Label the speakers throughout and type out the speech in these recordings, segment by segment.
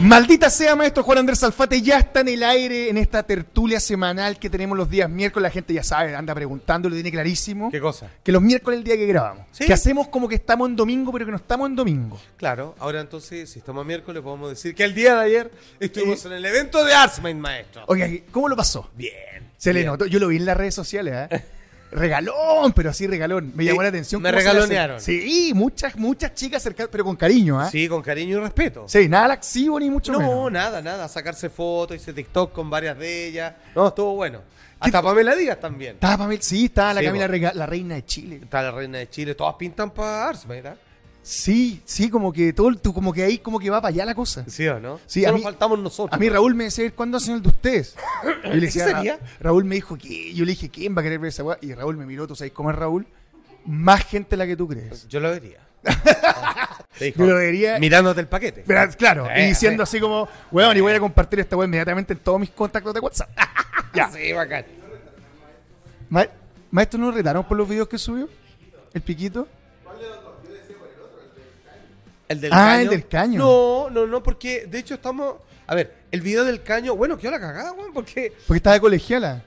Speaker 1: Maldita sea, maestro Juan Andrés Alfate, ya está en el aire en esta tertulia semanal que tenemos los días miércoles. La gente ya sabe, anda preguntando, lo tiene clarísimo.
Speaker 2: ¿Qué cosa?
Speaker 1: Que los miércoles es el día que grabamos.
Speaker 2: Sí.
Speaker 1: Que hacemos como que estamos en domingo, pero que no estamos en domingo.
Speaker 2: Claro, ahora entonces, si estamos a miércoles, podemos decir que el día de ayer estuvimos en el evento de Arsmain, maestro.
Speaker 1: Oiga, ¿cómo lo pasó?
Speaker 2: Bien.
Speaker 1: Se le
Speaker 2: bien.
Speaker 1: notó, yo lo vi en las redes sociales, ¿eh? Regalón, pero así regalón. Me
Speaker 2: Sí,
Speaker 1: llamó la atención.
Speaker 2: me
Speaker 1: cómo se le hace.
Speaker 2: regalonearon.
Speaker 1: Sí, muchas, muchas chicas cercanas, pero con cariño, ¿ah? Sí.
Speaker 2: Sí, con cariño y respeto.
Speaker 1: nada laxivo ni mucho
Speaker 2: no,
Speaker 1: menos.
Speaker 2: nada, nada. Sacarse fotos, hice TikTok con varias de ellas. No, estuvo bueno. Hasta Pamela Díaz también.
Speaker 1: Estaba Pamela- sí, estaba la
Speaker 2: Sí,
Speaker 1: Camila,
Speaker 2: po.
Speaker 1: Rega- la reina de Chile.
Speaker 2: Está la reina de Chile, todas pintan para Arsmain, ¿verdad?
Speaker 1: Sí, sí, como que todo, el- tú- como que ahí como que va para allá la cosa.
Speaker 2: ¿Sí o no?
Speaker 1: Sí, a
Speaker 2: Solo
Speaker 1: mí-
Speaker 2: faltamos nosotros.
Speaker 1: A mí Raúl me decía, ¿cuándo hacen el de ustedes? Y yo le
Speaker 2: ¿Qué
Speaker 1: decía,
Speaker 2: sería?
Speaker 1: Raúl me dijo, que Yo le dije, ¿quién va a querer ver esa weá? Y Raúl me miró, ¿tú sabes cómo es Raúl? Más gente de la que tú crees.
Speaker 2: Yo lo vería. Te
Speaker 1: Yo lo vería-
Speaker 2: Mirándote el paquete.
Speaker 1: Pero, claro,
Speaker 2: Eh,
Speaker 1: y diciendo así como, weón, y voy a compartir esta weá inmediatamente en todos mis contactos de WhatsApp. ya.
Speaker 2: Sí, bacán.
Speaker 1: Ma- Maestro, ¿no lo retaron por los videos que subió? ¿El piquito?
Speaker 2: El del
Speaker 1: Ah,
Speaker 2: caño.
Speaker 1: el del caño.
Speaker 2: No, no, no, porque de hecho estamos. A ver, el video del caño. Bueno, quedó la cagada, weón, porque.
Speaker 1: Porque estaba de colegiala.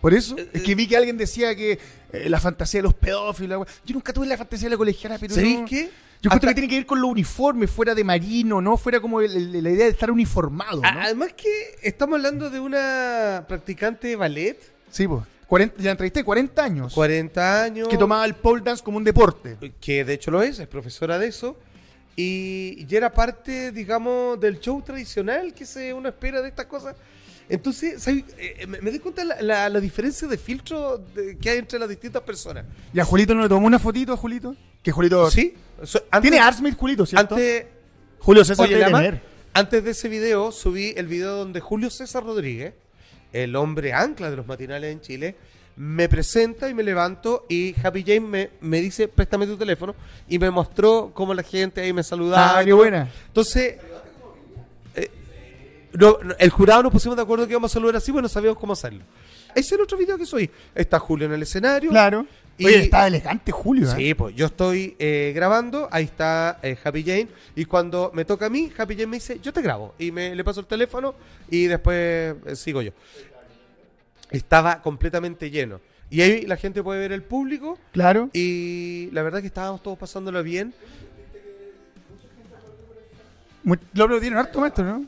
Speaker 1: Por eso,
Speaker 2: Eh,
Speaker 1: es que vi que alguien decía que eh, la fantasía de los pedófilos. la weá. Yo nunca tuve la fantasía de la colegiala, pero
Speaker 2: ¿Sabéis
Speaker 1: no-
Speaker 2: qué?
Speaker 1: Yo
Speaker 2: Hasta-
Speaker 1: creo que tiene que ver con lo uniforme, fuera de marino, ¿no? Fuera como el- el- la idea de estar uniformado, ¿no?
Speaker 2: a- Además que estamos hablando de una practicante de ballet,
Speaker 1: sí, pues. 40, la entrevisté, 40 años.
Speaker 2: 40 años.
Speaker 1: Que tomaba el pole dance como un deporte.
Speaker 2: Que de hecho lo es, es profesora de eso. Y ya era parte, digamos, del show tradicional que se uno espera de estas cosas. Entonces, ¿sabéis? Eh, me, me di cuenta la, la- la diferencia de filtro de- que hay entre las distintas personas.
Speaker 1: ¿Y a Julito no le tomó una fotito a Julito? Que Julito.
Speaker 2: ¿Sí? So- antes-
Speaker 1: Tiene Arsmith Julito, ¿cierto?
Speaker 2: antes,
Speaker 1: Julio César
Speaker 2: Oye,
Speaker 1: debe
Speaker 2: Lama,
Speaker 1: tener.
Speaker 2: antes de ese video subí el video donde Julio César Rodríguez, el hombre ancla de los matinales en Chile, me presenta y me levanto y Happy James me, me dice, préstame tu teléfono, y me mostró cómo la gente ahí me saludaba.
Speaker 1: Ah,
Speaker 2: y
Speaker 1: qué
Speaker 2: todo.
Speaker 1: buena.
Speaker 2: Entonces, eh, no, no, el jurado nos pusimos de acuerdo que íbamos a saludar así, bueno, sabíamos cómo hacerlo. Ese es el otro video que soy. Está Julio en el escenario.
Speaker 1: Claro.
Speaker 2: Y-
Speaker 1: Oye, estaba elegante Julio, ¿eh?
Speaker 2: Sí, pues yo estoy eh, grabando, ahí está eh, Happy Jane, y cuando me toca a mí, Happy Jane me dice, yo te grabo, y me, le paso el teléfono y después eh, sigo yo. Estaba completamente lleno. Y ahí la gente puede ver el público
Speaker 1: Claro.
Speaker 2: y la verdad que estábamos todos pasándolo bien.
Speaker 1: Mu- Lo aplaudieron harto, maestro, ¿no?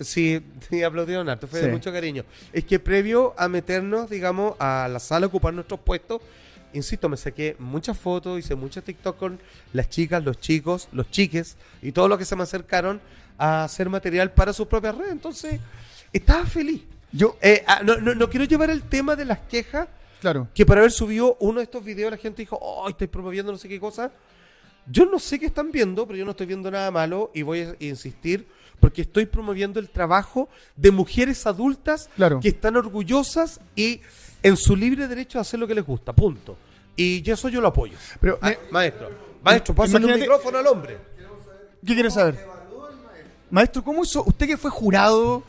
Speaker 2: Sí, sí, aplaudieron harto, fue
Speaker 1: Sí.
Speaker 2: de mucho cariño. Es que previo a meternos, digamos, a la sala, a ocupar nuestros puestos, insisto, me saqué muchas fotos, hice muchos TikTok con las chicas, los chicos, los chiques y todos los que se me acercaron a hacer material para sus propias redes. Entonces, estaba feliz.
Speaker 1: Yo,
Speaker 2: Eh, ah, no, no- no quiero llevar el tema de las quejas,
Speaker 1: claro.
Speaker 2: que para haber subido uno de estos videos la gente dijo, oh, estoy promoviendo no sé qué cosa. Yo no sé qué están viendo, pero yo no estoy viendo nada malo y voy a insistir porque estoy promoviendo el trabajo de mujeres adultas
Speaker 1: Claro.
Speaker 2: que están orgullosas y en su libre derecho a hacer lo que les gusta, punto. Y yo eso yo lo apoyo.
Speaker 1: Pero,
Speaker 2: Ah,
Speaker 1: eh,
Speaker 2: maestro, maestro, pásale
Speaker 1: imagínate-
Speaker 2: el micrófono al hombre.
Speaker 1: ¿Qué quieres saber? Maestro, ¿cómo hizo? Usted que fue jurado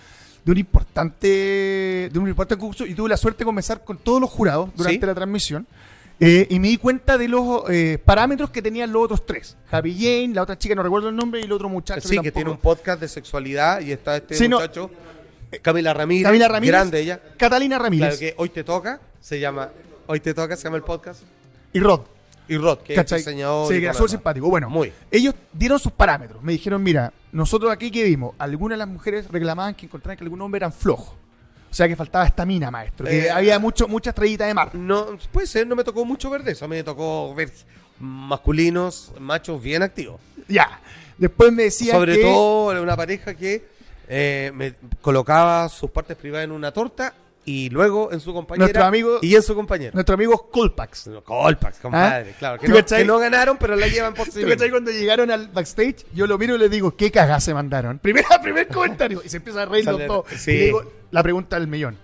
Speaker 1: de un importante, de un importante concurso y tuve la suerte de conversar con todos los jurados durante
Speaker 2: Sí.
Speaker 1: la transmisión. eh, y me di cuenta de los eh, parámetros que tenían los otros tres. Happy Jane, la otra chica, no recuerdo el nombre, y el otro muchacho.
Speaker 2: Sí, que
Speaker 1: tampoco-
Speaker 2: tiene un podcast de sexualidad y está este
Speaker 1: Sí, no.
Speaker 2: muchacho, Camila Ramírez,
Speaker 1: Camila Ramírez.
Speaker 2: grande ella.
Speaker 1: Catalina Ramírez.
Speaker 2: Claro que hoy te toca, se llama, hoy te toca, se llama el podcast.
Speaker 1: Y Rod.
Speaker 2: Y Rod, que
Speaker 1: ¿Cachai?
Speaker 2: es diseñador.
Speaker 1: Sí,
Speaker 2: y
Speaker 1: que era
Speaker 2: todo
Speaker 1: súper
Speaker 2: lo demás.
Speaker 1: simpático. Bueno,
Speaker 2: Muy.
Speaker 1: ellos dieron sus parámetros. Me dijeron, mira, nosotros aquí que vimos, algunas de las mujeres reclamaban que encontraban que algún hombre eran flojos. O sea que faltaba esta mina, maestro. Que
Speaker 2: Eh,
Speaker 1: había mucho, mucha estrellita de mar.
Speaker 2: No, puede ser, no me tocó mucho ver de eso. A mí me tocó ver masculinos, machos bien activos.
Speaker 1: Ya. Después me decían
Speaker 2: Sobre
Speaker 1: que-
Speaker 2: todo una pareja que eh, me colocaba sus partes privadas en una torta y luego en su compañera.
Speaker 1: Nuestro amigo-
Speaker 2: Y en su compañero.
Speaker 1: nuestros amigos Colpax.
Speaker 2: Colpax, compadre, claro. Que
Speaker 1: ¿Tú
Speaker 2: no,
Speaker 1: cachai?
Speaker 2: que no ganaron, pero la llevan por sí.
Speaker 1: ¿Tú cachai
Speaker 2: mismos.
Speaker 1: cuando llegaron al backstage? Yo lo miro y le digo, ¿qué cagá se mandaron? Primera, primer comentario. Y se empieza a reír los
Speaker 2: Sale-
Speaker 1: dos.
Speaker 2: sí.
Speaker 1: Y le digo, la pregunta del millón.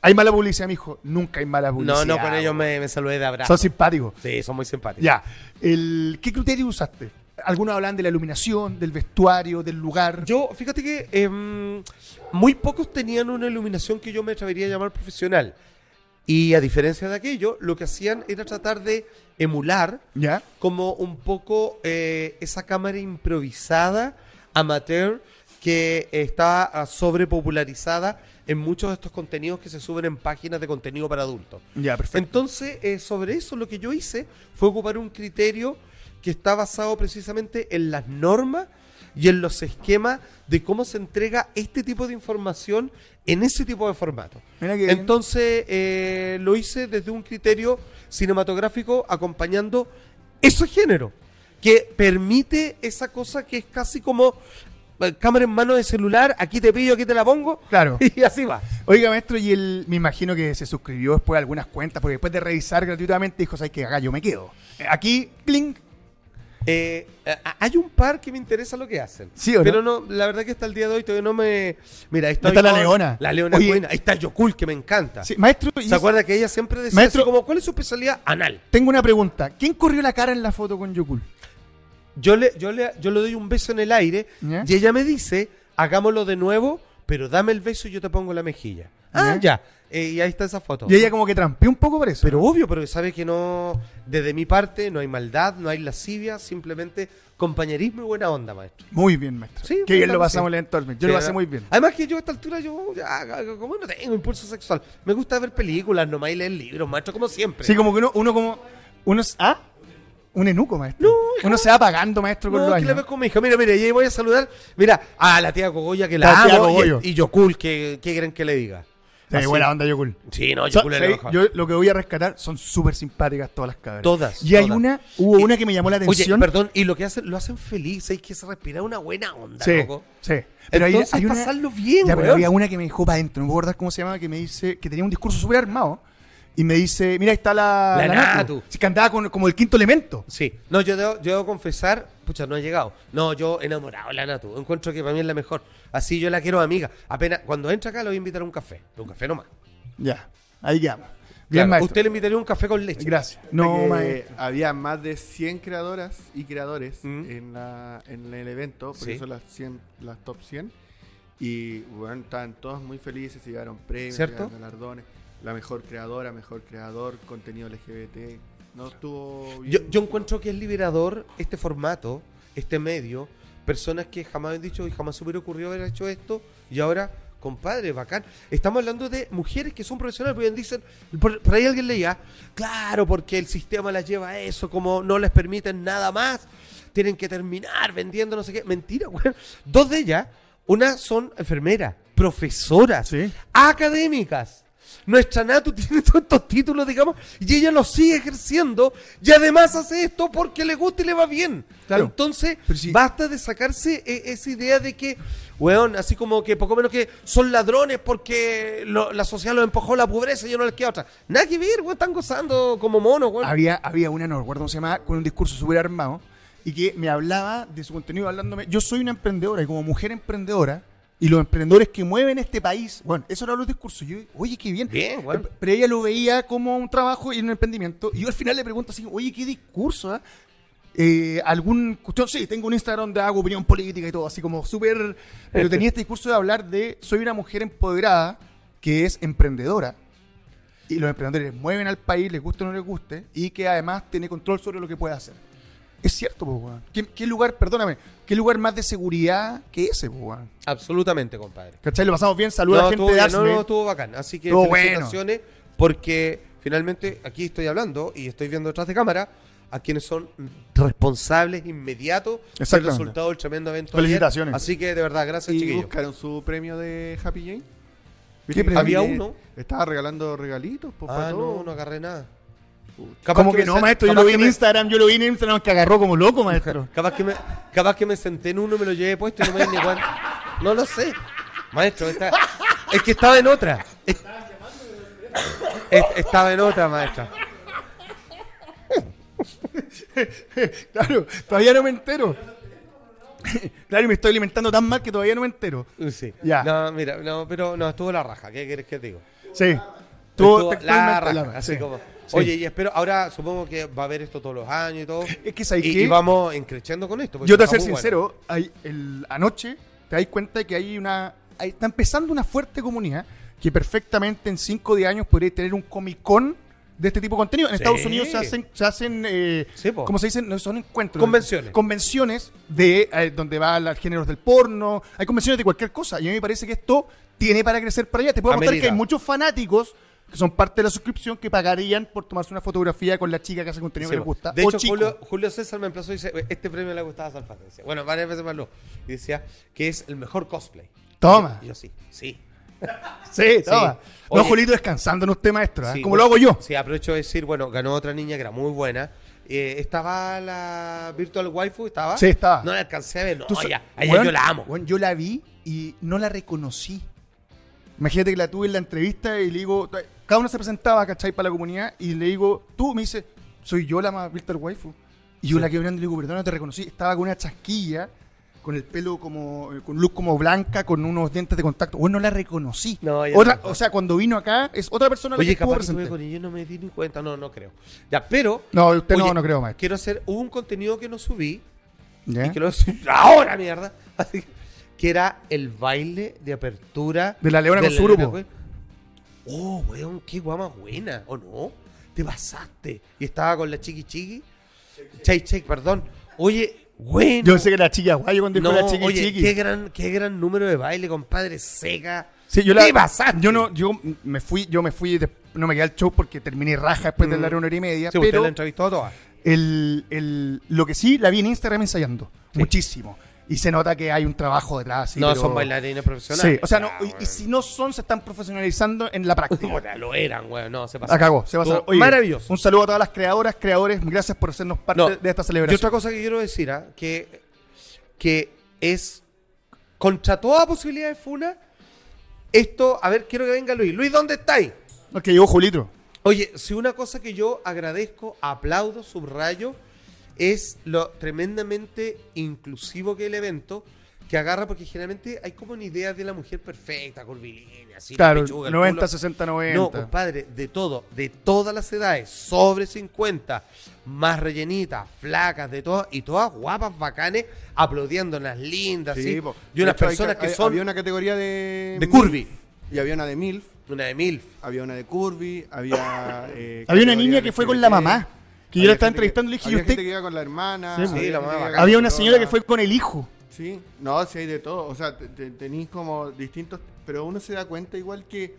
Speaker 1: ¿Hay mala publicidad, mijo? Nunca hay mala
Speaker 2: No,
Speaker 1: publicidad.
Speaker 2: no, con ellos me, me saludé de abrazo.
Speaker 1: Son simpáticos.
Speaker 2: Sí, son muy simpáticos.
Speaker 1: Ya. El, ¿Qué criterio usaste? Algunos hablan de la iluminación, del vestuario, del lugar.
Speaker 2: Yo, fíjate que em, muy pocos tenían una iluminación que yo me atrevería a llamar profesional. Y a diferencia de aquello, lo que hacían era tratar de emular
Speaker 1: ¿Ya?
Speaker 2: como un poco eh, esa cámara improvisada, amateur, que está ah, sobrepopularizada en muchos de estos contenidos que se suben en páginas de contenido para adultos.
Speaker 1: Ya, perfecto.
Speaker 2: Entonces, eh, sobre eso lo que yo hice fue ocupar un criterio que está basado precisamente en las normas y en los esquemas de cómo se entrega este tipo de información en ese tipo de formato.
Speaker 1: Mira qué bien.
Speaker 2: Entonces, eh, lo hice desde un criterio cinematográfico acompañando ese género, que permite esa cosa que es casi como eh, cámara en mano de celular, aquí te pillo, aquí te la pongo,
Speaker 1: Claro.
Speaker 2: y así va.
Speaker 1: Oiga, maestro, y él me imagino que se suscribió después a algunas cuentas, porque después de revisar gratuitamente dijo, ¿sabes qué? Acá yo me quedo. Eh, Aquí, clink.
Speaker 2: Eh, a- hay un par que me interesa lo que hacen.
Speaker 1: ¿Sí o no?
Speaker 2: Pero no, la verdad que hasta el día de hoy todavía no me. Mira, ahí está,
Speaker 1: Ahí está la
Speaker 2: Ivonne,
Speaker 1: Leona.
Speaker 2: La Leona
Speaker 1: Oye.
Speaker 2: es buena. Ahí está Yokul, que me encanta.
Speaker 1: Sí, maestro, y
Speaker 2: ¿Se acuerda que ella siempre decía
Speaker 1: Maestro-
Speaker 2: así como, ¿cuál es su especialidad? Anal.
Speaker 1: tengo una pregunta. ¿Quién corrió la cara en la foto con Yukul?
Speaker 2: Yo le, yo le, yo le doy un beso en el aire
Speaker 1: ¿Ya?
Speaker 2: y ella me dice, hagámoslo de nuevo, pero dame el beso y yo te pongo la mejilla.
Speaker 1: ¿Ya?
Speaker 2: Ah, ya. Eh, y ahí está esa foto.
Speaker 1: Y ella como que trampeó un poco por eso.
Speaker 2: Pero obvio, pero sabe que no, desde mi parte, no hay maldad, no hay lascivia, simplemente compañerismo y buena onda, maestro.
Speaker 1: Muy bien, maestro.
Speaker 2: Sí,
Speaker 1: Qué bien
Speaker 2: claro,
Speaker 1: lo pasamos
Speaker 2: sí.
Speaker 1: en el entorno. Yo
Speaker 2: Sí,
Speaker 1: lo pasé
Speaker 2: ¿verdad?
Speaker 1: muy bien.
Speaker 2: Además que yo a esta altura, yo ya, ya, como no tengo impulso sexual. Me gusta ver películas nomás y leer libros, maestro, como siempre.
Speaker 1: Sí, como que uno, uno como... Uno, s- ¿Ah? Un enuco, maestro.
Speaker 2: No,
Speaker 1: uno se va apagando, maestro, con
Speaker 2: No,
Speaker 1: los
Speaker 2: que la veo
Speaker 1: años.
Speaker 2: con mi hija. Mira, mira, y ahí voy a saludar. Mira, a la tía Cogoya que
Speaker 1: La
Speaker 2: la,
Speaker 1: tía
Speaker 2: amo.
Speaker 1: Cogollo.
Speaker 2: Y, y Yocul, que, ¿qué creen que le diga?
Speaker 1: Sí,
Speaker 2: Así.
Speaker 1: buena onda, Yukul.
Speaker 2: Sí, no,
Speaker 1: So-
Speaker 2: Yocul es la
Speaker 1: ¿sabes?
Speaker 2: mejor.
Speaker 1: Yo lo que voy a rescatar son súper simpáticas todas las cabras.
Speaker 2: Todas,
Speaker 1: Y hay
Speaker 2: todas.
Speaker 1: una, hubo una que me llamó la
Speaker 2: Oye,
Speaker 1: atención.
Speaker 2: perdón, y lo que hacen, lo hacen feliz, es que se respira una buena onda,
Speaker 1: sí,
Speaker 2: loco.
Speaker 1: sí. Pero hay,
Speaker 2: Entonces,
Speaker 1: hay una,
Speaker 2: pasarlo bien,
Speaker 1: Ya, pero
Speaker 2: weón.
Speaker 1: había una que me dejó para adentro, no puedo acordar cómo se llamaba, que me dice, que tenía un discurso súper armado. Y me dice, mira, ahí está la,
Speaker 2: La
Speaker 1: Natu.
Speaker 2: Natu.
Speaker 1: Sí, que andaba con, como el quinto elemento.
Speaker 2: Sí, no, yo debo, yo debo confesar, pucha, no he llegado. No, yo enamorado de la Natu, encuentro que para mí es la mejor. Así yo la quiero amiga. Apenas, cuando entra acá, le voy a invitar a un café, un café nomás.
Speaker 1: Ya, ahí quedamos. Bien,
Speaker 2: Claro,
Speaker 1: maestro.
Speaker 2: Usted le invitaría un café con leche.
Speaker 1: Gracias. No,
Speaker 3: que
Speaker 1: maestro.
Speaker 3: Había más de 100 creadoras y creadores
Speaker 2: Mm.
Speaker 3: en, la, en el evento, por
Speaker 2: Sí.
Speaker 3: eso las, 100, las top 100. Y bueno, estaban todos muy felices, se llevaron premios,
Speaker 2: ¿Cierto?
Speaker 3: llevaron galardones. La mejor creadora, mejor creador, contenido LGBT. No estuvo bien.
Speaker 2: Yo, yo encuentro que es liberador este formato, este medio. Personas que jamás han dicho y jamás se hubiera ocurrido haber hecho esto. Y ahora, compadre, bacán. Estamos hablando de mujeres que son profesionales. Porque dicen, por, por ahí alguien leía, claro, porque el sistema las lleva a eso, como no les permiten nada más. Tienen que terminar vendiendo no sé qué. Mentira, weón. Dos de ellas, una son enfermeras, profesoras,
Speaker 1: Sí.
Speaker 2: académicas. Nuestra Natu tiene todos estos títulos, digamos, y ella los sigue ejerciendo y además hace esto porque le gusta y le va bien.
Speaker 1: Claro.
Speaker 2: Entonces,
Speaker 1: Pero si-
Speaker 2: basta de sacarse eh, esa idea de que, weón, así como que poco menos que son ladrones porque lo- la sociedad los empujó a la pobreza y yo no les queda otra. Nada que ver, weón, están gozando como monos, weón.
Speaker 1: Había, había una, no recuerdo cómo se llamaba, con un discurso súper armado y que me hablaba de su contenido hablándome. Yo soy una emprendedora y como mujer emprendedora y los emprendedores que mueven este país, bueno, eso eran los discursos. Yo, oye, qué bien.
Speaker 2: Bien, weón.
Speaker 1: Pero ella lo veía como un trabajo y un emprendimiento. Y yo al final le pregunto así, oye, ¿qué discurso? ah? Eh, ¿Algún cuestión? Sí, tengo un Instagram donde hago opinión política y todo, así como súper... Pero tenía este discurso de hablar de, soy una mujer empoderada que es emprendedora. Y los emprendedores mueven al país, les guste o no les guste, y que además tiene control sobre lo que puede hacer. Es cierto, pues, weón. ¿Qué, qué lugar, perdóname, qué lugar más de seguridad que ese, pues, weón?
Speaker 2: Absolutamente, compadre.
Speaker 1: ¿Cachai? Lo pasamos bien, saluda a la gente
Speaker 2: estuvo
Speaker 1: de
Speaker 2: bien,
Speaker 1: Arsme.
Speaker 2: No, no, estuvo bacán. Así que
Speaker 1: Estuvo bueno.
Speaker 2: felicitaciones porque finalmente aquí estoy hablando y estoy viendo detrás de cámara a quienes son responsables inmediatos del
Speaker 1: Exactamente.
Speaker 2: resultado del tremendo evento.
Speaker 1: Felicitaciones.
Speaker 2: ayer. Así que de verdad, gracias,
Speaker 3: y
Speaker 2: chiquillos.
Speaker 3: buscaron su premio de Happy Jane.
Speaker 1: ¿Qué premio?
Speaker 2: Había
Speaker 3: Jane
Speaker 2: uno.
Speaker 3: Estaba regalando regalitos, pues,
Speaker 2: Ah,
Speaker 3: para
Speaker 2: no,
Speaker 3: todos.
Speaker 2: no agarré nada.
Speaker 3: Puta.
Speaker 2: Capaz
Speaker 1: Como que,
Speaker 2: me
Speaker 1: no,
Speaker 2: sen-
Speaker 1: maestro, yo
Speaker 2: capaz
Speaker 1: lo vi
Speaker 2: que
Speaker 1: en
Speaker 2: me-
Speaker 1: Instagram, yo lo vi en Instagram que agarró como loco, maestro.
Speaker 2: Capaz que, me, capaz que me senté en uno y me lo llevé puesto y no me di ni cuenta. No lo sé. Maestro, está, es que estaba en otra. Es- es- estaba en otra, maestra.
Speaker 1: claro, todavía no me entero. claro, y me estoy alimentando tan mal que todavía no me entero.
Speaker 2: Uh, Sí.
Speaker 1: Ya.
Speaker 2: No, mira, no, pero no, estuvo la raja. ¿Qué quieres que te digo?
Speaker 1: Sí. Tú,
Speaker 2: Estuvo la
Speaker 1: textualmente,
Speaker 2: raja.
Speaker 1: la-
Speaker 2: así
Speaker 1: sí,
Speaker 2: como.
Speaker 1: sí.
Speaker 2: Oye, y espero, ahora supongo que va a haber esto todos los años y todo.
Speaker 1: Es que, ¿sabes
Speaker 2: y,
Speaker 1: qué?
Speaker 2: y vamos encrechando con esto. porque
Speaker 1: yo te voy a
Speaker 2: está
Speaker 1: ser
Speaker 2: muy bueno.
Speaker 1: sincero, hay el, anoche te das cuenta que hay una. hay- está empezando una fuerte comunidad que perfectamente en 5 o 10 años podría tener un Comic Con de este tipo de contenido. En
Speaker 2: Sí.
Speaker 1: Estados Unidos se hacen, se hacen eh,
Speaker 2: Sí, po.
Speaker 1: ¿cómo se dicen? No, son encuentros.
Speaker 2: Convenciones.
Speaker 1: Convenciones de eh, donde van los géneros del porno. Hay convenciones de cualquier cosa. Y a mí me parece que esto tiene para crecer para allá. Te puedo contar
Speaker 2: Amerita.
Speaker 1: que hay muchos fanáticos que son parte de la suscripción que pagarían por tomarse una fotografía con la chica que hace contenido
Speaker 2: Sí,
Speaker 1: que les
Speaker 2: po.
Speaker 1: gusta.
Speaker 2: De
Speaker 1: o
Speaker 2: hecho,
Speaker 1: chico.
Speaker 2: Julio, Julio César me emplazó y dice, este premio le gustaba a Salfate. Decía, bueno, varias veces me habló. Y decía que es el mejor cosplay.
Speaker 1: Toma.
Speaker 2: Y yo sí, sí.
Speaker 1: Sí, toma. No,
Speaker 2: Oye.
Speaker 1: Julito, descansando en usted, maestro. ¿eh?
Speaker 2: sí,
Speaker 1: Como
Speaker 2: bueno,
Speaker 1: lo hago yo.
Speaker 2: Sí, aprovecho de decir, bueno, ganó otra niña que era muy buena. Eh, estaba la Virtual Waifu, estaba.
Speaker 1: Sí, estaba.
Speaker 2: No la alcancé a ver, no,
Speaker 1: Tú sa-
Speaker 2: ya, a ella
Speaker 1: Weón,
Speaker 2: yo la amo.
Speaker 1: weón, yo la vi y no la reconocí. Imagínate que la tuve en la entrevista y le digo, cada uno se presentaba, ¿cachai? Para la comunidad y le digo, tú me dice, soy yo la más virtual waifu. Y yo la quedo mirando y le digo, perdón, no te reconocí. Estaba con una chasquilla, con el pelo como, eh, con luz como blanca, con unos dientes de contacto. Bueno, no la reconocí.
Speaker 2: No, ya
Speaker 1: otra,
Speaker 2: no.
Speaker 1: o sea, cuando vino acá, es otra persona la que
Speaker 2: Oye,
Speaker 1: estuvo
Speaker 2: capaz que estuve
Speaker 1: presente.
Speaker 2: con ella y no me di ni cuenta. No, no creo. Ya, pero.
Speaker 1: No, usted no,
Speaker 2: Oye,
Speaker 1: no creo, maestro.
Speaker 2: Quiero hacer un contenido que no subí
Speaker 1: ¿Ya?
Speaker 2: y que lo voy a subir ahora, mierda. Así que, que era el baile de apertura
Speaker 1: De la Leona con su grupo.
Speaker 2: Leona, güey. Oh, weón, qué guama buena, ¿o no? Te pasaste. Y estaba con la chiqui chiqui. Chay chay, perdón. Oye, bueno.
Speaker 1: Yo sé que la chica guayo cuando dijo
Speaker 2: no,
Speaker 1: la chiqui
Speaker 2: oye,
Speaker 1: chiqui.
Speaker 2: Qué, gran, qué gran número de baile, compadre. Sega.
Speaker 1: Sí, yo la,
Speaker 2: Te pasaste.
Speaker 1: Yo no, yo me fui, yo me fui, de- no me quedé al show porque terminé raja después de
Speaker 2: Mm.
Speaker 1: la una hora y media.
Speaker 2: Sí, usted
Speaker 1: pero
Speaker 2: la entrevistó a todas.
Speaker 1: el, el- lo que sí, la vi en Instagram ensayando.
Speaker 2: Sí.
Speaker 1: Muchísimo. Y se nota que hay un trabajo detrás. sí,
Speaker 2: no,
Speaker 1: pero-
Speaker 2: son bailarines profesionales.
Speaker 1: Sí, o sea, no,
Speaker 2: Ah,
Speaker 1: y- y,
Speaker 2: weón.
Speaker 1: si no son, se están profesionalizando en la práctica.
Speaker 2: Puta, lo eran, weón. No, se pasó.
Speaker 1: La cagó, se pasa.
Speaker 2: Todo maravilloso.
Speaker 1: Un saludo a todas las creadoras, creadores. Gracias por hacernos parte
Speaker 2: No,
Speaker 1: de esta
Speaker 2: Y
Speaker 1: celebración.
Speaker 2: otra cosa que quiero decir, ¿ah? que, que es contra toda posibilidad de funa, esto, a ver, quiero que venga Luis. Luis, ¿dónde estáis?
Speaker 1: Ok, llegó Julito.
Speaker 2: Oye, si una cosa que yo agradezco, aplaudo, subrayo, es lo tremendamente inclusivo que el evento que agarra, porque generalmente hay como una idea de la mujer perfecta, curvilínea, así, la
Speaker 1: Claro,
Speaker 2: pechuga, el
Speaker 1: 90,
Speaker 2: culo.
Speaker 1: 60, 90.
Speaker 2: No, compadre, de todo, de todas las edades, sobre 50, más rellenitas, flacas, de todas, y todas guapas, bacanes, aplaudiéndolas, lindas,
Speaker 3: Sí,
Speaker 2: ¿sí?
Speaker 3: po.
Speaker 2: y unas
Speaker 3: De hecho, hay
Speaker 2: personas que
Speaker 3: hay-
Speaker 2: son
Speaker 3: Había una categoría de.
Speaker 2: de
Speaker 3: MILF,
Speaker 2: curvy,
Speaker 3: Y había una de MILF,
Speaker 2: una de MILF.
Speaker 3: había una de curvy, había. eh,
Speaker 1: Había una
Speaker 3: categoría
Speaker 1: niña
Speaker 3: de
Speaker 1: que fue con la
Speaker 3: LGBT,
Speaker 1: mamá. Que yo
Speaker 3: había
Speaker 1: la estaba
Speaker 3: gente que-
Speaker 1: entrevistando y le dije, ¿y
Speaker 3: había
Speaker 1: usted?
Speaker 3: gente que iba con la hermana.
Speaker 1: Sí, po.
Speaker 2: Sí, la mamá
Speaker 3: gente que iba con
Speaker 1: Había una
Speaker 3: la
Speaker 1: señora que
Speaker 3: sola.
Speaker 1: fue con el hijo.
Speaker 3: Sí, no, sí hay de todo. O sea, te- te- tenéis como distintos. Pero uno se da cuenta igual que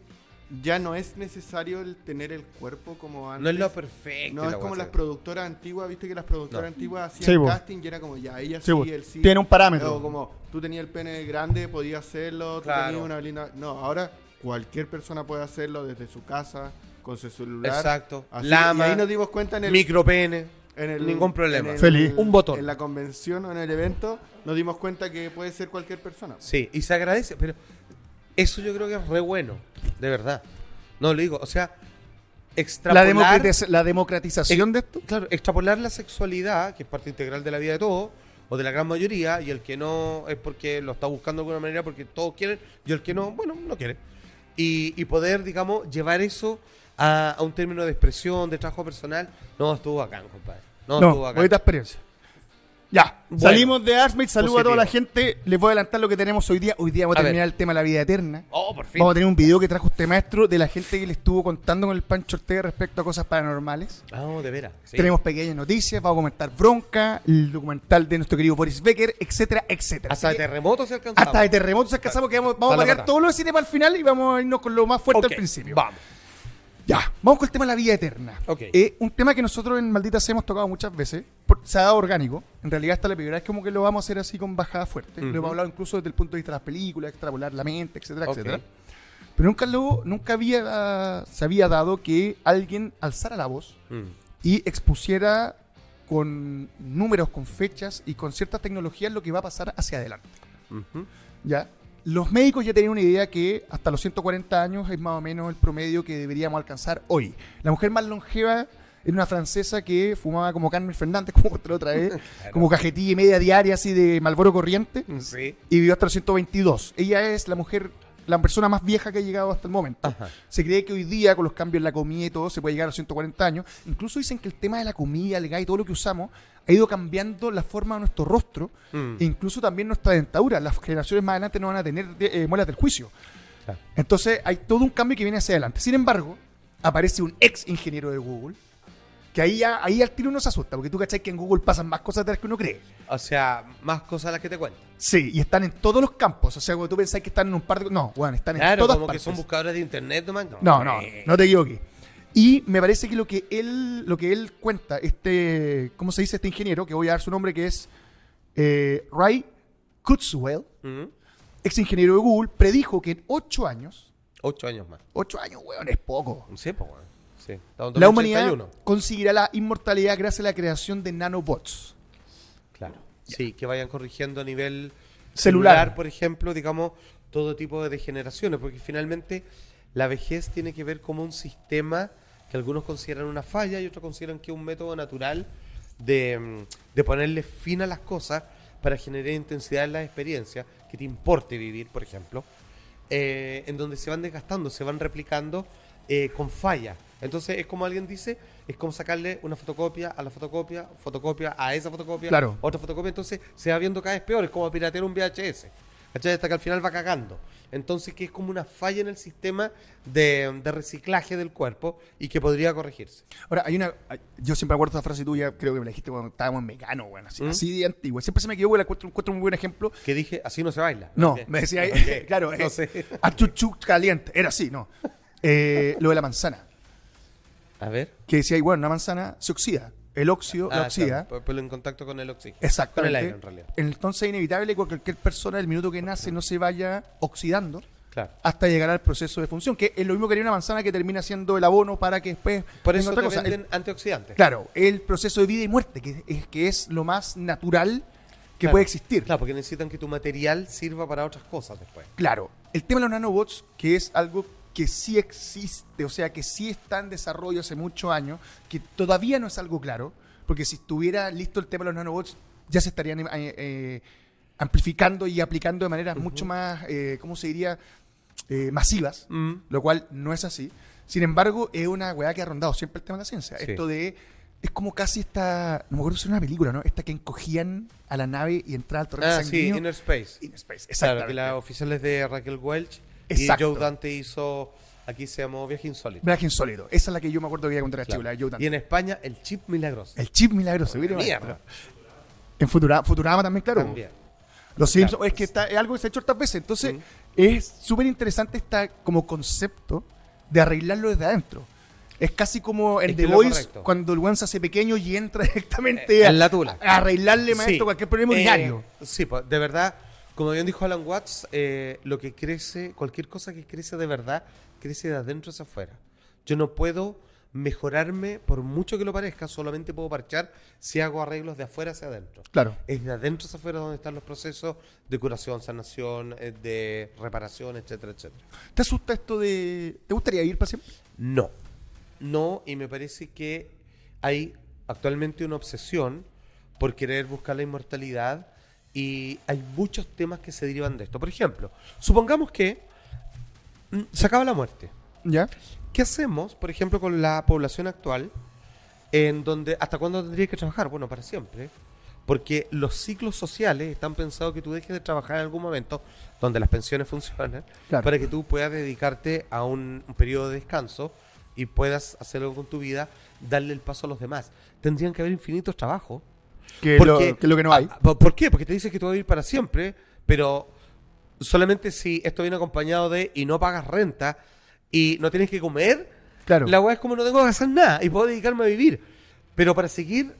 Speaker 3: ya no es necesario el tener el cuerpo como antes.
Speaker 2: No es lo perfecto.
Speaker 3: No es como las productoras antiguas, viste que las productoras
Speaker 2: No.
Speaker 3: antiguas
Speaker 1: Sí,
Speaker 3: hacían
Speaker 1: po.
Speaker 3: casting y era como ya, ella
Speaker 1: Sí,
Speaker 3: sí,
Speaker 1: po.
Speaker 3: él sí.
Speaker 1: Tiene un parámetro.
Speaker 3: Luego, como tú tenías el pene grande, podías hacerlo, tú
Speaker 2: Claro.
Speaker 3: tenías una linda. No, ahora cualquier persona puede hacerlo desde su casa, con su celular.
Speaker 2: Exacto.
Speaker 3: Así,
Speaker 2: Lama.
Speaker 3: y ahí nos dimos cuenta en el.
Speaker 2: Micropene.
Speaker 3: en el-
Speaker 2: Ningún problema.
Speaker 3: en el-
Speaker 1: Feliz.
Speaker 2: Un botón.
Speaker 3: En la convención o en el evento, nos dimos cuenta que puede ser cualquier persona.
Speaker 2: Sí, y se agradece, pero eso yo creo que es re bueno, de verdad. No lo digo, o sea,
Speaker 1: La,
Speaker 2: extrapolar Eh,
Speaker 1: democratiz- la democratización de esto.
Speaker 2: Claro, extrapolar la sexualidad, que es parte integral de la vida de todos, o de la gran mayoría, y el que no es porque lo está buscando de alguna manera, porque todos quieren, y el que no, bueno, no quiere. Y, y poder, digamos, llevar eso a, a un término de expresión, de trabajo personal, no estuvo bacán, compadre. No,
Speaker 1: No,
Speaker 2: estuvo bacán.
Speaker 1: bonita experiencia. Ya,
Speaker 2: Bueno.
Speaker 1: salimos de Artsmith, saludo a toda
Speaker 2: Positivo.
Speaker 1: la gente. Les voy a adelantar lo que tenemos hoy día. Hoy día vamos a,
Speaker 2: A ver.
Speaker 1: terminar el tema de la vida eterna.
Speaker 2: Oh, por fin.
Speaker 1: Vamos a tener un video que trajo este maestro de la gente que le estuvo contando con el Pancho Ortega respecto a cosas paranormales.
Speaker 2: Ah, de veras. sí.
Speaker 1: Tenemos pequeñas noticias, vamos a comentar Bronca, el documental de nuestro querido Boris Becker, etcétera, etcétera.
Speaker 2: Hasta
Speaker 1: Así
Speaker 2: de
Speaker 1: que
Speaker 2: terremotos se alcanzamos.
Speaker 1: hasta de terremotos se alcanzamos que vamos, vamos a
Speaker 2: Está la
Speaker 1: variar
Speaker 2: patada.
Speaker 1: todos los cine para el final y vamos a irnos con lo más fuerte
Speaker 2: Ok,
Speaker 1: al principio.
Speaker 2: Vamos.
Speaker 1: Ya, vamos con el tema de la vida eterna.
Speaker 2: Ok.
Speaker 1: Eh, un tema que nosotros en Maldita Se hemos tocado muchas veces, por- se ha dado orgánico. En realidad, hasta la primera vez como que lo vamos a hacer así con bajada fuerte.
Speaker 2: Ujú.
Speaker 1: Lo hemos hablado incluso desde el punto de vista de las películas, extrapolar la mente, etcétera,
Speaker 2: Ok.
Speaker 1: etcétera. Pero nunca, lo, nunca había, se había dado que alguien alzara la voz
Speaker 2: Mm.
Speaker 1: y expusiera con números, con fechas y con ciertas tecnologías lo que va a pasar hacia adelante.
Speaker 2: Ujú.
Speaker 1: ¿Ya? Los médicos ya tenían una idea que hasta los 140 años es más o menos el promedio que deberíamos alcanzar hoy. La mujer más longeva era una francesa que fumaba como Carmen Fernández, como conté la otra vez, como cajetilla y media diaria así de Malboro Corriente
Speaker 2: Mm, Sí.
Speaker 1: y vivió hasta los 122. Ella es la mujer, la persona más vieja que ha llegado hasta el momento.
Speaker 2: Ajá.
Speaker 1: Se cree que hoy día, con los cambios en la comida y todo, se puede llegar a los 140 años. Incluso dicen que el tema de la comida, el gas y todo lo que usamos ha ido cambiando la forma de nuestro rostro
Speaker 2: Mm.
Speaker 1: e incluso también nuestra dentadura. Las generaciones más adelante no van a tener de- eh, muelas del juicio.
Speaker 2: Claro.
Speaker 1: Entonces hay todo un cambio que viene hacia adelante. Sin embargo, aparece un ex ingeniero de Google, que ahí, ya, ahí al tiro uno se asusta, porque tú cachai que en Google pasan más cosas de las que uno cree.
Speaker 2: O sea, más cosas las que te cuento.
Speaker 1: Sí, y están en todos los campos. O sea, cuando tú pensás que están en un par de... No, bueno, están en
Speaker 2: Claro,
Speaker 1: todas
Speaker 2: como
Speaker 1: partes.
Speaker 2: que son buscadores de internet nomás. No,
Speaker 1: No, no,
Speaker 2: eh.
Speaker 1: no te equivoques. Y me parece que lo que él, lo que él cuenta, este, ¿cómo se dice este ingeniero? Que voy a dar su nombre, que es eh, Ray Kurzweil,
Speaker 2: Mm,
Speaker 1: ex ingeniero de Google, predijo que en ocho años,
Speaker 2: Ocho años más.
Speaker 1: ocho años, weón, es poco.
Speaker 2: Sí, pues, weón. Sí. Estamos en
Speaker 1: La humanidad
Speaker 2: 2081.
Speaker 1: conseguirá la inmortalidad gracias a la creación de nanobots.
Speaker 2: Claro. Sí, que vayan corrigiendo a nivel
Speaker 1: Celular.
Speaker 2: por ejemplo, digamos, todo tipo de degeneraciones, porque finalmente la vejez tiene que ver como un sistema que algunos consideran una falla y otros consideran que es un método natural de, mm, de ponerle fin a las cosas para generar intensidad en las experiencias, que te importe vivir, por ejemplo, eh, en donde se van desgastando, se van replicando eh, con falla. Entonces es como alguien dice, es como sacarle una fotocopia a la fotocopia, fotocopia a esa fotocopia,
Speaker 1: Claro.
Speaker 2: otra fotocopia, entonces se va viendo cada vez peor, es como piratear un VHS. ¿cachai? Hasta que al final va cagando. Entonces que es como una falla en el sistema de, de reciclaje del cuerpo y que podría corregirse.
Speaker 1: Ahora, hay una. hay- Yo siempre acuerdo esta frase tuya, creo que me la dijiste cuando estábamos en Mecano, weón, así,
Speaker 2: ¿Mm?
Speaker 1: así de antigua. Siempre se me quedó, weón, la encuentro, encuentro un buen ejemplo.
Speaker 2: Que dije, así no se baila.
Speaker 1: No,
Speaker 2: Ok.
Speaker 1: me decía,
Speaker 2: Ok,
Speaker 1: claro,
Speaker 2: no
Speaker 1: eh,
Speaker 2: sé.
Speaker 1: a chuchu caliente, era así, no. Eh, lo de la manzana,
Speaker 2: A ver.
Speaker 1: que decía, bueno, una manzana se oxida, el óxido la
Speaker 2: Ah,
Speaker 1: oxida.
Speaker 2: claro, pues- pues en contacto con el oxígeno. Con
Speaker 1: Exactamente.
Speaker 2: el aire, en realidad.
Speaker 1: Entonces es inevitable que cualquier persona, el minuto que nace, no se vaya oxidando
Speaker 2: Claro.
Speaker 1: hasta llegar al proceso de función, que es lo mismo que haría una manzana que termina siendo el abono para que después
Speaker 2: Por
Speaker 1: tenga
Speaker 2: eso te
Speaker 1: otra cosa. El-
Speaker 2: venden antioxidantes.
Speaker 1: claro, el proceso de vida y muerte, que es, que es lo más natural que
Speaker 2: Claro.
Speaker 1: puede existir.
Speaker 2: Claro, porque necesitan que tu material sirva para otras cosas después.
Speaker 1: Claro, el tema de los nanobots, que es algo que sí existe, o sea, que sí está en desarrollo hace muchos años, que todavía no es algo claro, porque si estuviera listo el tema de los nanobots, ya se estarían eh, eh, amplificando y aplicando de maneras mucho más, eh, ¿cómo se diría?, Eh, masivas,
Speaker 2: Ah,
Speaker 1: lo cual no es así. Sin embargo, es una weá que ha rondado siempre el tema de la ciencia.
Speaker 2: Sí.
Speaker 1: Esto de... Es como casi esta... No me acuerdo si era una película, ¿no? Esta que encogían a la nave y entraba al torrente
Speaker 2: Ah, sí,
Speaker 1: sanguíneo.
Speaker 2: Inner Space.
Speaker 1: Inner Space,
Speaker 2: Claro,
Speaker 1: exactamente.
Speaker 2: que la oficial es de Raquel Welch.
Speaker 1: Exacto.
Speaker 2: Y Joe Dante hizo, aquí se llamó Viaje Insólito.
Speaker 1: Viaje insólito. Esa es la que yo me acuerdo que iba a contar a
Speaker 2: Claro.
Speaker 1: Chivo, la de Joe Dante.
Speaker 2: Y en España, el chip milagroso.
Speaker 1: El chip milagroso. mira,
Speaker 2: Mierda.
Speaker 1: maestro. En Futurama, Futurama también, claro.
Speaker 2: También.
Speaker 1: Los Simpsons. Es que está, es algo que se ha hecho tantas veces. Entonces,
Speaker 2: Mm.
Speaker 1: es súper interesante esta como concepto de arreglarlo desde adentro. Es casi como el
Speaker 2: Es
Speaker 1: The
Speaker 2: que lo
Speaker 1: Voice
Speaker 2: correcto.
Speaker 1: cuando el weón se hace pequeño y entra directamente
Speaker 2: Eh,
Speaker 1: a,
Speaker 2: en la tula.
Speaker 1: a arreglarle, maestro,
Speaker 2: Sí.
Speaker 1: cualquier problema
Speaker 2: Eh,
Speaker 1: diario.
Speaker 2: Sí, pues, de verdad, como bien dijo Alan Watts, eh, lo que crece, cualquier cosa que crece de verdad, crece de adentro hacia afuera. Yo no puedo mejorarme, por mucho que lo parezca, solamente puedo parchar si hago arreglos de afuera hacia adentro.
Speaker 1: Claro.
Speaker 2: Es de adentro hacia afuera donde están los procesos de curación, sanación, eh, de reparación, etcétera, etcétera.
Speaker 1: ¿Te asusta esto de. ¿Te gustaría ir para siempre?
Speaker 2: No. No, y me parece que hay actualmente una obsesión por querer buscar la inmortalidad y hay muchos temas que se derivan de esto. Por ejemplo, supongamos que mm, se acaba la muerte.
Speaker 1: ¿Ya?
Speaker 2: ¿Qué hacemos, por ejemplo, con la población actual? En donde, ¿hasta cuándo tendrías que trabajar? Bueno, para siempre. Porque los ciclos sociales están pensados que tú dejes de trabajar en algún momento, donde las pensiones funcionan,
Speaker 1: Claro.
Speaker 2: para que tú puedas dedicarte a un, un periodo de descanso y puedas hacer algo con tu vida, darle el paso a los demás. Tendrían que haber infinitos trabajos.
Speaker 1: Que,
Speaker 2: Porque-
Speaker 1: lo, que lo que no hay.
Speaker 2: Ah, ¿Por por qué? Porque te dice que tú vas a vivir para siempre, pero solamente si esto viene acompañado de y no pagas renta y no tienes que comer,
Speaker 1: claro.
Speaker 2: la weá es como no tengo que hacer nada y puedo dedicarme a vivir. Pero para seguir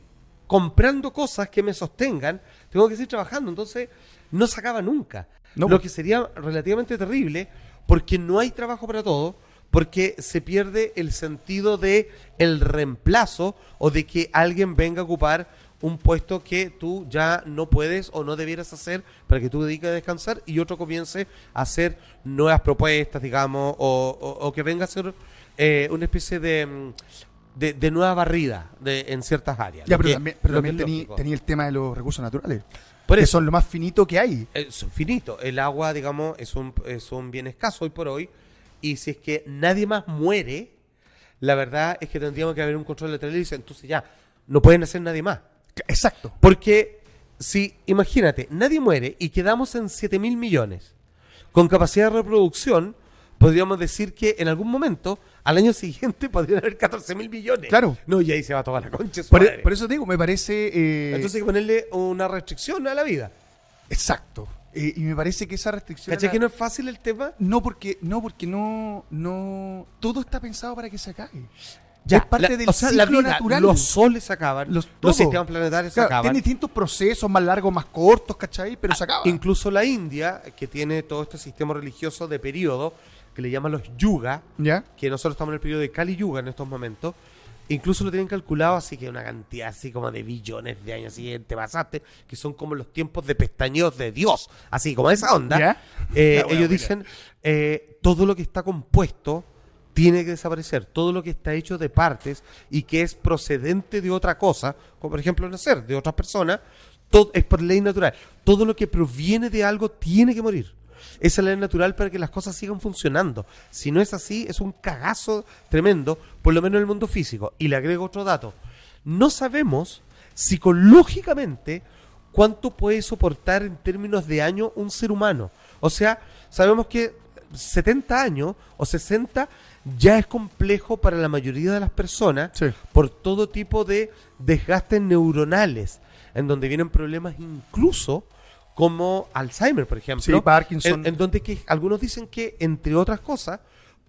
Speaker 2: comprando cosas que me sostengan, tengo que seguir trabajando. Entonces, no se acaba nunca.
Speaker 1: No,
Speaker 2: Lo
Speaker 1: pues.
Speaker 2: que sería relativamente terrible porque no hay trabajo para todo, porque se pierde el sentido de el reemplazo o de que alguien venga a ocupar un puesto que tú ya no puedes o no debieras hacer para que tú te dediques a descansar y otro comience a hacer nuevas propuestas, digamos, o, o- o que venga a hacer eh, una especie de, mm, de, de nueva barrida de, en ciertas áreas.
Speaker 1: Ya,
Speaker 2: Lo
Speaker 1: pero
Speaker 2: que-
Speaker 1: también, pero
Speaker 2: lo que es
Speaker 1: también tení-
Speaker 2: lógico.
Speaker 1: tenía el tema de los recursos naturales.
Speaker 2: Por
Speaker 1: que
Speaker 2: eso,
Speaker 1: son lo más finito que hay.
Speaker 2: es finito. El agua, digamos, es un, es un bien escaso hoy por hoy. Y si es que nadie más muere, la verdad es que tendríamos que haber un control lateral y dicen, entonces ya, no pueden hacer nadie más.
Speaker 1: Exacto.
Speaker 2: Porque si, imagínate, nadie muere y quedamos en 7 mil millones con capacidad de reproducción, podríamos decir que en algún momento al año siguiente podrían haber 14 mil millones.
Speaker 1: Claro.
Speaker 2: No, y ahí se va toda la concha. de su
Speaker 1: Por, e-
Speaker 2: madre.
Speaker 1: por eso te digo, me parece. eh,
Speaker 2: Entonces hay que ponerle una restricción a la vida.
Speaker 1: exacto. Eh, y me parece que esa restricción.
Speaker 2: ¿Cachai
Speaker 1: a la-
Speaker 2: que no es fácil el tema?
Speaker 1: No, porque no, porque no, no. Todo está pensado para que se acabe. es parte
Speaker 2: la-
Speaker 1: del
Speaker 2: o sea,
Speaker 1: ciclo
Speaker 2: la vida,
Speaker 1: natural.
Speaker 2: Los soles se acaban,
Speaker 1: Los-
Speaker 2: los,
Speaker 1: todo.
Speaker 2: sistemas planetarios
Speaker 1: Claro,
Speaker 2: se acaban. Ah,
Speaker 1: tiene distintos procesos, más largos, más cortos, ¿cachai? Pero se acaba.
Speaker 2: Incluso la India, que tiene todo este sistema religioso de periodo, que le llaman los yuga,
Speaker 1: ¿Ya?
Speaker 2: que nosotros estamos en el periodo de Kali Yuga en estos momentos, incluso lo tienen calculado así que una cantidad así como de billones de años siguiente pasaste, que son como los tiempos de pestañeos de Dios, así como esa onda.
Speaker 1: Ya.
Speaker 2: Eh,
Speaker 1: Ya, bueno,
Speaker 2: ellos
Speaker 1: mira.
Speaker 2: dicen, eh, todo lo que está compuesto tiene que desaparecer, todo lo que está hecho de partes y que es procedente de otra cosa, como por ejemplo nacer de otra persona, todo, es por ley natural, todo lo que proviene de algo tiene que morir. Esa es la ley natural para que las cosas sigan funcionando. Si no es así, es un cagazo tremendo, por lo menos en el mundo físico. Y le agrego otro dato. No sabemos psicológicamente cuánto puede soportar en términos de año un ser humano. O sea, sabemos que 70 años o 60 ya es complejo para la mayoría de las personas
Speaker 1: Sí.
Speaker 2: por todo tipo de desgastes neuronales, en donde vienen problemas incluso como Alzheimer, por ejemplo.
Speaker 1: Sí, Parkinson.
Speaker 2: En, en donde que algunos dicen que, entre otras cosas,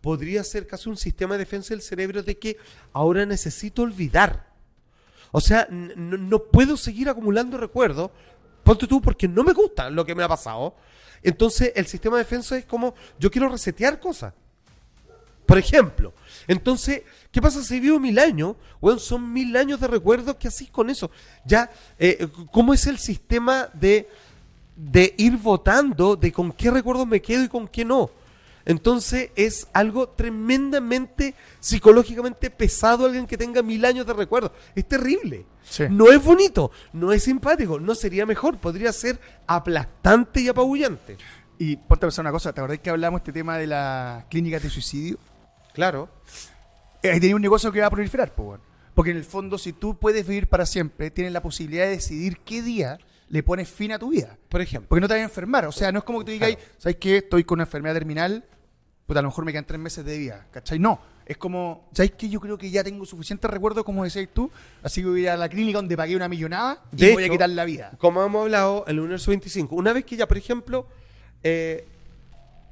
Speaker 2: podría ser casi un sistema de defensa del cerebro de que ahora necesito olvidar. O sea, n- no, no puedo seguir acumulando recuerdos. Ponte tú, porque no me gusta lo que me ha pasado. Entonces, el sistema de defensa es como, yo quiero resetear cosas. Por ejemplo. Entonces, ¿qué pasa si vivo mil años? Bueno, son mil años de recuerdos que así con eso. Ya, eh, ¿cómo es el sistema de, de ir votando de con qué recuerdos me quedo y con qué no? Entonces es algo tremendamente psicológicamente pesado alguien que tenga mil años de recuerdos. Es terrible.
Speaker 1: Sí.
Speaker 2: No es bonito, no es simpático, no sería mejor, podría ser aplastante y apabullante.
Speaker 1: Y ponte a pensar una cosa, ¿te acordás que hablamos este tema de las clínicas de suicidio?
Speaker 2: Claro.
Speaker 1: Eh, Ahí tenía un negocio que va a proliferar, pues, weón. Porque en el fondo, si tú puedes vivir para siempre, tienes la posibilidad de decidir qué día le pones fin a tu vida.
Speaker 2: Por ejemplo.
Speaker 1: Porque no te vas a enfermar. O sea, no es como que tú digas,
Speaker 2: Claro.
Speaker 1: ¿sabes qué? Estoy con una enfermedad terminal, pues a lo mejor me quedan tres meses de vida. ¿Cachai? No. Es como, ¿sabes qué? Yo creo que ya tengo suficientes recuerdos, como decías tú, así que voy a ir a la clínica donde pagué una millonada y
Speaker 2: De
Speaker 1: voy a
Speaker 2: hecho,
Speaker 1: quitar la vida.
Speaker 2: Como hemos hablado, el universo 25. Una vez que ya, por ejemplo, eh,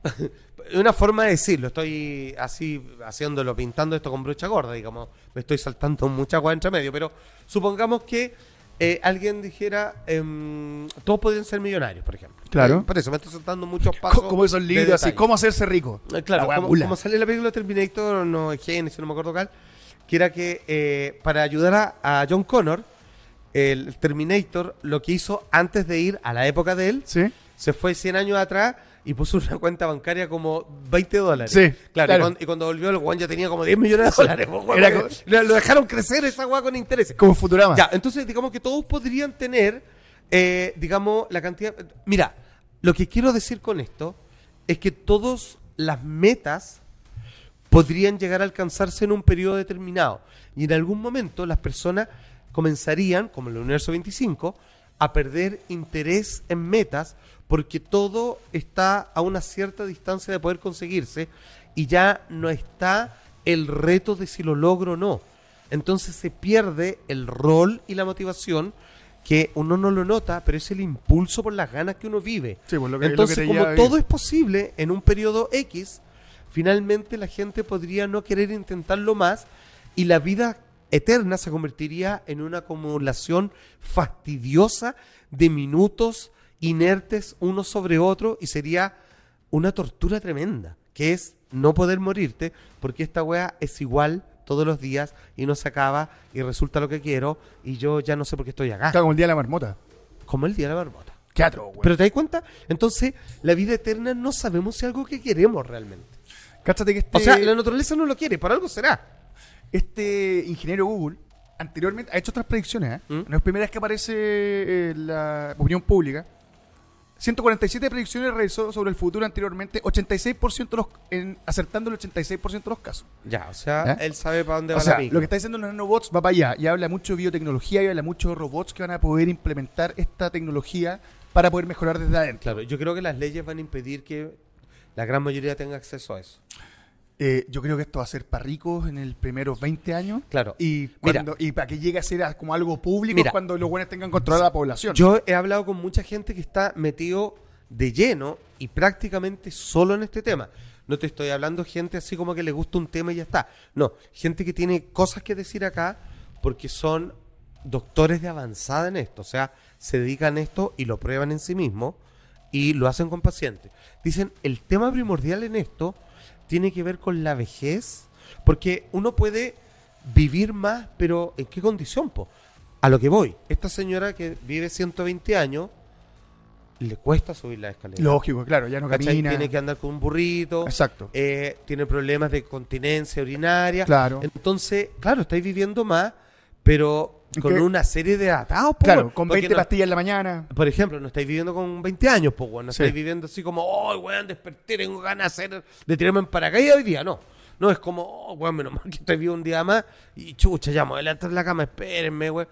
Speaker 2: una forma de decirlo, estoy así haciéndolo, pintando esto con brocha gorda, digamos, me estoy saltando mucha agua entre medio, pero supongamos que eh, alguien dijera, em, todos podrían ser millonarios, por ejemplo.
Speaker 1: Claro.
Speaker 2: Eh, Por eso me estoy saltando muchos pasos.
Speaker 1: Co- Como esos
Speaker 2: de
Speaker 1: libros así,
Speaker 2: detalle.
Speaker 1: ¿cómo hacerse rico?
Speaker 2: Eh, Claro,
Speaker 1: La wea
Speaker 2: como,
Speaker 1: mula.
Speaker 2: como sale la película Terminator, no Génesis, no me acuerdo cuál, que era que eh, para ayudar a, a John Connor, el Terminator lo que hizo antes de ir a la época de él,
Speaker 1: ¿Sí?
Speaker 2: se fue 100 años atrás y puso una cuenta bancaria como 20 dólares.
Speaker 1: Sí,
Speaker 2: claro.
Speaker 1: claro.
Speaker 2: Y, cuando, y cuando volvió, el Juan ya tenía como 10 millones de dólares. po, weón.
Speaker 1: Era como-
Speaker 2: Lo- lo dejaron crecer esa guay con intereses.
Speaker 1: Como Futurama.
Speaker 2: Ya, entonces digamos que todos podrían tener, eh, digamos, la cantidad... Mira, lo que quiero decir con esto es que todas las metas podrían llegar a alcanzarse en un periodo determinado. Y en algún momento las personas comenzarían, como en el universo 25, a perder interés en metas porque todo está a una cierta distancia de poder conseguirse y ya no está el reto de si lo logro o no. Entonces se pierde el rol y la motivación que uno no lo nota, pero es el impulso por las ganas que uno vive.
Speaker 1: Sí, pues, lo que- lo
Speaker 2: Entonces,
Speaker 1: que te
Speaker 2: como
Speaker 1: lleva a
Speaker 2: todo
Speaker 1: vivir.
Speaker 2: es posible en un periodo X, finalmente la gente podría no querer intentarlo más y la vida eterna se convertiría en una acumulación fastidiosa de minutos inertes uno sobre otro y sería una tortura tremenda, que es no poder morirte porque esta wea es igual todos los días y no se acaba y resulta lo que quiero y yo ya no sé por qué estoy acá,
Speaker 1: Está como el día de la marmota.
Speaker 2: como el día de la barbota.
Speaker 1: Qué atro, weón.
Speaker 2: ¿Pero te das cuenta? Entonces, la vida eterna no sabemos si es algo que queremos realmente.
Speaker 1: Cáchate que este,
Speaker 2: O sea, la naturaleza no lo quiere, por algo será.
Speaker 1: este ingeniero Google anteriormente ha hecho otras predicciones. ¿eh?
Speaker 2: ¿Mm?
Speaker 1: Las primeras que aparece eh, la opinión pública. 147 predicciones realizó sobre el futuro anteriormente, 86% de los, en, acertando el 86% de los casos.
Speaker 2: Ya, o sea,
Speaker 1: ¿Eh?
Speaker 2: él sabe para dónde
Speaker 1: O
Speaker 2: va
Speaker 1: sea,
Speaker 2: la
Speaker 1: lo que está diciendo los nanobots va para allá y habla mucho de biotecnología y habla mucho de robots que van a poder implementar esta tecnología para poder mejorar desde adentro.
Speaker 2: Claro, yo creo que las leyes van a impedir que la gran mayoría tenga acceso a eso.
Speaker 1: eh, yo creo que esto va a ser para ricos en el primeros 20 años.
Speaker 2: Claro.
Speaker 1: Y,
Speaker 2: Mira.
Speaker 1: cuando, y para que llegue a ser a- como algo público
Speaker 2: Mira.
Speaker 1: es cuando los buenos tengan control de la población.
Speaker 2: Yo he hablado con mucha gente que está metido de lleno y prácticamente solo en este tema. No te estoy hablando gente así como que le gusta un tema y ya está. No, gente que tiene cosas que decir acá porque son doctores de avanzada en esto. O sea, se dedican a esto y lo prueban en sí mismos y lo hacen con pacientes. Dicen, el tema primordial en esto tiene que ver con la vejez, porque uno puede vivir más, pero ¿en qué condición? po? A lo que voy, esta señora que vive 120 años, le cuesta subir la escalera.
Speaker 1: Lógico, claro, ya no
Speaker 2: ¿cachai?
Speaker 1: camina.
Speaker 2: Tiene que andar con un burrito,
Speaker 1: Exacto.
Speaker 2: eh, tiene problemas de continencia urinaria.
Speaker 1: Claro.
Speaker 2: Entonces, claro, estáis viviendo más, pero con
Speaker 1: Que-
Speaker 2: una serie de atados. po,
Speaker 1: claro,
Speaker 2: weón.
Speaker 1: con
Speaker 2: Porque
Speaker 1: 20
Speaker 2: no-
Speaker 1: pastillas en la mañana.
Speaker 2: por ejemplo, no estáis viviendo con 20 años, pues, weón. No
Speaker 1: Sí.
Speaker 2: estáis viviendo así como, oh, weón, desperté, tengo ganas de, hacer, de tirarme en paracaídas hoy día. No. No es como, oh, weón, menos mal que estoy vivo un día más y chucha, ya me voy a levantar de la cama, espérenme, weón.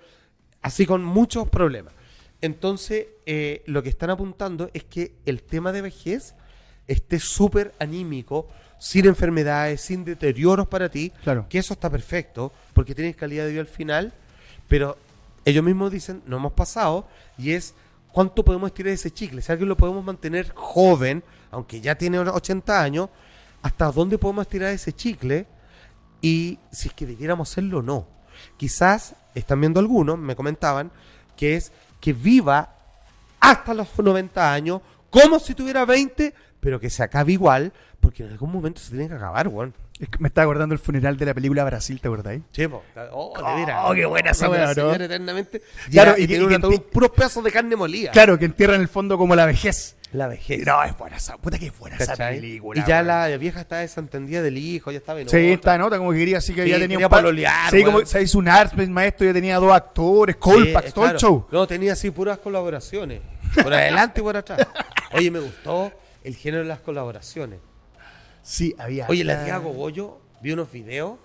Speaker 2: Así con muchos problemas. Entonces, eh, lo que están apuntando es que el tema de vejez esté súper anímico, sin enfermedades, sin deterioros para ti,
Speaker 1: Claro.
Speaker 2: que eso está perfecto, porque tienes calidad de vida al final, pero ellos mismos dicen, no hemos pasado, y es cuánto podemos estirar ese chicle, si alguien lo podemos mantener joven, aunque ya tiene ahora 80 años, hasta dónde podemos estirar ese chicle y si es que debiéramos hacerlo o no. Quizás, están viendo algunos, me comentaban, que es que viva hasta los 90 años, como si tuviera 20, pero que se acabe igual, porque en algún momento se tiene que acabar, weón.
Speaker 1: Es que me estaba acordando el funeral de la película Brasil, ¿te acordáis?
Speaker 2: Chepo, oh,
Speaker 1: Oh,
Speaker 2: de veras.
Speaker 1: qué buena esa
Speaker 2: Una
Speaker 1: weá, ¿no?
Speaker 2: señora eternamente.
Speaker 1: Claro,
Speaker 2: Claro,
Speaker 1: y
Speaker 2: y,
Speaker 1: que-
Speaker 2: tiene
Speaker 1: y
Speaker 2: un
Speaker 1: que
Speaker 2: ataúd
Speaker 1: enti-
Speaker 2: puros pedazos de carne molida.
Speaker 1: Claro, que entierra en el fondo como la vejez.
Speaker 2: La vejez.
Speaker 1: No, es buena esa, puta que es buena esa
Speaker 2: ¿cachai?
Speaker 1: película.
Speaker 2: y ya
Speaker 1: weón.
Speaker 2: la vieja está desentendida del hijo, ya estaba en
Speaker 1: Sí,
Speaker 2: otra.
Speaker 1: esta nota como que quería, así que
Speaker 2: Sí,
Speaker 1: ya tenía
Speaker 2: quería
Speaker 1: par-
Speaker 2: pololear,
Speaker 1: Sí, como
Speaker 2: weón.
Speaker 1: se hizo un arts maestro, ya tenía dos actores,
Speaker 2: Sí,
Speaker 1: Colpax,
Speaker 2: es
Speaker 1: todo el
Speaker 2: claro.
Speaker 1: show.
Speaker 2: No, tenía así puras colaboraciones. Por adelante y por atrás. Oye, me gustó el género de las colaboraciones.
Speaker 1: Sí, había.
Speaker 2: Oye, la tía Gogollo, vi unos videos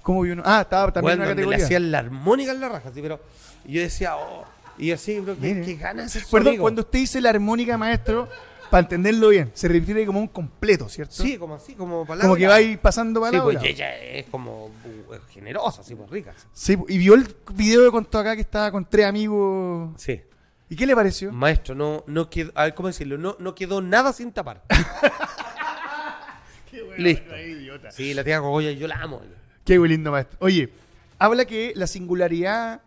Speaker 1: ¿Cómo vio uno? Ah, estaba también
Speaker 2: bueno,
Speaker 1: en una
Speaker 2: donde le
Speaker 1: categoría.
Speaker 2: hacían la armónica en la raja, sí, pero y yo decía, oh, y yo así, pero qué,
Speaker 1: Mire.
Speaker 2: qué ganas de ser su
Speaker 1: Perdón,
Speaker 2: amigo.
Speaker 1: cuando usted dice la armónica, maestro, para entenderlo bien, se refiere como un completo, ¿cierto?
Speaker 2: Sí, como así, como palabras.
Speaker 1: Como que va a ir pasando
Speaker 2: Sí,
Speaker 1: palabras.
Speaker 2: pues y ella es como uh, generosa, así, pues rica. así.
Speaker 1: Sí, y vio el video que contó acá que estaba con tres amigos.
Speaker 2: Sí.
Speaker 1: ¿Y qué le pareció?
Speaker 2: Maestro, no, no quedó, a ver, ¿cómo decirlo? No, no quedó nada sin tapar. Listo. Sí, la tía Gogoya, yo la amo.
Speaker 1: Qué lindo, maestro. Oye, habla que la singularidad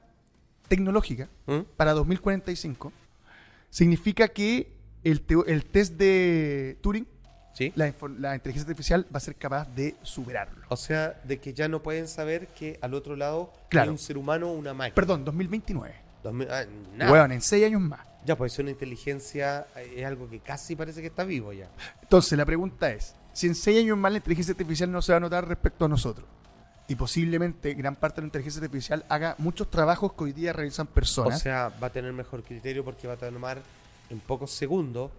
Speaker 1: tecnológica
Speaker 2: ¿Mm?
Speaker 1: para 2045 significa que el, teo- el test de Turing,
Speaker 2: ¿Sí?
Speaker 1: la, infor- la inteligencia artificial, va a ser capaz de superarlo.
Speaker 2: O sea, de que ya no pueden saber que al otro lado
Speaker 1: Claro.
Speaker 2: hay un ser humano o una máquina.
Speaker 1: Perdón, 2029.
Speaker 2: Dos mil- ah, nada.
Speaker 1: Weón, en seis años más.
Speaker 2: Ya, pues es una inteligencia, eh, es algo que casi parece que está vivo ya.
Speaker 1: Entonces, la pregunta es, si en seis años más la inteligencia artificial no se va a notar respecto a nosotros, y posiblemente gran parte de la inteligencia artificial haga muchos trabajos que hoy día realizan
Speaker 2: O
Speaker 1: personas.
Speaker 2: sea, va a tener mejor criterio porque va a tomar en pocos segundos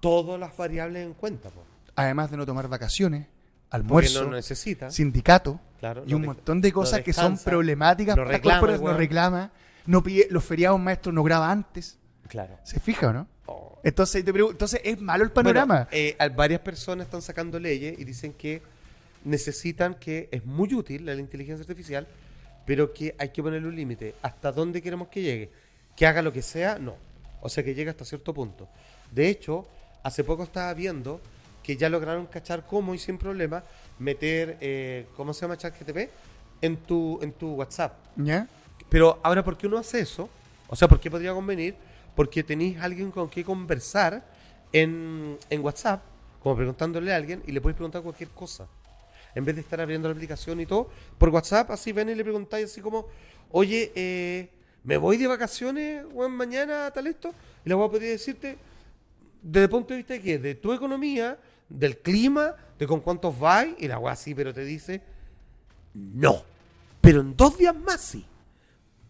Speaker 2: todas las variables en cuenta. po.
Speaker 1: además de no tomar vacaciones,
Speaker 2: Porque
Speaker 1: almuerzo,
Speaker 2: no necesita.
Speaker 1: sindicato
Speaker 2: Claro,
Speaker 1: y
Speaker 2: no
Speaker 1: un
Speaker 2: de-
Speaker 1: montón de
Speaker 2: no
Speaker 1: cosas que son
Speaker 2: descansa,
Speaker 1: problemáticas.
Speaker 2: no
Speaker 1: para las
Speaker 2: reclama el
Speaker 1: corporaciones, no
Speaker 2: weón.
Speaker 1: reclama, no pide, los feriados maestros no graba antes.
Speaker 2: Claro.
Speaker 1: ¿Se fija o no?
Speaker 2: Oh.
Speaker 1: Entonces, te pregunto, entonces es malo el panorama.
Speaker 2: Bueno, eh, a- varias personas están sacando leyes y dicen que necesitan que es muy útil la inteligencia artificial, pero que hay que ponerle un límite. ¿Hasta dónde queremos que llegue? Que haga lo que sea, no. O sea, que llegue hasta cierto punto. De hecho, hace poco estaba viendo que ya lograron cachar cómo y sin problema meter, eh, ¿cómo se llama ChatGTP? En tu, en tu WhatsApp.
Speaker 1: ¿Ya?
Speaker 2: Pero ahora, ¿por qué uno hace eso? O sea, ¿por qué podría convenir? Porque tenéis alguien con quien conversar en, en WhatsApp, como preguntándole a alguien, y le podéis preguntar cualquier cosa. En vez de estar abriendo la aplicación y todo, por WhatsApp, así ven y le preguntáis así como, oye, eh, ¿me voy de vacaciones weón, mañana a tal esto? Y la voy a poder decirte, desde el punto de vista de qué? De tu economía, del clima, de con cuántos vais, y la weá así, pero te dice, no. Pero en dos días más sí.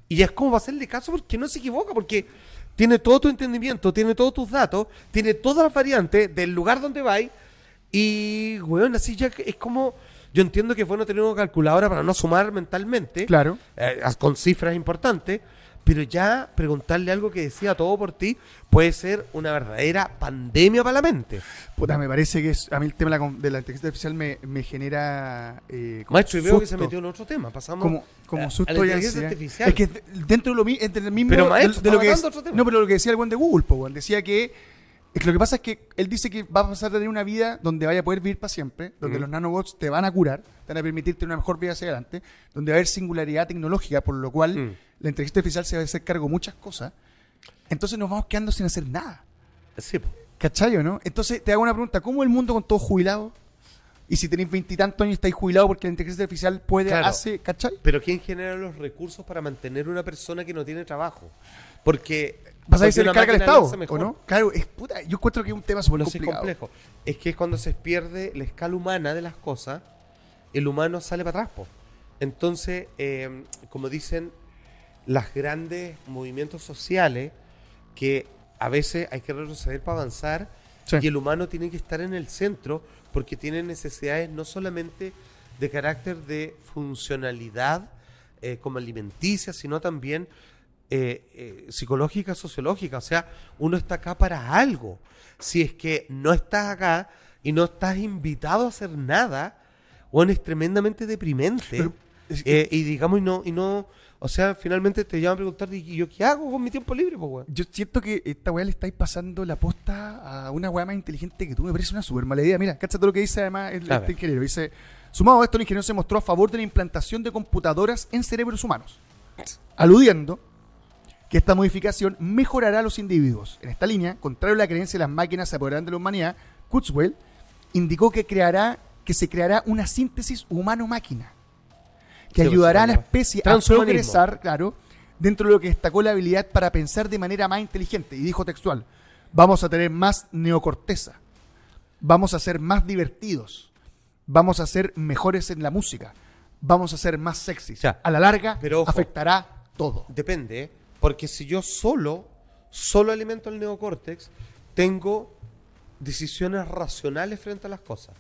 Speaker 2: Y ya es como va a hacerle caso porque no se equivoca, porque tiene todo tu entendimiento, tiene todos tus datos, tiene todas las variantes del lugar donde vais. Y, weón, así ya que- es como. Yo entiendo que es bueno tener una calculadora para no sumar mentalmente,
Speaker 1: Claro.
Speaker 2: eh, con cifras importantes, Pero ya preguntarle algo que decía todo por ti puede ser una verdadera pandemia para la mente.
Speaker 1: Puta, me parece que es, a mí el tema de la, con- de la inteligencia artificial me, me genera. eh, como
Speaker 2: Maestro, y veo que se
Speaker 1: susto.
Speaker 2: metió en otro tema. Pasamos.
Speaker 1: Como, como
Speaker 2: a- a
Speaker 1: susto
Speaker 2: la
Speaker 1: y
Speaker 2: inteligencia
Speaker 1: ansiedad.
Speaker 2: artificial.
Speaker 1: Es que de- dentro de lo mi- es del mismo.
Speaker 2: Pero,
Speaker 1: de-
Speaker 2: maestro,
Speaker 1: de lo que
Speaker 2: estamos hablando
Speaker 1: es-
Speaker 2: de otro tema.
Speaker 1: No, pero lo que decía el buen de Google, po, weón, decía que. es que lo que pasa es que él dice que va a pasar a tener una vida donde vaya a poder vivir para siempre, donde
Speaker 2: Ujú.
Speaker 1: los nanobots te van a curar, te van a permitir tener una mejor vida hacia adelante, donde va a haber singularidad tecnológica, por lo cual
Speaker 2: Mm.
Speaker 1: la inteligencia artificial se va a hacer cargo de muchas cosas. Entonces nos vamos quedando sin hacer nada.
Speaker 2: Sí, po.
Speaker 1: ¿Cachai o no? Entonces te hago una pregunta, ¿cómo el mundo con todos jubilados? Y si tenéis veintitantos años y estáis jubilados porque la inteligencia artificial puede,
Speaker 2: Claro.
Speaker 1: hace, ¿cachai?
Speaker 2: Pero ¿quién genera los recursos para mantener una persona que no tiene trabajo? Porque.
Speaker 1: ¿Vas a
Speaker 2: porque
Speaker 1: decir
Speaker 2: una
Speaker 1: el carga el
Speaker 2: máquina lo
Speaker 1: Estado?
Speaker 2: hace
Speaker 1: ¿O
Speaker 2: mejor.
Speaker 1: no? Claro, es puta, yo encuentro que es un tema súper
Speaker 2: No sé, es
Speaker 1: complicado.
Speaker 2: complejo. Es que es cuando se pierde la escala humana de las cosas, el humano sale para atrás. po. Entonces, eh, como dicen, los grandes movimientos sociales que a veces hay que retroceder para avanzar
Speaker 1: Sí.
Speaker 2: y el humano tiene que estar en el centro porque tiene necesidades no solamente de carácter de funcionalidad eh, como alimenticia, sino también eh, eh, psicológica, sociológica. O sea, uno está acá para algo. Si es que no estás acá y no estás invitado a hacer nada, bueno, es tremendamente deprimente.
Speaker 1: Pero, es
Speaker 2: Eh, y digamos, y no, y no, o sea, finalmente te llaman a preguntar, ¿y yo qué hago con mi tiempo libre, pues, weón?
Speaker 1: Yo siento que esta weá le estáis pasando la posta a una weá más inteligente que tú. Me parece una súper mala idea. Mira, cacha todo lo que dice además el,
Speaker 2: A
Speaker 1: este
Speaker 2: ver.
Speaker 1: ingeniero. Dice, sumado a esto, el ingeniero se mostró a favor de la implantación de computadoras en cerebros humanos, aludiendo que esta modificación mejorará a los individuos. En esta línea, contrario a la creencia de las máquinas se apoderarán de la humanidad, Kurzweil indicó que, creará, que se creará una síntesis humano-máquina que
Speaker 2: Sí,
Speaker 1: ayudará a la
Speaker 2: básicamente.
Speaker 1: especie a
Speaker 2: Transhumanismo.
Speaker 1: progresar, claro, dentro de lo que destacó la habilidad para pensar de manera más inteligente. Y dijo textual, vamos a tener más neocorteza, vamos a ser más divertidos, vamos a ser mejores en la música, vamos a ser más sexys.
Speaker 2: Ya.
Speaker 1: A la larga
Speaker 2: Pero ojo.
Speaker 1: afectará todo.
Speaker 2: Depende, ¿eh? porque si yo solo, solo alimento el neocórtex, tengo decisiones racionales frente a las cosas.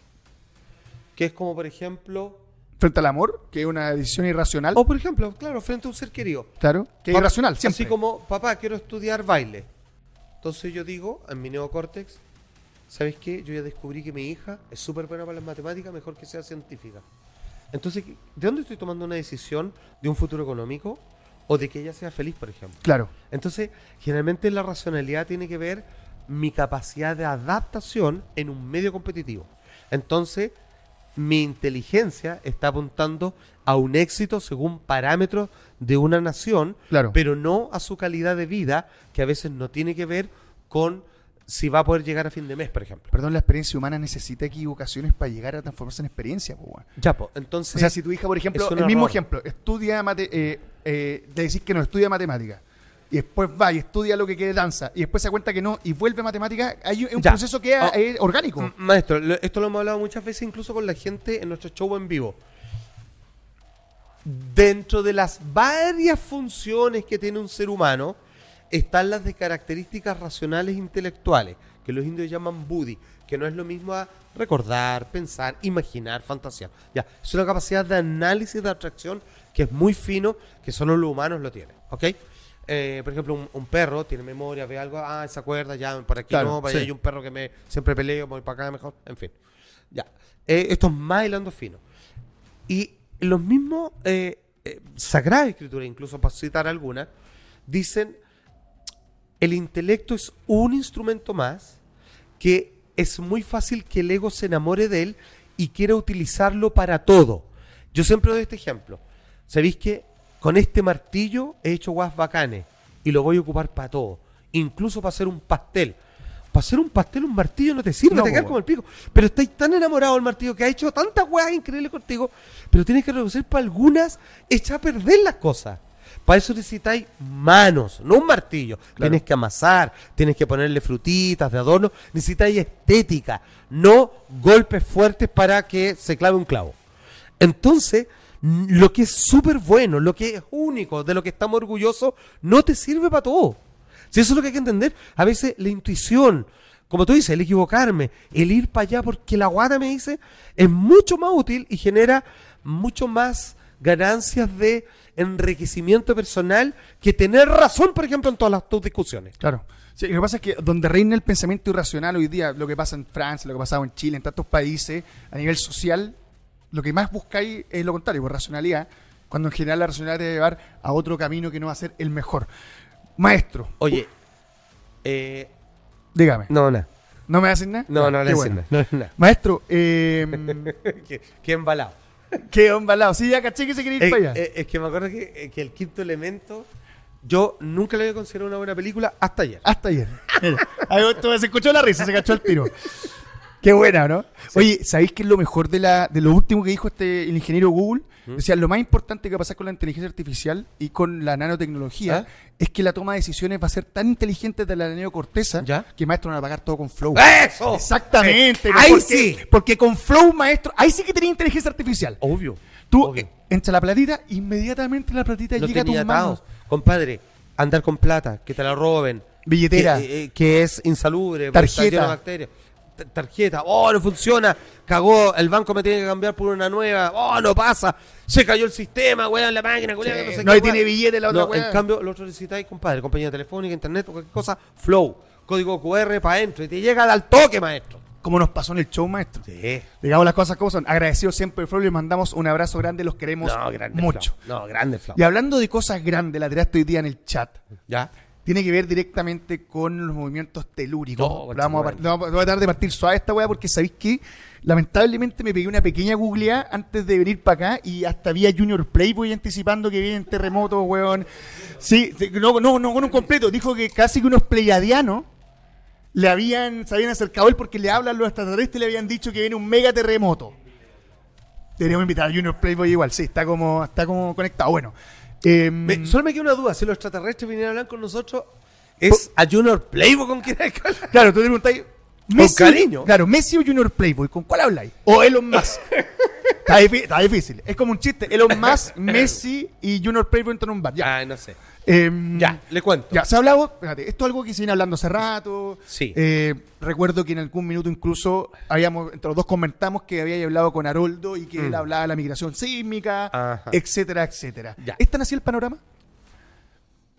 Speaker 2: Que es como, por ejemplo,
Speaker 1: Frente al amor, que es una decisión irracional,
Speaker 2: o por ejemplo, claro, frente a un ser querido.
Speaker 1: claro, que es
Speaker 2: Papá,
Speaker 1: irracional, siempre.
Speaker 2: Así como, papá, quiero estudiar baile. Entonces yo digo, en mi neocórtex, ¿sabes qué? Yo ya descubrí que mi hija es súper buena para las matemáticas, mejor que sea científica. Entonces, ¿de dónde estoy tomando una decisión? ¿De un futuro económico? ¿O de que ella sea feliz, por ejemplo?
Speaker 1: Claro.
Speaker 2: Entonces, generalmente la racionalidad tiene que ver mi capacidad de adaptación en un medio competitivo. Entonces, mi inteligencia está apuntando a un éxito según parámetros de una nación,
Speaker 1: Claro.
Speaker 2: pero no a su calidad de vida, que a veces no tiene que ver con si va a poder llegar a fin de mes, por ejemplo.
Speaker 1: Perdón, la experiencia humana necesita equivocaciones para llegar a transformarse en experiencia, po, weón.
Speaker 2: Ya, po, entonces...
Speaker 1: O sea, si tu hija, por ejemplo,
Speaker 2: Es
Speaker 1: el
Speaker 2: un
Speaker 1: mismo
Speaker 2: error.
Speaker 1: ejemplo, estudia mate, eh, eh, le decís que no estudia matemática, y después va y estudia lo que quiere danza, y después se da cuenta que no, y vuelve a matemática, hay un un
Speaker 2: Ya.
Speaker 1: proceso que es
Speaker 2: Ah.
Speaker 1: eh, orgánico.
Speaker 2: M- Maestro, lo- esto lo hemos hablado muchas veces incluso con la gente en nuestro show en vivo. Dentro de las varias funciones que tiene un ser humano están las de características racionales intelectuales, que los indios llaman buddhi, que no es lo mismo a recordar, pensar, imaginar, fantasear. Ya, es una capacidad de análisis de atracción que es muy fino, que solo los humanos lo tienen, ¿ok? Eh, por ejemplo, un, un perro tiene memoria, ve algo, ah, se acuerda, ya, por aquí
Speaker 1: Claro,
Speaker 2: no, para
Speaker 1: sí.
Speaker 2: allá hay un perro que me siempre peleo, voy para acá mejor, en fin. Ya. Eh, esto es más hilando fino. Y los mismos eh, eh, Sagradas Escrituras, incluso para citar algunas, dicen el intelecto es un instrumento más que es muy fácil que el ego se enamore de él y quiera utilizarlo para todo. Yo siempre doy este ejemplo. ¿Sabéis que con este martillo he hecho guas bacanes y lo voy a ocupar para todo? Incluso para hacer un pastel. Para hacer un pastel, un martillo no te sirve,
Speaker 1: No,
Speaker 2: te quedas
Speaker 1: po,
Speaker 2: como el pico. Pero estáis tan enamorado del martillo que ha hecho tantas weas increíbles contigo, pero tienes que reducir para algunas, echar a perder las cosas. Para eso necesitáis manos, no un martillo. Tienes que amasar, tienes que ponerle frutitas de adorno. Necesitáis estética, no golpes fuertes para que se clave un clavo. Entonces, n- lo que es súper bueno, lo que es único, de lo que estamos orgullosos, no te sirve para todo. Si eso es lo que hay que entender, a veces la intuición, como tú dices, el equivocarme, el ir para allá porque la guada me dice, es mucho más útil y genera mucho más ganancias de enriquecimiento personal que tener razón, por ejemplo, en todas las, tus discusiones.
Speaker 1: Claro. Sí, lo que pasa es que donde reina el pensamiento irracional hoy día, lo que pasa en Francia, lo que pasaba en Chile, en tantos países, a nivel social, lo que más buscáis es lo contrario, por racionalidad, cuando en general la racionalidad te va a llevar a otro camino que no va a ser el mejor. Maestro,
Speaker 2: Oye, eh,
Speaker 1: dígame,
Speaker 2: no, no,
Speaker 1: ¿no me hacen nada?
Speaker 2: no, no,
Speaker 1: Qué
Speaker 2: le
Speaker 1: bueno.
Speaker 2: decir nada, no, no.
Speaker 1: Maestro, eh,
Speaker 2: que, que embalado.
Speaker 1: qué embalado. Sí, ya caché que se quiere ir
Speaker 2: Eh,
Speaker 1: para allá.
Speaker 2: eh, es que me acuerdo que, eh, que el quinto elemento, yo nunca lo había considerado una buena película hasta ayer.
Speaker 1: Hasta ayer. Mira, ahí esto- se escuchó la risa, se cachó el tiro. Qué buena, ¿no? Oye, ¿sabéis qué es lo mejor de, la, de lo último que dijo este el ingeniero Google? Decía, lo más importante que va a pasar con la inteligencia artificial y con la nanotecnología
Speaker 2: ¿Ah?
Speaker 1: es que la toma de decisiones va a ser tan inteligente de la neocorteza
Speaker 2: ¿Ya?
Speaker 1: que maestro van a pagar todo con flow.
Speaker 2: ¡Eso!
Speaker 1: Exactamente.
Speaker 2: Eh,
Speaker 1: ¿no?
Speaker 2: ahí
Speaker 1: Porque-
Speaker 2: sí.
Speaker 1: Porque con flow, maestro, ahí sí que tenía inteligencia artificial.
Speaker 2: Obvio.
Speaker 1: Tú
Speaker 2: obvio.
Speaker 1: eh, entra la platita, inmediatamente la platita
Speaker 2: Los
Speaker 1: llega a tus
Speaker 2: tenía
Speaker 1: manos.
Speaker 2: atados. Compadre, andar con plata, que te la roben.
Speaker 1: Billetera.
Speaker 2: Que, eh, que es insalubre. porque
Speaker 1: Tarjeta.
Speaker 2: está lleno de bacterias. Ta- Tarjeta, oh, no funciona, cagó, el banco me tiene que cambiar por una nueva, oh, no pasa, se cayó el sistema, weón, la máquina, culiao,
Speaker 1: Sí,
Speaker 2: no sé
Speaker 1: no
Speaker 2: qué,
Speaker 1: tiene
Speaker 2: weón.
Speaker 1: billete la otra
Speaker 2: No, En
Speaker 1: weá.
Speaker 2: cambio, lo otro necesitáis, compadre, compañía telefónica, internet, o cualquier cosa, flow, código QR para adentro, y te llega al toque, maestro.
Speaker 1: Como nos pasó en el show, maestro.
Speaker 2: Sí.
Speaker 1: Digamos las cosas como son. Agradecidos siempre, Flor. Les mandamos un abrazo grande. Los queremos
Speaker 2: No, grande
Speaker 1: mucho.
Speaker 2: flow. No, grande flow.
Speaker 1: Y hablando de cosas grandes, la tiraste hoy día en el chat.
Speaker 2: ¿Ya?
Speaker 1: Tiene que ver directamente con los movimientos telúricos.
Speaker 2: No,
Speaker 1: La vamos a par-
Speaker 2: conchetumare.
Speaker 1: la vamos a- voy a tratar de partir suave esta weá porque sabéis que lamentablemente me pegué una pequeña googleada antes de venir para acá y hasta había Junior Playboy anticipando que vienen terremotos, weón. Sí, sí, no, no, no, con un completo. Dijo que casi que unos pleiadianos le habían, se habían acercado a él porque le hablan los extraterrestres y le habían dicho que viene un mega terremoto. Deberíamos invitar a Junior Playboy igual, sí, está como, está como conectado. Bueno. em,
Speaker 2: Me- solo me queda una duda, si los extraterrestres vinieran a hablar con nosotros, ¿es a Junior Playboy con quien hay que hablar?
Speaker 1: Claro, tú te preguntáis. Messi,
Speaker 2: cariño.
Speaker 1: Claro, Messi o Junior Playboy, ¿con cuál habláis? O Elon Musk. está, difí- está difícil. Es como un chiste. Elon Musk, Messi y Junior Playboy entran a un bar. Ya.
Speaker 2: Ah, no sé.
Speaker 1: Em,
Speaker 2: Ya, le cuento.
Speaker 1: Ya, se ha hablado. Espérate, esto es algo que se viene hablando hace rato.
Speaker 2: Sí.
Speaker 1: Eh, recuerdo que en algún minuto incluso habíamos, entre los dos comentamos que había hablado con Haroldo y que él hablaba de la migración sísmica,
Speaker 2: Mm. Ajá.
Speaker 1: etcétera, etcétera.
Speaker 2: Ya.
Speaker 1: ¿Es tan así el panorama?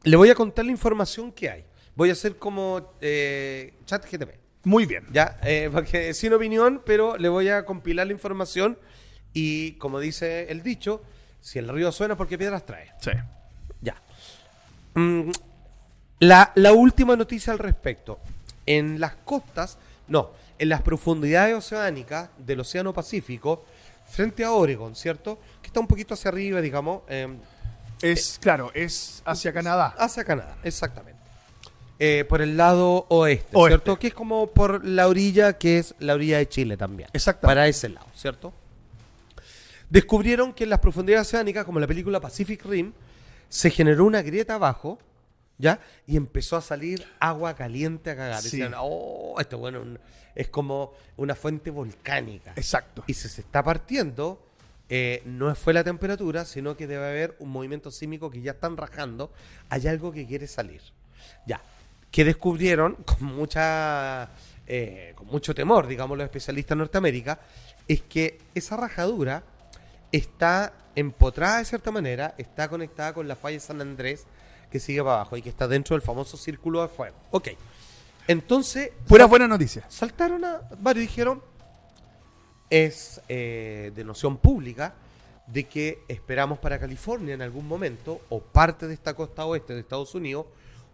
Speaker 2: Le voy a contar la información que hay. Voy a hacer como eh, chat GTP.
Speaker 1: Muy bien.
Speaker 2: Ya, eh, porque sin opinión, pero le voy a compilar la información y como dice el dicho, si el río suena es porque piedras trae.
Speaker 1: Sí.
Speaker 2: Ya. Mm, la, la última noticia al respecto. En las costas, no, en las profundidades oceánicas del Océano Pacífico, frente a Oregon, ¿cierto? Que está un poquito hacia arriba, digamos, em,
Speaker 1: Es, claro, es hacia Canadá.
Speaker 2: hacia Canadá, exactamente. Eh, por el lado oeste,
Speaker 1: Oeste.
Speaker 2: ¿cierto? Que es como por la orilla, que es la orilla de Chile también.
Speaker 1: Exactamente.
Speaker 2: Para ese lado, ¿cierto? Descubrieron que en las profundidades oceánicas, como en la película Pacific Rim, se generó una grieta abajo, ¿ya? Y empezó a salir agua caliente a cagar.
Speaker 1: Sí.
Speaker 2: Decían, oh, esto bueno, un- es como una fuente volcánica.
Speaker 1: Exacto.
Speaker 2: Y si se está partiendo, eh, no fue la temperatura, sino que debe haber un movimiento sísmico que ya están rajando. Hay algo que quiere salir. Ya. Que descubrieron con mucha. eh, con mucho temor, digamos, los especialistas en Norteamérica, es que esa rajadura está empotrada de cierta manera, está conectada con la falla de San Andrés que sigue para abajo y que está dentro del famoso círculo de fuego. Ok. Entonces,
Speaker 1: Puras buenas noticias.
Speaker 2: saltaron a varios dijeron es eh, de noción pública de que esperamos para California en algún momento o parte de esta costa oeste de Estados Unidos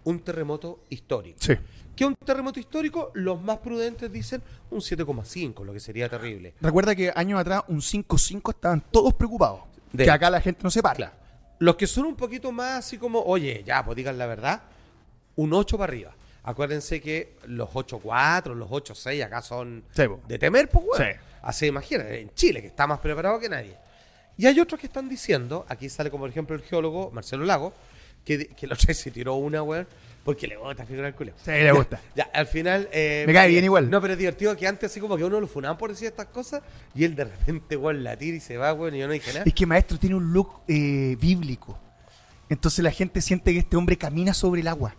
Speaker 2: un terremoto histórico.
Speaker 1: Sí.
Speaker 2: Que un terremoto histórico, los más prudentes dicen un 7,5, lo que sería terrible.
Speaker 1: Recuerda que años atrás, un 5-5 estaban todos preocupados.
Speaker 2: De-
Speaker 1: Que acá la gente no se para.
Speaker 2: Claro. Los que son un poquito más así como, oye, ya, pues digan la verdad, un 8 para arriba. Acuérdense que los 8.4, los 8.6 acá son
Speaker 1: Sí, po.
Speaker 2: de temer, pues bueno.
Speaker 1: Sí.
Speaker 2: Así imagínate, en Chile, que está más preparado que nadie. Y hay otros que están diciendo, aquí sale como por ejemplo el geólogo Marcelo Lago, que, di- que el otro día se tiró una, weón, porque le gusta figurar el culo.
Speaker 1: Sí, le
Speaker 2: Ya,
Speaker 1: gusta.
Speaker 2: Ya, al final... eh,
Speaker 1: Me cae bien igual.
Speaker 2: No, pero es divertido que antes así como que uno lo funaban por decir estas cosas, y él de repente, weón, la tira y se va, weón, y yo no dije nada.
Speaker 1: Es que Maestro tiene un look eh, bíblico. Entonces la gente siente que este hombre camina sobre el agua.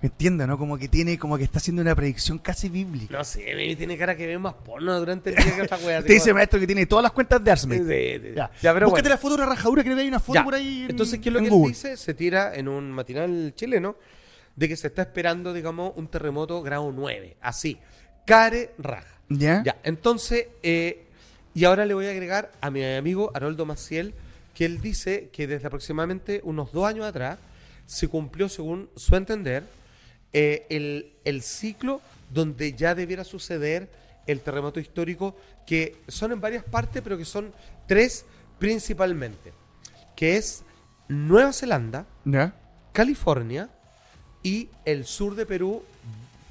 Speaker 1: Entiendo, ¿no? Como que tiene, como que está haciendo una predicción casi bíblica.
Speaker 2: No sé, baby, tiene cara que ve más porno durante el día que otra wea.
Speaker 1: Te dice maestro que tiene todas las cuentas de
Speaker 2: Sí,
Speaker 1: Arsme.
Speaker 2: sí, sí.
Speaker 1: Ya.
Speaker 2: Ya, pero
Speaker 1: Búscate
Speaker 2: bueno.
Speaker 1: la foto de una rajadura, creo que hay una foto
Speaker 2: Ya.
Speaker 1: por ahí. en-
Speaker 2: Entonces, ¿qué es lo
Speaker 1: en
Speaker 2: que él
Speaker 1: Google.
Speaker 2: dice? Se tira en un matinal chileno de que se está esperando, digamos, un terremoto grado 9. Así. Care raja.
Speaker 1: ¿Ya?
Speaker 2: Ya, entonces, eh, y ahora le voy a agregar a mi amigo Haroldo Maciel, que él dice que desde aproximadamente unos dos años atrás se cumplió, según su entender, eh, el, el ciclo donde ya debiera suceder el terremoto histórico, que son en varias partes, pero que son tres principalmente, que es Nueva Zelanda,
Speaker 1: ¿Ya?
Speaker 2: California y el sur de Perú.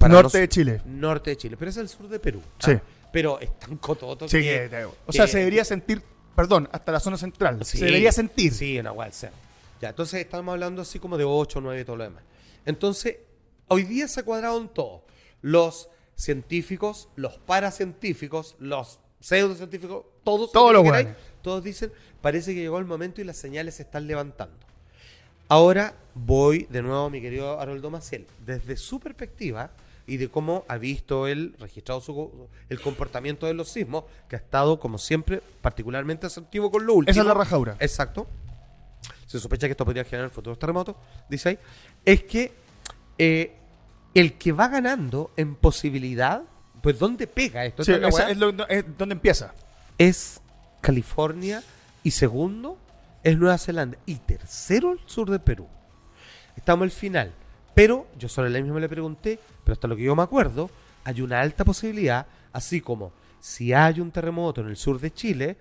Speaker 1: Norte de Chile.
Speaker 2: Norte de Chile, pero es el sur de Perú.
Speaker 1: Sí.
Speaker 2: Ah, Pero es tan cototo
Speaker 1: Sí,
Speaker 2: que-
Speaker 1: que- o
Speaker 2: que-
Speaker 1: sea, se debería sentir, perdón, hasta la zona central.
Speaker 2: Sí,
Speaker 1: se debería sentir.
Speaker 2: Sí, en agua del cerro. Ya, entonces estamos hablando así como de 8, 9 y todo lo demás. Entonces, hoy día se cuadraron todos. Los científicos, los paracientíficos, los pseudocientíficos, todos.
Speaker 1: Todos los
Speaker 2: lo que queráis,
Speaker 1: hueones.
Speaker 2: Todos dicen, parece que llegó el momento y las señales se están levantando. Ahora voy de nuevo a mi querido Haroldo Maciel. Desde su perspectiva y de cómo ha visto él, registrado su, co- el comportamiento de los sismos, que ha estado, como siempre, particularmente asertivo con lo último.
Speaker 1: Esa es la rajadura.
Speaker 2: Exacto. Se sospecha que esto podría generar futuros terremotos, dice ahí. Es que eh, el que va ganando en posibilidad, pues ¿dónde pega esto?
Speaker 1: Sí,
Speaker 2: Esta es la
Speaker 1: esa
Speaker 2: weá.
Speaker 1: es, lo- es donde empieza.
Speaker 2: es California y segundo es Nueva Zelanda y tercero el sur de Perú. Estamos al final, pero yo solo la misma le pregunté, pero hasta lo que yo me acuerdo, hay una alta posibilidad, así como si hay un terremoto en el sur de Chile,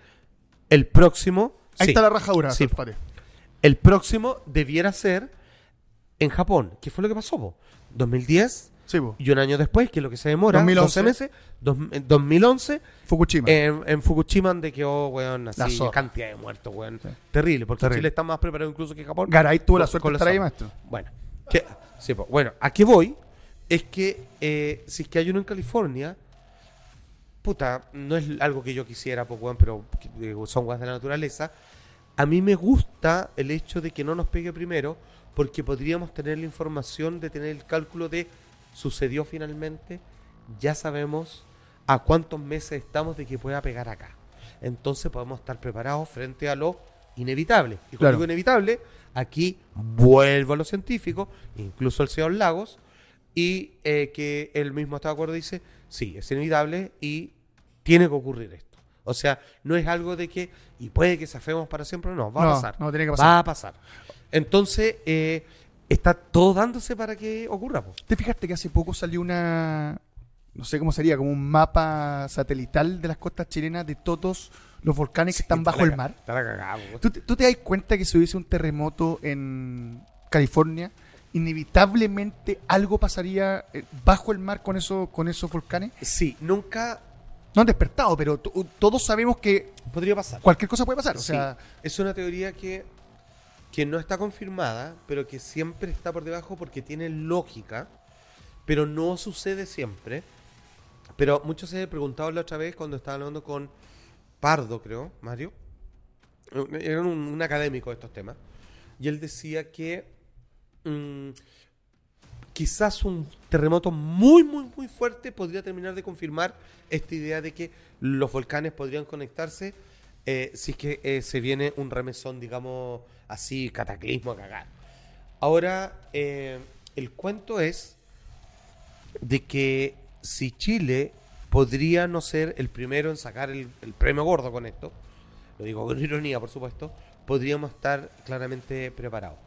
Speaker 2: el próximo
Speaker 1: Ahí
Speaker 2: sí,
Speaker 1: está la rajadura,
Speaker 2: Sí.
Speaker 1: compadre.
Speaker 2: el próximo debiera ser en Japón. ¿Qué fue lo que pasó? po? 2010
Speaker 1: Sí, po.
Speaker 2: y un año después, que es lo que se demora,
Speaker 1: 2011.
Speaker 2: 12 meses, dos- en 2011
Speaker 1: Fukushima.
Speaker 2: en, en Fukushima donde quedó, weón,
Speaker 1: La
Speaker 2: así,
Speaker 1: zorra.
Speaker 2: cantidad de muertos, weón. Terrible, porque
Speaker 1: Terrible.
Speaker 2: Chile está más preparado incluso que Japón.
Speaker 1: Garay tuvo la
Speaker 2: Con-
Speaker 1: suerte
Speaker 2: con
Speaker 1: de
Speaker 2: la
Speaker 1: estar ahí,
Speaker 2: zorra.
Speaker 1: maestro.
Speaker 2: Bueno, que- sí, po. bueno, a qué voy es que eh, si es que hay uno en California, puta, no es algo que yo quisiera, po, weón, pero eh, son weas de la naturaleza. A mí me gusta el hecho de que no nos pegue primero, porque podríamos tener la información de tener el cálculo de sucedió finalmente, ya sabemos a cuántos meses estamos de que pueda pegar acá. Entonces podemos estar preparados frente a lo inevitable. Y cuando
Speaker 1: Claro.
Speaker 2: digo inevitable, aquí vuelvo a los científicos, incluso el señor Lagos, y eh, que él mismo está de acuerdo dice, sí, es inevitable y tiene que ocurrir esto. O sea, no es algo de que, y puede que zafemos para siempre, no, va
Speaker 1: No,
Speaker 2: a pasar.
Speaker 1: no, tiene que pasar.
Speaker 2: Va a pasar. Entonces, eh, está todo dándose para que ocurra. po.
Speaker 1: ¿Te fijaste que hace poco salió una. No sé cómo sería, como un mapa satelital de las costas chilenas de todos los volcanes que están
Speaker 2: Está
Speaker 1: bajo
Speaker 2: la
Speaker 1: el
Speaker 2: ca-
Speaker 1: mar?
Speaker 2: está la cagada, po.
Speaker 1: ¿Tú, te- tú te das cuenta que si hubiese un terremoto en California, inevitablemente algo pasaría eh, bajo el mar con, eso, con esos volcanes?
Speaker 2: Sí, nunca
Speaker 1: No han despertado, pero to- todos sabemos que
Speaker 2: podría pasar.
Speaker 1: cualquier cosa puede pasar. O
Speaker 2: Sí,
Speaker 1: sea,
Speaker 2: es una teoría que, que no está confirmada, pero que siempre está por debajo porque tiene lógica, pero no sucede siempre. Pero muchos se preguntaban la otra vez cuando estaba hablando con Pardo, creo, Mario. Era un, un académico de estos temas. Y él decía que mm, quizás un terremoto muy, muy, muy fuerte podría terminar de confirmar esta idea de que los volcanes podrían conectarse eh, si es que eh, se viene un remesón, digamos, así, cataclismo a cagar. Ahora, eh, el cuento es de que si Chile podría no ser el primero en sacar el, el premio gordo con esto, lo digo con ironía, por supuesto, podríamos estar claramente preparados.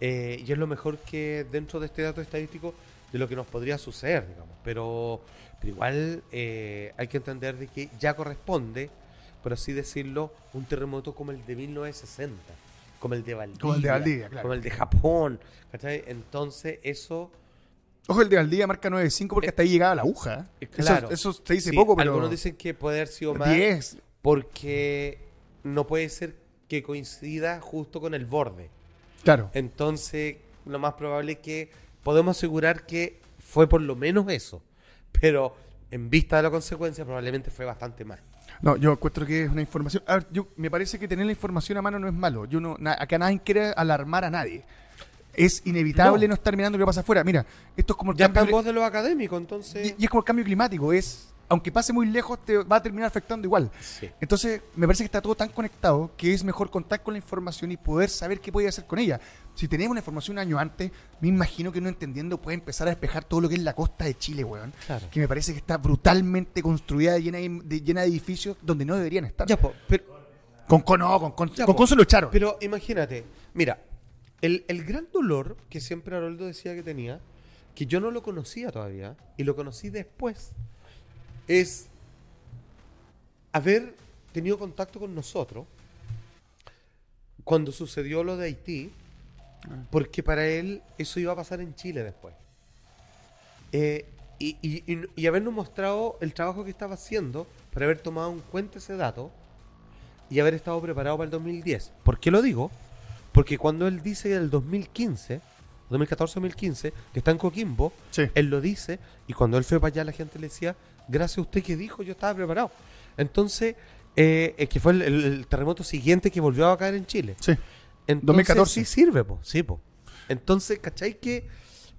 Speaker 2: Eh, y es lo mejor que dentro de este dato estadístico de lo que nos podría suceder, digamos. Pero, pero igual eh, hay que entender de que ya corresponde, por así decirlo, un terremoto como el de 1960, como el de Valdivia,
Speaker 1: Como el de Valdivia, claro.
Speaker 2: como el de Japón. ¿cachai? Entonces eso...
Speaker 1: ojo, el de Valdivia marca 9.5 porque hasta ahí llegaba la aguja.
Speaker 2: Eh,
Speaker 1: Eso-
Speaker 2: claro.
Speaker 1: Eso, se dice
Speaker 2: Sí,
Speaker 1: poco, pero.
Speaker 2: Algunos dicen que puede haber sido más.
Speaker 1: 10.
Speaker 2: Porque no puede ser que coincida justo con el borde.
Speaker 1: Claro.
Speaker 2: Eh, Entonces, lo más probable es que podemos asegurar que fue por lo menos eso. Pero en vista de la consecuencia, probablemente fue bastante más.
Speaker 1: No, yo encuentro que es una información. A ver, yo, me parece que tener la información a mano no es malo. Yo no, na- acá nadie quiere alarmar a nadie. es inevitable no, estar mirando lo que pasa afuera. Mira, esto es como el
Speaker 2: Ya está en
Speaker 1: cambio,
Speaker 2: voz de los académicos, entonces.
Speaker 1: y, y es como el cambio climático, es aunque pase muy lejos te va a terminar afectando igual.
Speaker 2: Sí.
Speaker 1: Entonces, me parece que está todo tan conectado que es mejor contar con la información y poder saber qué puede hacer con ella. Si tenemos la información un año antes, me imagino que no entendiendo puede empezar a despejar todo lo que es la costa de Chile, weón.
Speaker 2: Claro.
Speaker 1: Que me parece que está brutalmente construida, llena de, de- llena de edificios donde no deberían estar.
Speaker 2: Ya, po, pero,
Speaker 1: Con con no, con con,
Speaker 2: Ya,
Speaker 1: con
Speaker 2: po.
Speaker 1: Conce lo echaron.
Speaker 2: Pero imagínate, mira, el, el gran dolor que siempre Haroldo decía que tenía, que yo no lo conocía todavía, y lo conocí después, es haber tenido contacto con nosotros cuando sucedió lo de Haití, porque para él eso iba a pasar en Chile después. Eh, y, y- y- y habernos mostrado el trabajo que estaba haciendo para haber tomado en cuenta ese dato y haber estado preparado para el 2010. ¿Por qué lo digo? Porque cuando él dice del 2015, 2014-2015, que está en Coquimbo,
Speaker 1: Sí.
Speaker 2: él lo dice y cuando él fue para allá la gente le decía, gracias a usted que dijo, yo estaba preparado. Entonces, eh, es que fue el, el- el terremoto siguiente que volvió a caer en Chile.
Speaker 1: Sí.
Speaker 2: Entonces
Speaker 1: 2014.
Speaker 2: sí sirve, po. Sí, po. Entonces, ¿cachai? Que,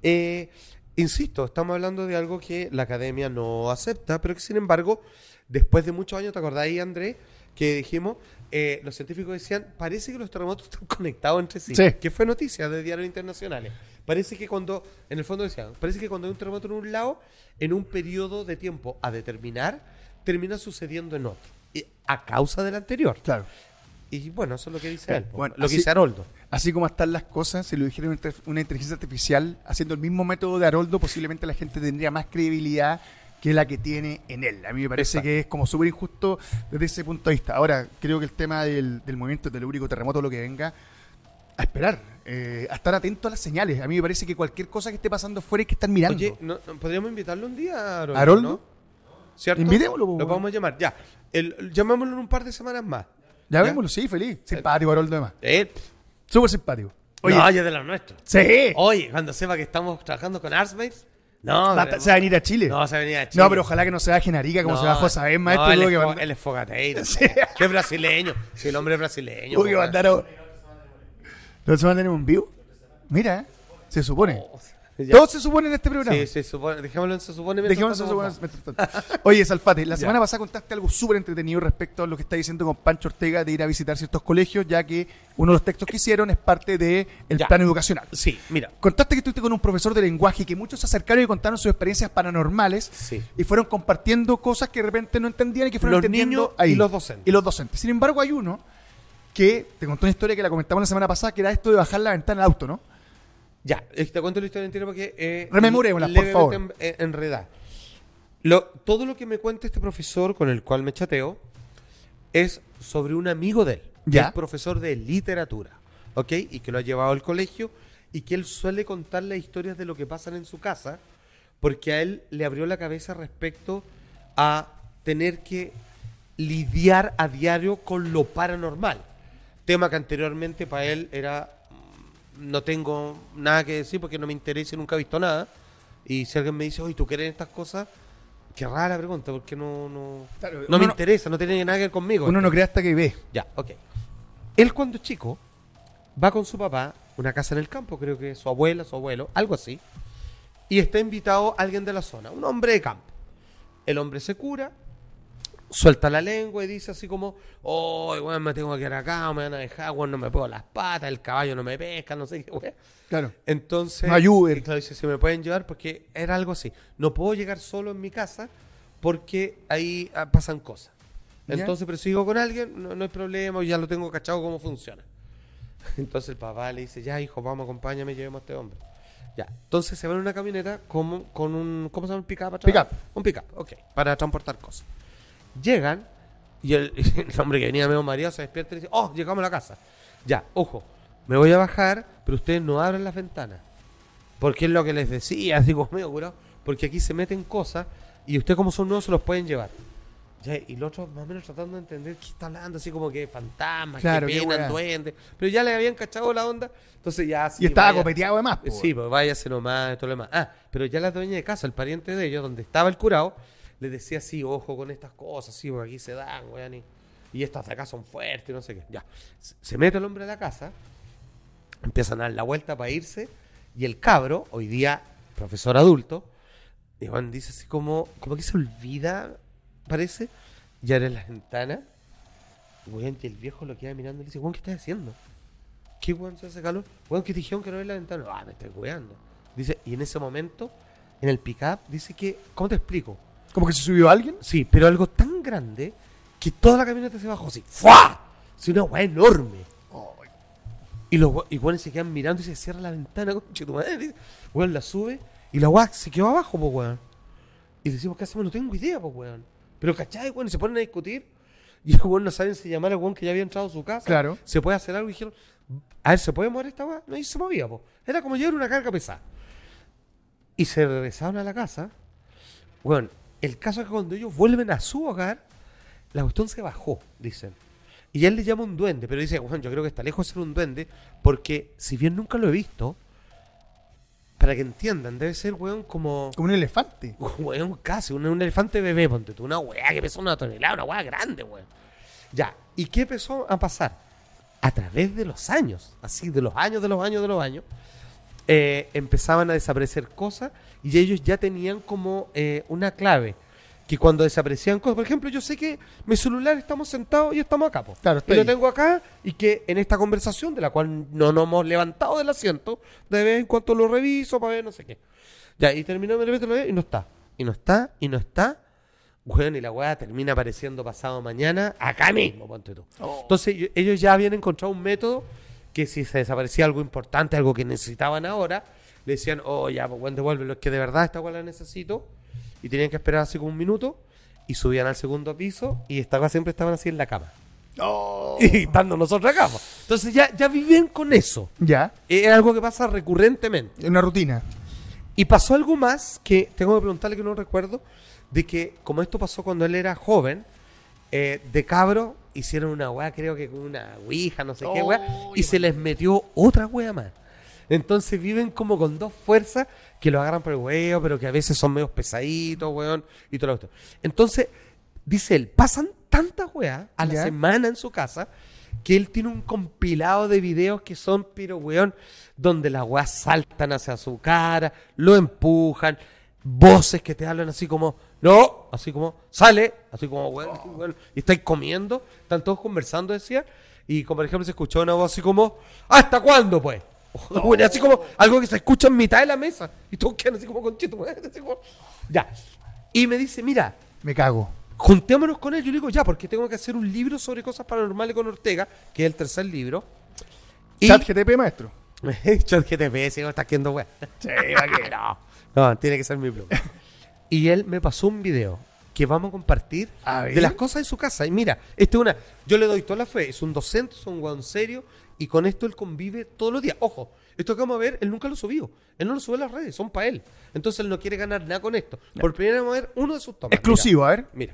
Speaker 2: eh, insisto, estamos hablando de algo que la academia no acepta, pero que sin embargo, después de muchos años, ¿te acordáis, Andrés? Que dijimos, eh, los científicos decían, parece que los terremotos están conectados entre sí.
Speaker 1: Sí.
Speaker 2: Que fue noticia de diarios internacionales. Parece que cuando, en el fondo decían, parece que cuando hay un terremoto en un lado, en un periodo de tiempo a determinar, termina sucediendo en otro. Y a causa del anterior.
Speaker 1: Claro.
Speaker 2: Y bueno, eso es lo que dice
Speaker 1: Claro,
Speaker 2: él. po.
Speaker 1: bueno,
Speaker 2: lo
Speaker 1: así-
Speaker 2: que dice Haroldo.
Speaker 1: Así como están las cosas, si lo dijera una, inter- una inteligencia artificial haciendo el mismo método de Haroldo, posiblemente la gente tendría más credibilidad que la que tiene en él. A mí me parece
Speaker 2: Exacto.
Speaker 1: que es como súper injusto desde ese punto de vista. Ahora, creo que el tema del, del movimiento telúrico, terremoto, lo que venga, a esperar, eh, a estar atento a las señales. A mí me parece que cualquier cosa que esté pasando fuera hay que estar mirando.
Speaker 2: Oye, no- no, podríamos invitarlo un día a Haroldo.
Speaker 1: ¿Haroldo?
Speaker 2: ¿no? ¿Cierto?
Speaker 1: Invitémoslo, po,
Speaker 2: Lo
Speaker 1: weón.
Speaker 2: podemos llamar, ya. El- el- llamémoslo en un par de semanas más.
Speaker 1: ya vémoslo, sí, feliz. Simpático Haroldo, además.
Speaker 2: Eh,
Speaker 1: Súper simpático. Oye,
Speaker 2: Oye, no, oh, ya de los nuestros.
Speaker 1: sí.
Speaker 2: Oye, cuando sepa que estamos trabajando con Artsmates. No,
Speaker 1: Va a-
Speaker 2: pero-
Speaker 1: se va a venir a Chile.
Speaker 2: no,
Speaker 1: No,
Speaker 2: se va a venir a Chile.
Speaker 1: pero ojalá que no se baje en Arica como
Speaker 2: No,
Speaker 1: se bajó esa vez,
Speaker 2: no,
Speaker 1: maestro.
Speaker 2: él,
Speaker 1: tuvo
Speaker 2: es
Speaker 1: que
Speaker 2: fo-
Speaker 1: mandar-
Speaker 2: él es fogateiro.
Speaker 1: Sí.
Speaker 2: Que es brasileño. Si el hombre es brasileño.
Speaker 1: Uy, que
Speaker 2: po,
Speaker 1: mandaron. ¿Lo van a tener un vivo? Mira, eh, se supone.
Speaker 2: weón. Oh, pues Ya.
Speaker 1: Todo se supone en este programa.
Speaker 2: Sí, se supone. Dejémoslo en se supone. mientras
Speaker 1: Dejemos
Speaker 2: tanto,
Speaker 1: eso
Speaker 2: vamos.
Speaker 1: para- Oye, Salfate, la semana pasada contaste algo súper entretenido respecto a lo que está diciendo con Pancho Ortega de ir a visitar ciertos colegios, ya que uno de los textos que hicieron es parte del el
Speaker 2: Ya.
Speaker 1: plan educacional.
Speaker 2: Sí, mira.
Speaker 1: Contaste que estuviste con un profesor de lenguaje y que muchos se acercaron y contaron sus experiencias paranormales
Speaker 2: Sí.
Speaker 1: y fueron compartiendo cosas que de repente no entendían y que fueron
Speaker 2: Los
Speaker 1: entendiendo
Speaker 2: niños
Speaker 1: ahí.
Speaker 2: y los docentes.
Speaker 1: Y los docentes. Sin embargo, hay uno que te contó una historia que la comentamos la semana pasada, que era esto de bajar la ventana del auto, ¿no?
Speaker 2: Ya, eh, te cuento la historia entera porque... Eh,
Speaker 1: Rememorémosla, por
Speaker 2: levemente
Speaker 1: favor.
Speaker 2: en- eh, enredada. Lo, todo lo que me cuenta este profesor con el cual me chateo es sobre un amigo de él, que
Speaker 1: Ya.
Speaker 2: es profesor de literatura, ¿ok? Y que lo ha llevado al colegio y que él suele contar las historias de lo que pasan en su casa porque a él le abrió la cabeza respecto a tener que lidiar a diario con lo paranormal. Tema que anteriormente para él era no tengo nada que decir porque no me interesa y nunca he visto nada. Y si alguien me dice, oye, ¿tú crees en estas cosas? Qué rara pregunta, porque no, no,
Speaker 1: Claro,
Speaker 2: no
Speaker 1: uno
Speaker 2: me
Speaker 1: no-
Speaker 2: interesa, no tiene nada que ver conmigo.
Speaker 1: Uno no cree hasta que ve.
Speaker 2: Ya, ok. Él cuando es chico va con su papá, una casa en el campo, creo que su abuela, su abuelo, algo así, y está invitado alguien de la zona, un hombre de campo. El hombre se cura, suelta la lengua y dice así como, oh, weón, me tengo que quedar acá, me van a dejar, weón, no me puedo las patas, el caballo no me pesca, no sé qué, weón.
Speaker 1: Claro.
Speaker 2: Entonces,
Speaker 1: No hay Uber.
Speaker 2: y claro, dice, si me pueden llevar, porque era algo así. No puedo llegar solo en mi casa porque ahí ah, pasan cosas.
Speaker 1: Ya.
Speaker 2: Entonces, pero sigo con alguien, no, no hay problema, ya lo tengo cachado cómo funciona. Entonces el papá le dice, ya hijo, vamos, acompáñame, llevemos a este hombre. Ya, entonces se va en una camioneta con, con un, ¿cómo se llama? Un pick-up. atrás?
Speaker 1: Pick-up.
Speaker 2: Un pick-up, ok, para transportar cosas. Llegan y el, el hombre que venía medio mareado se despierta y dice, oh, llegamos a la casa. Ya, ojo, me voy a bajar, pero ustedes no abren las ventanas. Porque es lo que les decía, digo, medio curado, porque aquí se meten cosas y ustedes como son nuevos se los pueden llevar. Ya, y los otros más o menos tratando de entender qué está hablando, así como que fantasmas,
Speaker 1: Claro, qué
Speaker 2: que
Speaker 1: weá.
Speaker 2: pena, duende. Pero ya le habían cachado la onda, entonces ya... sí,
Speaker 1: y estaba
Speaker 2: vaya-
Speaker 1: copeteado además. po.
Speaker 2: Sí, pues váyase nomás, todo lo demás. Ah, pero ya la dueña de casa, el pariente de ellos, donde estaba el curado, les decía, sí, ojo con estas cosas, sí, porque aquí se dan, weón, y, y estas de acá son fuertes, no sé qué. Ya, se se mete el hombre a la casa empiezan a dar la vuelta para irse. Y el cabro, hoy día profesor adulto, y Juan dice así como, como que se olvida, parece, y abre la ventana. Y weón, y el viejo lo queda mirando y le dice, Juan, ¿qué estás haciendo? ¿Qué weón se hace calor? Weón, que te dijeron que no abres la ventana. Ah, me estoy weando. Dice, y en ese momento, en el pick-up, dice que, ¿cómo te explico?
Speaker 1: ¿Como que se subió alguien?
Speaker 2: Sí, pero algo tan grande que toda la camioneta se bajó así. ¡Fua! Sí, una weá enorme. Y los we- y weones se quedan mirando y se cierra la ventana, conche tu madre. dice. Weón, la sube y la weá se quedó abajo, pues weón. Y decimos, ¿qué hacemos? No tengo idea, pues weón. Pero cachai, weón, y se ponen a discutir. Y los weón no saben si llamar al weón que ya había entrado a su casa.
Speaker 1: Claro.
Speaker 2: Se puede hacer algo y dijeron, a ver, ¿se puede mover esta weá? No, y se movía, pues. Era como llevar una carga pesada. Y se regresaron a la casa. Weón, el caso es que cuando ellos vuelven a su hogar, la cuestión se bajó, dicen. Y él le llama un duende, pero dice, bueno, yo creo que está lejos de ser un duende, porque si bien nunca lo he visto, para que entiendan, debe ser, weón, como...
Speaker 1: Como un elefante.
Speaker 2: Weón, casi, un, un elefante bebé, ponte tú, una weá que pesa una tonelada, una weá grande, weón. Ya, ¿y qué empezó a pasar? A través de los años, así, de los años, de los años, de los años, eh, empezaban a desaparecer cosas y ellos ya tenían como eh, una clave. Que cuando desaparecían cosas, por ejemplo, yo sé que mi celular estamos sentados y estamos acá, po.
Speaker 1: Claro,
Speaker 2: y
Speaker 1: estoy
Speaker 2: lo
Speaker 1: ahí.
Speaker 2: tengo acá y que en esta conversación, de la cual no nos hemos levantado del asiento, de vez en cuando lo reviso para ver no sé qué. Ya, y terminó de repente lo veo y no está. Y no está, y no está. Weón, y la weá termina apareciendo pasado mañana, acá mismo, ponte tú. Entonces, yo- ellos ya habían encontrado un método que si se desaparecía algo importante, algo que necesitaban ahora, le decían, oh, ya, pues weón, devuélvelo, es que de verdad esta weá la necesito. Y tenían que esperar así como un minuto, y subían al segundo piso, y estaba, siempre estaban así en la cama. Y estando nosotros acá. po. Entonces, ya, ya vivían con eso.
Speaker 1: Ya.
Speaker 2: Es algo que pasa recurrentemente.
Speaker 1: Una rutina.
Speaker 2: Y pasó algo más que tengo que preguntarle que no recuerdo, de que como esto pasó cuando él era joven, eh, de cabro hicieron una weá, creo que con una ouija, no sé qué weá, y se les metió otra weá más. Entonces viven como con dos fuerzas que lo agarran por el huevo, pero que a veces son medios pesaditos, weón, y todo lo otro. Entonces, dice él, pasan tantas weas a la
Speaker 1: Ya.
Speaker 2: semana en su casa que él tiene un compilado de videos que son, pero weón, donde las weas saltan hacia su cara, lo empujan, voces que te hablan así como, no, así como, sale, así como, weón, weón", y estáis comiendo, están todos conversando, decía, y como por ejemplo se escuchó una voz así como, ¿hasta cuándo pues? Bueno, así como algo que se escucha en mitad de la mesa, y todos quedan así como conchito, así como, ya. Y me dice, mira,
Speaker 1: Me cago.
Speaker 2: juntémonos con él. Yo le digo, ya, porque tengo que hacer un libro sobre cosas paranormales con Ortega, que es el tercer libro. Y...
Speaker 1: Chat GTP, maestro.
Speaker 2: ChatGTP, si no estás haciendo weá. no. No, tiene que ser mi pluma. y él me pasó un video que vamos a compartir
Speaker 1: A ver.
Speaker 2: de las cosas de su casa. Y mira, este es una. Yo le doy toda la fe. Es un docente, es un weón serio. Y con esto él convive todos los días. Ojo, esto que vamos a ver, él nunca lo subió. Él no lo sube a las redes, son para él. Entonces él no quiere ganar nada con esto. Por primera vez vamos a ver uno de sus tomas.
Speaker 1: Exclusivo, a ver.
Speaker 2: Mira, mira.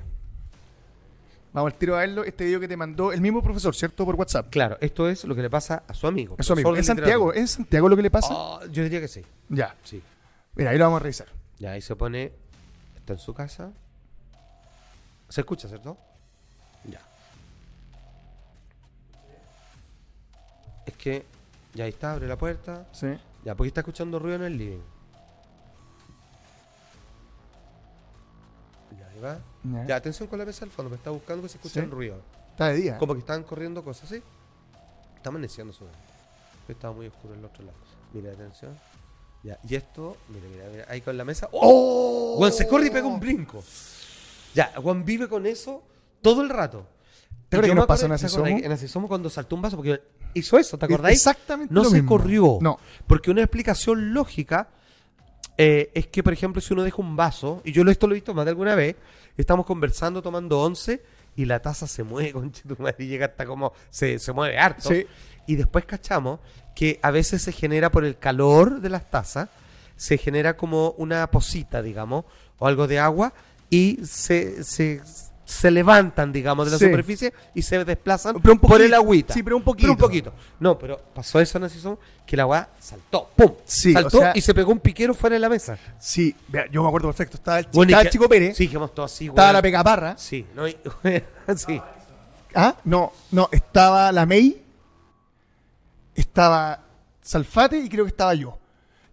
Speaker 1: Vamos al tiro a verlo. Este video que te mandó el mismo profesor, ¿cierto? Por WhatsApp.
Speaker 2: Claro, esto es lo que le pasa a su amigo.
Speaker 1: Eso, amigo.
Speaker 2: profesor de
Speaker 1: ¿Es Santiago?
Speaker 2: literatura.
Speaker 1: ¿Es Santiago lo que le pasa?
Speaker 2: Ah, yo diría que sí.
Speaker 1: Ya.
Speaker 2: Sí.
Speaker 1: Mira, ahí lo vamos a revisar.
Speaker 2: Ya ahí se pone. Está en su casa. ¿Se escucha, cierto? Ya. Es que. Ya ahí está, abre la puerta.
Speaker 1: Sí.
Speaker 2: Ya, porque está escuchando ruido en el living. Ya ahí va.
Speaker 1: Ya.
Speaker 2: Ya, atención con la mesa al fondo, me está buscando que se escuche
Speaker 1: Sí.
Speaker 2: el ruido.
Speaker 1: Está de día.
Speaker 2: Como que estaban corriendo cosas, ¿sí? Está amaneciendo su Estaba muy oscuro el otro lado. Mira, atención. Ya, y esto, mira, mira, mira, ahí con la mesa. ¡Oh! Juan se corre y pega un brinco. Ya, Juan vive con eso todo el rato.
Speaker 1: ¿Te acuerdas
Speaker 2: Yo
Speaker 1: que
Speaker 2: me
Speaker 1: nos pasó
Speaker 2: acuerdo-
Speaker 1: en
Speaker 2: ¿te acordáis?
Speaker 1: Asisomo?
Speaker 2: En Asisomo cuando saltó un vaso, porque hizo eso, ¿te acordáis?
Speaker 1: Exactamente
Speaker 2: No
Speaker 1: lo
Speaker 2: se
Speaker 1: mismo.
Speaker 2: corrió.
Speaker 1: No.
Speaker 2: Porque una explicación lógica eh, es que, por ejemplo, si uno deja un vaso, y yo lo- esto lo he visto más de alguna vez, estamos conversando tomando once y la taza se mueve, conchetumare, y llega hasta como se, se mueve harto.
Speaker 1: Sí.
Speaker 2: Y después cachamos que a veces se genera por el calor de las tazas, se genera como una posita, digamos, o algo de agua, y se, se, se levantan, digamos, de la
Speaker 1: Sí.
Speaker 2: superficie y se desplazan
Speaker 1: Pero un
Speaker 2: por el
Speaker 1: poquito-
Speaker 2: agüita.
Speaker 1: sí, pero un poquito.
Speaker 2: un poquito. No, pero pasó eso en la season que la weá saltó, ¡pum!
Speaker 1: Sí,
Speaker 2: saltó
Speaker 1: o sea-
Speaker 2: y se pegó un piquero fuera de la mesa.
Speaker 1: Sí, vea, yo me acuerdo perfecto. Estaba el, chi-
Speaker 2: Bueno, y
Speaker 1: estaba
Speaker 2: que-
Speaker 1: el Chico Pérez.
Speaker 2: Sí, dijimos todo así,
Speaker 1: Estaba
Speaker 2: weón.
Speaker 1: la Pecaparra.
Speaker 2: Sí, no, y- sí.
Speaker 1: Ah, no, no. Estaba la May. Estaba Salfate y creo que estaba yo.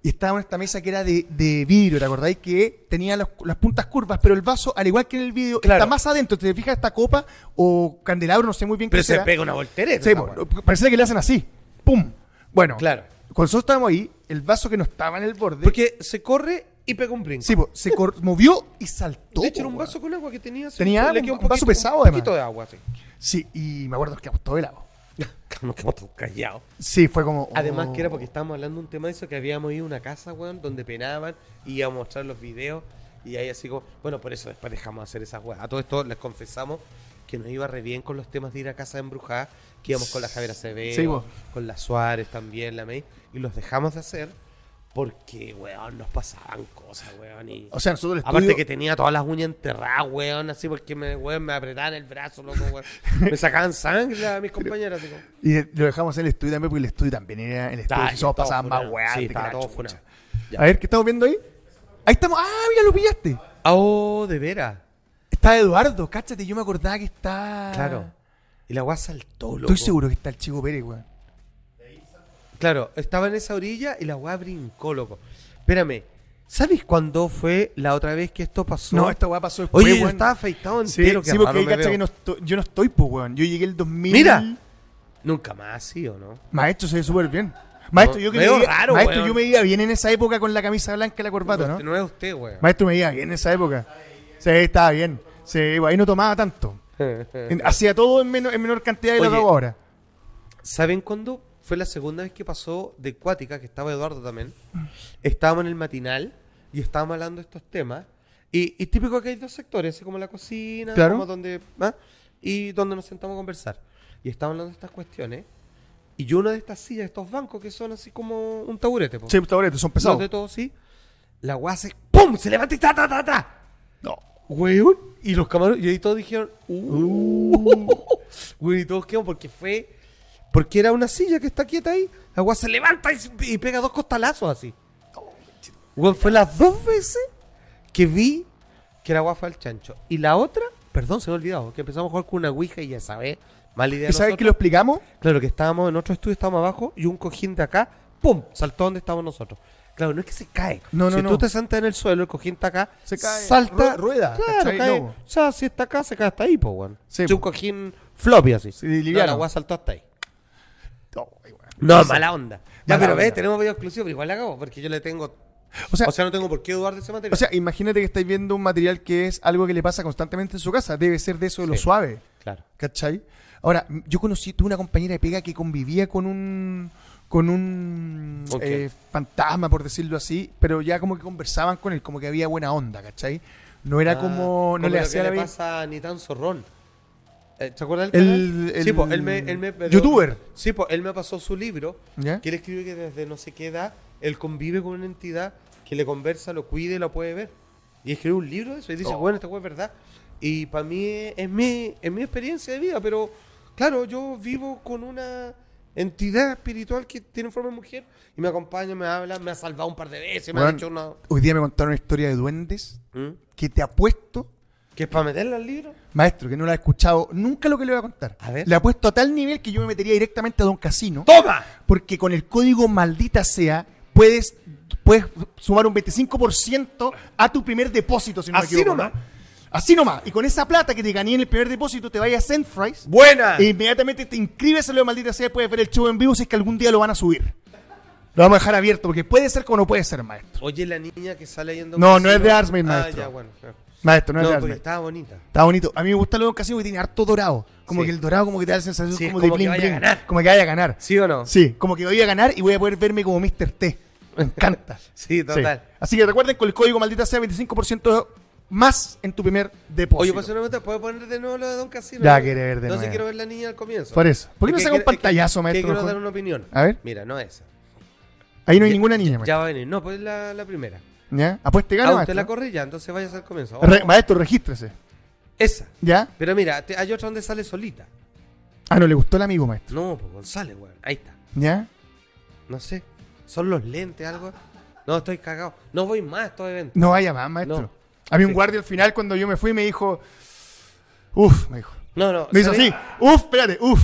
Speaker 1: Y estaba en esta mesa que era de, de vidrio, ¿te acordáis? Que tenía los- las puntas curvas, pero el vaso, al igual que en el vidrio,
Speaker 2: Claro.
Speaker 1: está más adentro. ¿Te fijas esta copa o candelabro? No sé muy bien
Speaker 2: Pero
Speaker 1: qué
Speaker 2: se
Speaker 1: será.
Speaker 2: pega una voltereta.
Speaker 1: Sí, pues,
Speaker 2: esa
Speaker 1: po,
Speaker 2: weá.
Speaker 1: parece que le hacen así. ¡Pum! Bueno,
Speaker 2: Claro.
Speaker 1: cuando nosotros estábamos ahí, el vaso que no estaba en el borde.
Speaker 2: Porque se corre y pega un brinco.
Speaker 1: Sí, po, se cor- movió y saltó.
Speaker 2: de hecho, era un
Speaker 1: po,
Speaker 2: vaso con agua que tenía. así,
Speaker 1: Tenía
Speaker 2: le
Speaker 1: agua,
Speaker 2: queda
Speaker 1: un vaso
Speaker 2: poquito-
Speaker 1: pesado,
Speaker 2: Un
Speaker 1: además.
Speaker 2: poquito de agua, sí.
Speaker 1: weón. Sí, y me acuerdo que quedamos todo helado.
Speaker 2: Nos quedamos todos callados.
Speaker 1: Sí, fue como.
Speaker 2: Además
Speaker 1: oh.
Speaker 2: que era porque estábamos hablando de un tema de eso que habíamos ido a una casa, weón, donde penaban y íbamos a mostrar los videos y ahí así como, bueno, por eso después dejamos de hacer esas weas. A todo esto les confesamos que nos iba re bien con los temas de ir a casa embrujada, que íbamos con la Javier
Speaker 1: Sí,
Speaker 2: Acevedo,
Speaker 1: vos.
Speaker 2: con la Suárez también, la May, y los dejamos de hacer porque, weón, nos pasaban cosas, weón, y...
Speaker 1: O sea, nosotros el
Speaker 2: Aparte
Speaker 1: estudio-
Speaker 2: que tenía todas las uñas enterradas, weón, así porque me, weón, me apretaban el brazo, loco, weón. Me sacaban sangre a mis compañeras, así como...
Speaker 1: Y eh, lo dejamos en el estudio también, porque el estudio también era el estudio.
Speaker 2: Está,
Speaker 1: si somos
Speaker 2: estaba
Speaker 1: pasadas más
Speaker 2: funado.
Speaker 1: weas.
Speaker 2: Sí,
Speaker 1: de que
Speaker 2: estaba
Speaker 1: la
Speaker 2: todo
Speaker 1: chucha.
Speaker 2: funado. Ya.
Speaker 1: A ver, ¿qué estamos viendo ahí? Ahí estamos. ¡Ah, mira, lo pillaste!
Speaker 2: Ah, Oh, de veras.
Speaker 1: Está Eduardo, cáchate, yo me acordaba que está.
Speaker 2: Claro. Y la agua saltó, loco.
Speaker 1: Ah. Estoy seguro que está el chico Pérez, weón.
Speaker 2: Claro, estaba en esa orilla y la agua brincó, loco. Espérame, ¿sabes cuándo fue la otra vez que esto pasó?
Speaker 1: No, esta weá pasó después,
Speaker 2: Oye, yo
Speaker 1: weón.
Speaker 2: estaba afeitado
Speaker 1: Sí,
Speaker 2: entero. qué
Speaker 1: sí,
Speaker 2: raro
Speaker 1: porque ahí
Speaker 2: me
Speaker 1: cacha
Speaker 2: veo.
Speaker 1: que no estoy- yo no estoy, pues, weón. Yo llegué el 2000.
Speaker 2: Mira. Nunca más, sí o no.
Speaker 1: Maestro se ve súper bien. Maestro,
Speaker 2: No,
Speaker 1: yo que
Speaker 2: veo
Speaker 1: me veía-
Speaker 2: raro,
Speaker 1: maestro,
Speaker 2: weón.
Speaker 1: yo me veía bien en esa época con la camisa blanca y la corbata, ¿no?
Speaker 2: No es usted, weón.
Speaker 1: Maestro, me veía bien en esa época. Sí, estaba bien. Sí, weón, ahí no tomaba tanto. En- Hacía todo en, menos- en menor cantidad de lo que
Speaker 2: Oye.
Speaker 1: hago ahora.
Speaker 2: ¿Saben cuándo fue la segunda vez que pasó de Cuática, que estaba Eduardo también? Estábamos en el matinal y estábamos hablando de estos temas. Y, y típico que hay dos sectores, así como la cocina,
Speaker 1: Claro.
Speaker 2: como donde, ¿ah? y donde nos sentamos a conversar. Y estábamos hablando de estas cuestiones. Y yo una de estas sillas, estos bancos que son así como un taburete, po.
Speaker 1: Sí, pues, taburete, son pesados.
Speaker 2: Los de todos, sí. La weá se. ¡Pum! Se levanta y ta, ta, ta, ta.
Speaker 1: No.
Speaker 2: Weón. Y los camarones, y ahí todos dijeron, uh. Weón, y todos quedamos porque fue. Porque era una silla que está quieta ahí. La weá se levanta y, y pega dos costalazos así. Weón, fue las dos veces que vi que la weá fue al chancho. Y la otra, perdón, se me ha olvidado, que empezamos a jugar con una ouija y ya sabes, mala idea.
Speaker 1: ¿Y
Speaker 2: de
Speaker 1: sabes que lo
Speaker 2: nosotros.
Speaker 1: explicamos?
Speaker 2: Claro, que estábamos en otro estudio, estábamos abajo y un cojín de acá, ¡pum! saltó donde estábamos nosotros. Claro, no es que se cae.
Speaker 1: No, no,
Speaker 2: si tú
Speaker 1: no.
Speaker 2: te sentas en el suelo, el cojín está acá,
Speaker 1: Se cae,
Speaker 2: salta,
Speaker 1: ru- rueda,
Speaker 2: Claro,
Speaker 1: ¿cachai?
Speaker 2: cae.
Speaker 1: No.
Speaker 2: O sea, si está acá, se cae hasta ahí, po, weón.
Speaker 1: Sí,
Speaker 2: si un
Speaker 1: po.
Speaker 2: cojín floppy así.
Speaker 1: Sí,
Speaker 2: no,
Speaker 1: liviano.
Speaker 2: la weá saltó hasta ahí.
Speaker 1: No, weón.
Speaker 2: No, mala onda. Ya,
Speaker 1: Mala
Speaker 2: pero ves,
Speaker 1: onda.
Speaker 2: tenemos video exclusivo, pero igual la acabo, porque yo le tengo.
Speaker 1: O sea,
Speaker 2: O sea, no tengo por qué dudar de ese material.
Speaker 1: o sea, imagínate que estáis viendo un material que es algo que le pasa constantemente en su casa. Debe ser de eso de lo
Speaker 2: Sí.
Speaker 1: suave.
Speaker 2: claro.
Speaker 1: ¿Cachai? Ahora, m- yo conocí, tuve una compañera de pega que convivía con un con un
Speaker 2: Ok.
Speaker 1: eh, fantasma, por decirlo así, pero ya como que conversaban con él, como que había buena onda, ¿cachai? No era
Speaker 2: Ah,
Speaker 1: como, no le
Speaker 2: lo
Speaker 1: hacía la
Speaker 2: que le
Speaker 1: vi-
Speaker 2: pasa a ni tan zorrón. Eh, ¿Te acuerdas del
Speaker 1: El-
Speaker 2: canal? sí,
Speaker 1: el
Speaker 2: pues él me, él me me-
Speaker 1: youtuber.
Speaker 2: Sí, pues él me pasó su libro.
Speaker 1: ¿Ya?
Speaker 2: Que él escribe que desde no sé qué edad él convive con una entidad que le conversa, lo cuide, lo puede ver. Y escribe un libro de eso y dice,
Speaker 1: Oh.
Speaker 2: bueno, esta hueá es verdad. Y para mí es, es mi, es mi experiencia de vida, pero claro, yo vivo con una entidad espiritual que tiene forma de mujer y me acompaña, me habla, me ha salvado un par de veces, me ha
Speaker 1: Weón,
Speaker 2: dicho una...
Speaker 1: Hoy día me contaron una historia de duendes
Speaker 2: ¿Mm?
Speaker 1: que te apuesto,
Speaker 2: ¿Que es para meterla al libro?
Speaker 1: maestro, que no la he escuchado nunca lo que le voy a contar.
Speaker 2: A ver.
Speaker 1: Le apuesto a tal nivel que yo me metería directamente a un casino.
Speaker 2: ¡Toma!
Speaker 1: Porque con el código maldita sea, puedes, puedes sumar un 25% a tu primer depósito, si no me
Speaker 2: Así
Speaker 1: equivoco.
Speaker 2: nomás.
Speaker 1: ¿no? Así nomás. Y con esa plata que te gané en el primer depósito, te vayas a Sendfries.
Speaker 2: ¡Buena!
Speaker 1: E inmediatamente te inscribes en lo de maldita sea y puedes ver el show en vivo si es que algún día lo van a subir. Lo vamos a dejar abierto, porque puede ser como no puede ser, maestro.
Speaker 2: Oye, la niña que sale yendo...
Speaker 1: No, no es de Arsmead,
Speaker 2: Ah,
Speaker 1: maestro.
Speaker 2: ya, bueno. claro.
Speaker 1: Maestro, no es
Speaker 2: No, pues,
Speaker 1: de
Speaker 2: porque
Speaker 1: Arsmead.
Speaker 2: estaba bonita.
Speaker 1: Está bonito. A mí me gusta lo de un casino que tiene harto dorado. Como
Speaker 2: Sí.
Speaker 1: que el dorado como que te da la sensación
Speaker 2: Sí, es
Speaker 1: como,
Speaker 2: como
Speaker 1: de
Speaker 2: que
Speaker 1: bling
Speaker 2: vaya a
Speaker 1: bling.
Speaker 2: ganar.
Speaker 1: Como que vaya a ganar.
Speaker 2: ¿Sí o no?
Speaker 1: Sí, como que voy a ganar y voy a poder verme como Mr. T. Me encanta.
Speaker 2: Sí, total.
Speaker 1: Sí. Así que recuerden con el código maldita sea 25% más en tu primer depósito.
Speaker 2: Oye, pasó una pregunta, ¿puedo poner de nuevo lo de Don Casino?
Speaker 1: Ya quiere ver de
Speaker 2: No sé,
Speaker 1: nuevo.
Speaker 2: quiero ver la niña al comienzo.
Speaker 1: Por eso. ¿Por qué no
Speaker 2: Es que
Speaker 1: saca un
Speaker 2: quiero- es que-
Speaker 1: pantallazo,
Speaker 2: que
Speaker 1: maestro,
Speaker 2: quiero
Speaker 1: mejor?
Speaker 2: dar una opinión.
Speaker 1: A ver.
Speaker 2: Mira, no esa.
Speaker 1: Ahí no hay
Speaker 2: Ya-
Speaker 1: ninguna niña, maestro.
Speaker 2: Ya va a venir. No, pues la, la primera.
Speaker 1: ¿Ya? Apueste y gana,
Speaker 2: ah, usted
Speaker 1: maestro.
Speaker 2: la corre ya, entonces vayas al comienzo.
Speaker 1: Re- maestro, regístrese.
Speaker 2: Esa.
Speaker 1: ¿Ya?
Speaker 2: Pero mira, te- hay otra donde sale solita.
Speaker 1: Ah, no, le gustó el amigo, maestro.
Speaker 2: No, pues González, weón. Ahí está.
Speaker 1: ¿Ya?
Speaker 2: No sé. ¿Son los lentes, algo? No, estoy cagado. No voy más a estos eventos.
Speaker 1: No vaya más, maestro.
Speaker 2: No.
Speaker 1: A mí un
Speaker 2: Sí.
Speaker 1: guardia al final cuando yo me fui me dijo... Uf, me dijo.
Speaker 2: No, no.
Speaker 1: Me hizo
Speaker 2: ¿sabes?
Speaker 1: así. Uf, espérate, uf.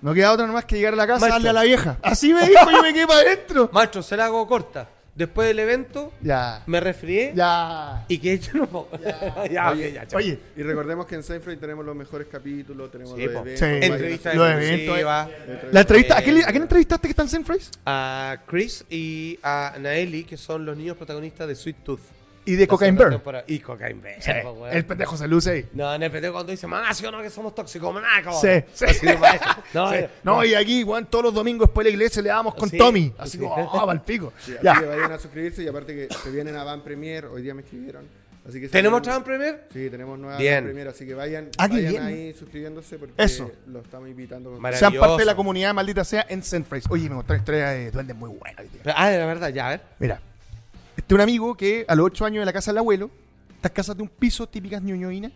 Speaker 1: No queda otra nomás que llegar a la casa y
Speaker 2: Maestro.
Speaker 1: darle a la vieja. Así me dijo, yo me quedé para adentro.
Speaker 2: Maestro, se la hago corta. Después del evento,
Speaker 1: Ya.
Speaker 2: me resfrié
Speaker 1: Ya.
Speaker 2: y que hecho no. Ya, ya,
Speaker 3: Oye,
Speaker 2: ya, chao.
Speaker 1: Oye,
Speaker 3: Y recordemos que en Seinfeld tenemos los mejores capítulos, tenemos
Speaker 2: Sí,
Speaker 3: los
Speaker 2: po.
Speaker 3: eventos.
Speaker 1: Sí.
Speaker 3: hay
Speaker 2: Entrevista
Speaker 1: Los
Speaker 3: relaciones,
Speaker 1: eventos,
Speaker 2: exclusiva.
Speaker 3: entrevistas.
Speaker 1: la entrevista, ¿a, quién le- a quién entrevistaste que está en Senfrace?
Speaker 2: A Chris y a Naeli, que son los niños protagonistas de Sweet Tooth.
Speaker 1: Y de
Speaker 2: La
Speaker 1: Cocaine
Speaker 2: segunda
Speaker 1: Bear.
Speaker 2: temporada. Y Cocaine Bear,
Speaker 1: Sí,
Speaker 2: po, weón.
Speaker 1: el pendejo se luce ahí.
Speaker 2: No, en el pendejo cuando dice, man, ¿sí o no que somos tóxicos, manaco?
Speaker 1: Sí, sí.
Speaker 2: Así de maestro. No,
Speaker 1: Sí.
Speaker 2: eh,
Speaker 1: No, y aquí, weón, todos los domingos después de la iglesia le damos con
Speaker 2: Sí,
Speaker 1: Tommy. Así
Speaker 2: sí.
Speaker 1: como, ah, va el pico.
Speaker 3: Sí, así que
Speaker 1: ya.
Speaker 3: vayan a suscribirse y aparte que se vienen a Van Premier, hoy día me escribieron. Así que se
Speaker 2: ¿Tenemos
Speaker 3: vienen-
Speaker 2: Trump Premier?
Speaker 3: Sí, tenemos nueva
Speaker 2: Bien.
Speaker 3: Van Premier, así que vayan,
Speaker 1: Ah, qué
Speaker 3: vayan
Speaker 1: bien.
Speaker 3: ahí suscribiéndose porque
Speaker 1: Eso.
Speaker 3: lo estamos invitando. con-
Speaker 2: Maravilloso.
Speaker 1: Sean parte de la comunidad, maldita sea, en Senfrace. Oye, me contaron una historia de duendes muy buena. hoy día.
Speaker 2: Ah, de la verdad, ya, a ver.
Speaker 1: Mira, este un amigo que a los 8 años de la casa del abuelo, estas casas de un piso típicas ñoñoínas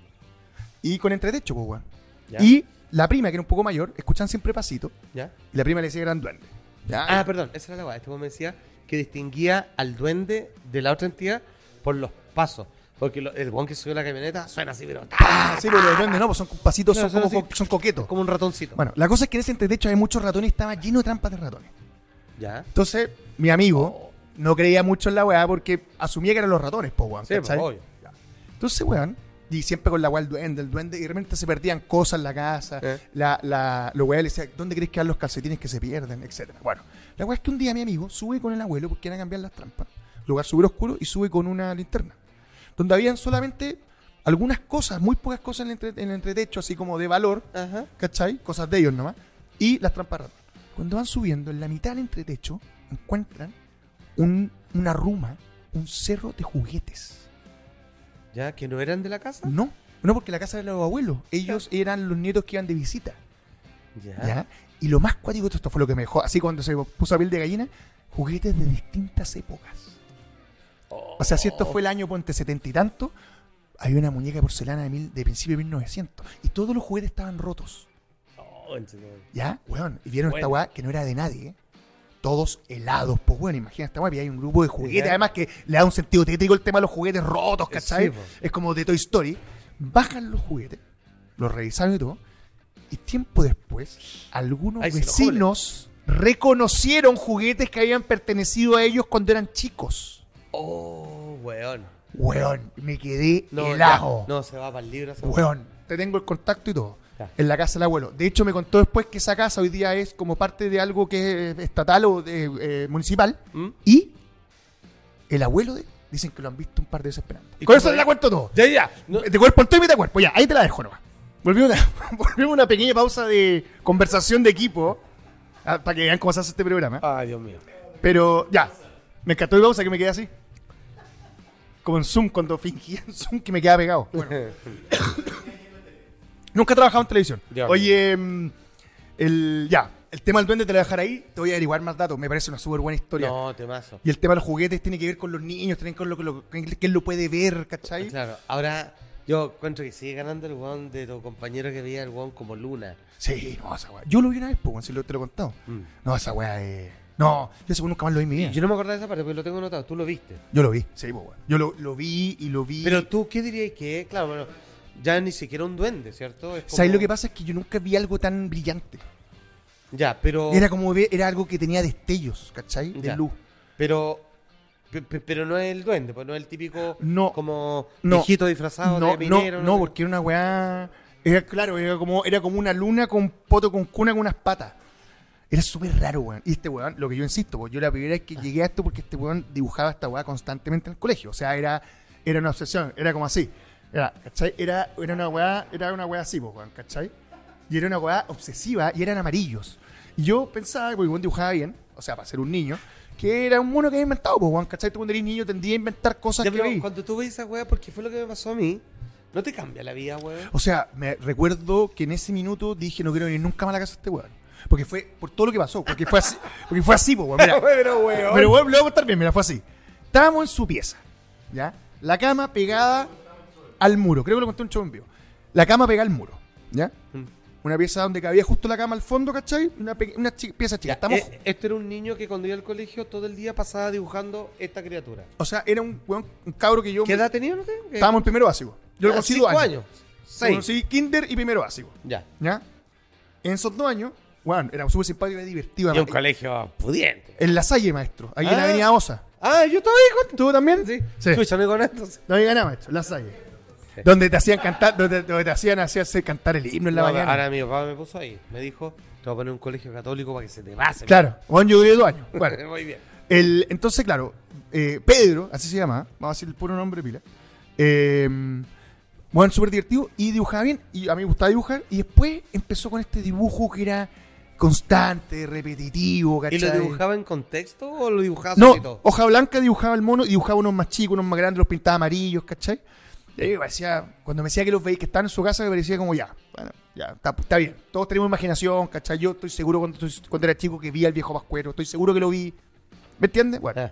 Speaker 1: y con entretecho, pues, weón.
Speaker 2: Ya.
Speaker 1: Y la prima, que era un poco mayor, escuchan siempre pasito
Speaker 2: Ya.
Speaker 1: y la prima le decía que eran duendes.
Speaker 2: Ah, perdón, esa era la weá. Este weón me decía que distinguía al duende de la otra entidad por los pasos. Porque lo- el guan que subió la camioneta suena así, pero. ¡tá!
Speaker 1: Sí, pero los duendes no, pues son pasitos,
Speaker 2: No,
Speaker 1: son,
Speaker 2: son
Speaker 1: como
Speaker 2: así.
Speaker 1: co- son coquetos.
Speaker 2: Como un ratoncito.
Speaker 1: Bueno, la cosa es que en ese entretecho había muchos ratones y estaba lleno de trampas de ratones.
Speaker 2: Ya.
Speaker 1: Entonces, mi amigo no creía mucho en la weá porque asumía que eran los ratones, pues, weón.
Speaker 2: Sí, pues,
Speaker 1: ¿cachai?
Speaker 2: obvio.
Speaker 1: Entonces, weón, y siempre con la weá del duende, el duende, y de repente se perdían cosas en la casa,
Speaker 2: Eh.
Speaker 1: la, la, los weá le decía, ¿dónde crees que van los calcetines que se pierden? Etcétera. Bueno, la weá es que un día mi amigo sube con el abuelo porque eran a cambiar las trampas, lugar súper oscuro, y sube con una linterna, donde habían solamente algunas cosas, muy pocas cosas en el, entre- en el entretecho, así como de valor,
Speaker 2: Ajá.
Speaker 1: ¿cachai? Cosas de ellos nomás, y las trampas raras. Cuando van subiendo, en la mitad del entretecho, encuentran un, una ruma, un cerro de juguetes.
Speaker 2: Ya, que no eran de la casa.
Speaker 1: No, no, porque la casa de los abuelos. Ellos eran los nietos que iban de visita.
Speaker 2: Ya.
Speaker 1: ¿ya? Y lo más cuático, esto fue lo que me dejó así cuando se puso a piel de gallina, juguetes de distintas épocas.
Speaker 2: Oh,
Speaker 1: O sea, si esto fue el año ponte setenta y tanto, había una muñeca de porcelana de, mil, de principio de 1900 y todos los juguetes estaban rotos.
Speaker 2: Oh, en serio.
Speaker 1: ¿Ya? Weón, y vieron esta
Speaker 2: Bueno.
Speaker 1: weá que no era de nadie. ¿eh? Todos helados, pues bueno, imagina esta weá, y hay un grupo de juguetes,
Speaker 2: Ya. Eh,
Speaker 1: además que le da un sentido tétrico el tema de los juguetes rotos, ¿cachai?
Speaker 2: Sí, pues. po.
Speaker 1: es como de Toy Story. Bajan los juguetes, los revisaron y todo, y tiempo después, algunos
Speaker 2: Ay, se enojó,
Speaker 1: vecinos reconocieron juguetes que habían pertenecido a ellos cuando eran chicos.
Speaker 2: Oh, weón.
Speaker 1: Weón, me quedé
Speaker 2: No,
Speaker 1: helado.
Speaker 2: ya, No, se va para el libro. esa
Speaker 1: Weón, te tengo el contacto y todo.
Speaker 2: Ya.
Speaker 1: En la casa del abuelo. De hecho, me contó después que esa casa hoy día es como parte de algo que es estatal o de, eh, municipal.
Speaker 2: ¿Mm?
Speaker 1: Y el abuelo de él, dicen que lo han visto un par de veces esperando.
Speaker 2: ¿Y
Speaker 1: Con
Speaker 2: cómo
Speaker 1: eso te
Speaker 2: es?
Speaker 1: la cuento todo.
Speaker 2: Ya, ya. No,
Speaker 1: De cuerpo entero y de cuerpo. Ya, ahí te la dejo nomás. Volvimos a una, volvimos a una pequeña pausa de conversación de equipo ah, para que vean cómo se hace este programa.
Speaker 2: Ay, Dios mío.
Speaker 1: Pero ya, me encantó mi pausa que me quedé así. Como en Zoom, cuando fingía en Zoom que me quedaba pegado. Nunca he trabajado en televisión.
Speaker 2: Ya.
Speaker 1: Oye, mm, el, ya, el tema del duende te lo voy a dejar ahí. Te voy a averiguar más datos. Me parece una súper buena historia.
Speaker 2: no, temazo.
Speaker 1: Y el tema de los juguetes tiene que ver con los niños, tiene que ver con lo, lo- con que él lo puede ver, ¿cachai?
Speaker 2: Claro, ahora yo encuentro que sigue ganando el guan de tu compañero que veía el guan como luna.
Speaker 1: Sí, no, esa weá. Yo lo vi una vez, pues, si lo, te lo he contado. No, esa weá eh, No, yo según nunca más lo vi en mi vida.
Speaker 2: Mm. Yo no me acordaba de esa parte porque lo tengo notado, tú lo viste.
Speaker 1: Yo lo vi, sí, pues, weón. Yo lo, lo vi y lo vi.
Speaker 2: Pero tú, ¿qué dirías que es? Claro, bueno, ya ni siquiera un duende, ¿cierto? Es como-
Speaker 1: ¿Sabes lo que pasa? Es que yo nunca vi algo tan brillante.
Speaker 2: Ya, pero.
Speaker 1: Era como ver, era algo que tenía destellos, ¿cachai? De
Speaker 2: Oh. Ya.
Speaker 1: luz.
Speaker 2: Pero. pe- pe- Pero no es el duende, pues no es el típico
Speaker 1: No.
Speaker 2: como
Speaker 1: No.
Speaker 2: hijito disfrazado
Speaker 1: No,
Speaker 2: de minero.
Speaker 1: no, no, porque era una weá. Era claro, era como, era como una luna con poto con cuna con unas patas. Era súper raro, weón. Y este weón, lo que yo insisto, pues yo la primera vez que llegué a esto porque este weón dibujaba esta weá constantemente en el colegio. O sea, era, era una obsesión, era como así. Era, ¿cachai? Era, era una weá, era una weá así, pues, weón, ¿cachai? Y era una weá obsesiva y eran amarillos. Y yo pensaba, porque el weón dibujaba bien, o sea, para ser un niño, que era un mono que había inventado, pues, weón, ¿cachai? Tú cuando eres niño tendías a inventar cosas
Speaker 2: Ya,
Speaker 1: que
Speaker 2: pero
Speaker 1: veis.
Speaker 2: cuando tú ves esa weá, porque fue lo que me pasó a mí, no te cambia la vida, weón.
Speaker 1: O sea, me recuerdo que en ese minuto dije no quiero ir nunca más a la casa de este weón. Porque fue por todo lo que pasó, porque fue así, porque fue así, po, weón. Mira,
Speaker 2: pero weón.
Speaker 1: pero weón, lo voy a contar bien, mira, fue así. Estábamos en su pieza, ¿ya? La cama pegada al muro. Creo que lo conté en un show en vivo. La cama pegada al muro, ¿ya?
Speaker 2: Mm.
Speaker 1: Una pieza donde cabía justo la cama al fondo, ¿cachai? Una, pe- una chi- pieza chica.
Speaker 2: Ya,
Speaker 1: Estamos,
Speaker 2: eh, este era un niño que cuando iba al colegio todo el día pasaba dibujando esta criatura.
Speaker 1: o sea, era un, weón, un cabro que yo...
Speaker 2: ¿Qué edad tenía? No sé? ¿Qué-
Speaker 1: Estábamos en primero básico. Yo lo
Speaker 2: Ah,
Speaker 1: conocí
Speaker 2: cinco
Speaker 1: dos años.
Speaker 2: años.
Speaker 1: Lo
Speaker 2: Seis.
Speaker 1: Conocí kinder y primero básico.
Speaker 2: Ya.
Speaker 1: ¿Ya? En esos dos años, Bueno, era súper simpático y divertido.
Speaker 2: Y un
Speaker 1: además.
Speaker 2: colegio pudiente.
Speaker 1: En La Salle, maestro. Ahí en
Speaker 2: Ah.
Speaker 1: la Avenida Osa.
Speaker 2: Ah, yo estaba ahí con...
Speaker 1: ¿Tú también?
Speaker 2: Sí.
Speaker 1: Sí.
Speaker 2: Chucha, no con esto.
Speaker 1: No había nada, maestro. La Salle. Donde te hacían cantar, donde, donde te hacían hacerse cantar el himno en la
Speaker 2: No,
Speaker 1: mañana.
Speaker 2: ahora mi papá me puso ahí. Me dijo, te voy a poner un colegio católico para que se te pase.
Speaker 1: Claro, bueno, yo duré dos años. Bueno,
Speaker 2: Muy bien.
Speaker 1: El, entonces, claro, eh, Pedro, así se llama, vamos a decir el puro nombre pila. eh, bueno, súper divertido y dibujaba bien. Y a mí me gustaba dibujar. Y después empezó con este dibujo que era constante, repetitivo, ¿cachai?
Speaker 2: ¿Y lo dibujaba en contexto o lo dibujaba
Speaker 1: No,
Speaker 2: solito?
Speaker 1: hoja blanca dibujaba el mono, y dibujaba unos más chicos, unos más grandes, los pintaba amarillos, ¿cachai? Y ahí me parecía, cuando me decía que los veía que estaban en su casa, me parecía como ya, bueno, ya, está, está bien. Todos tenemos imaginación, ¿cachai? Yo estoy seguro cuando, cuando era chico que vi al viejo Pascuero, estoy seguro que lo vi. ¿Me entiendes? Bueno.
Speaker 2: Ah.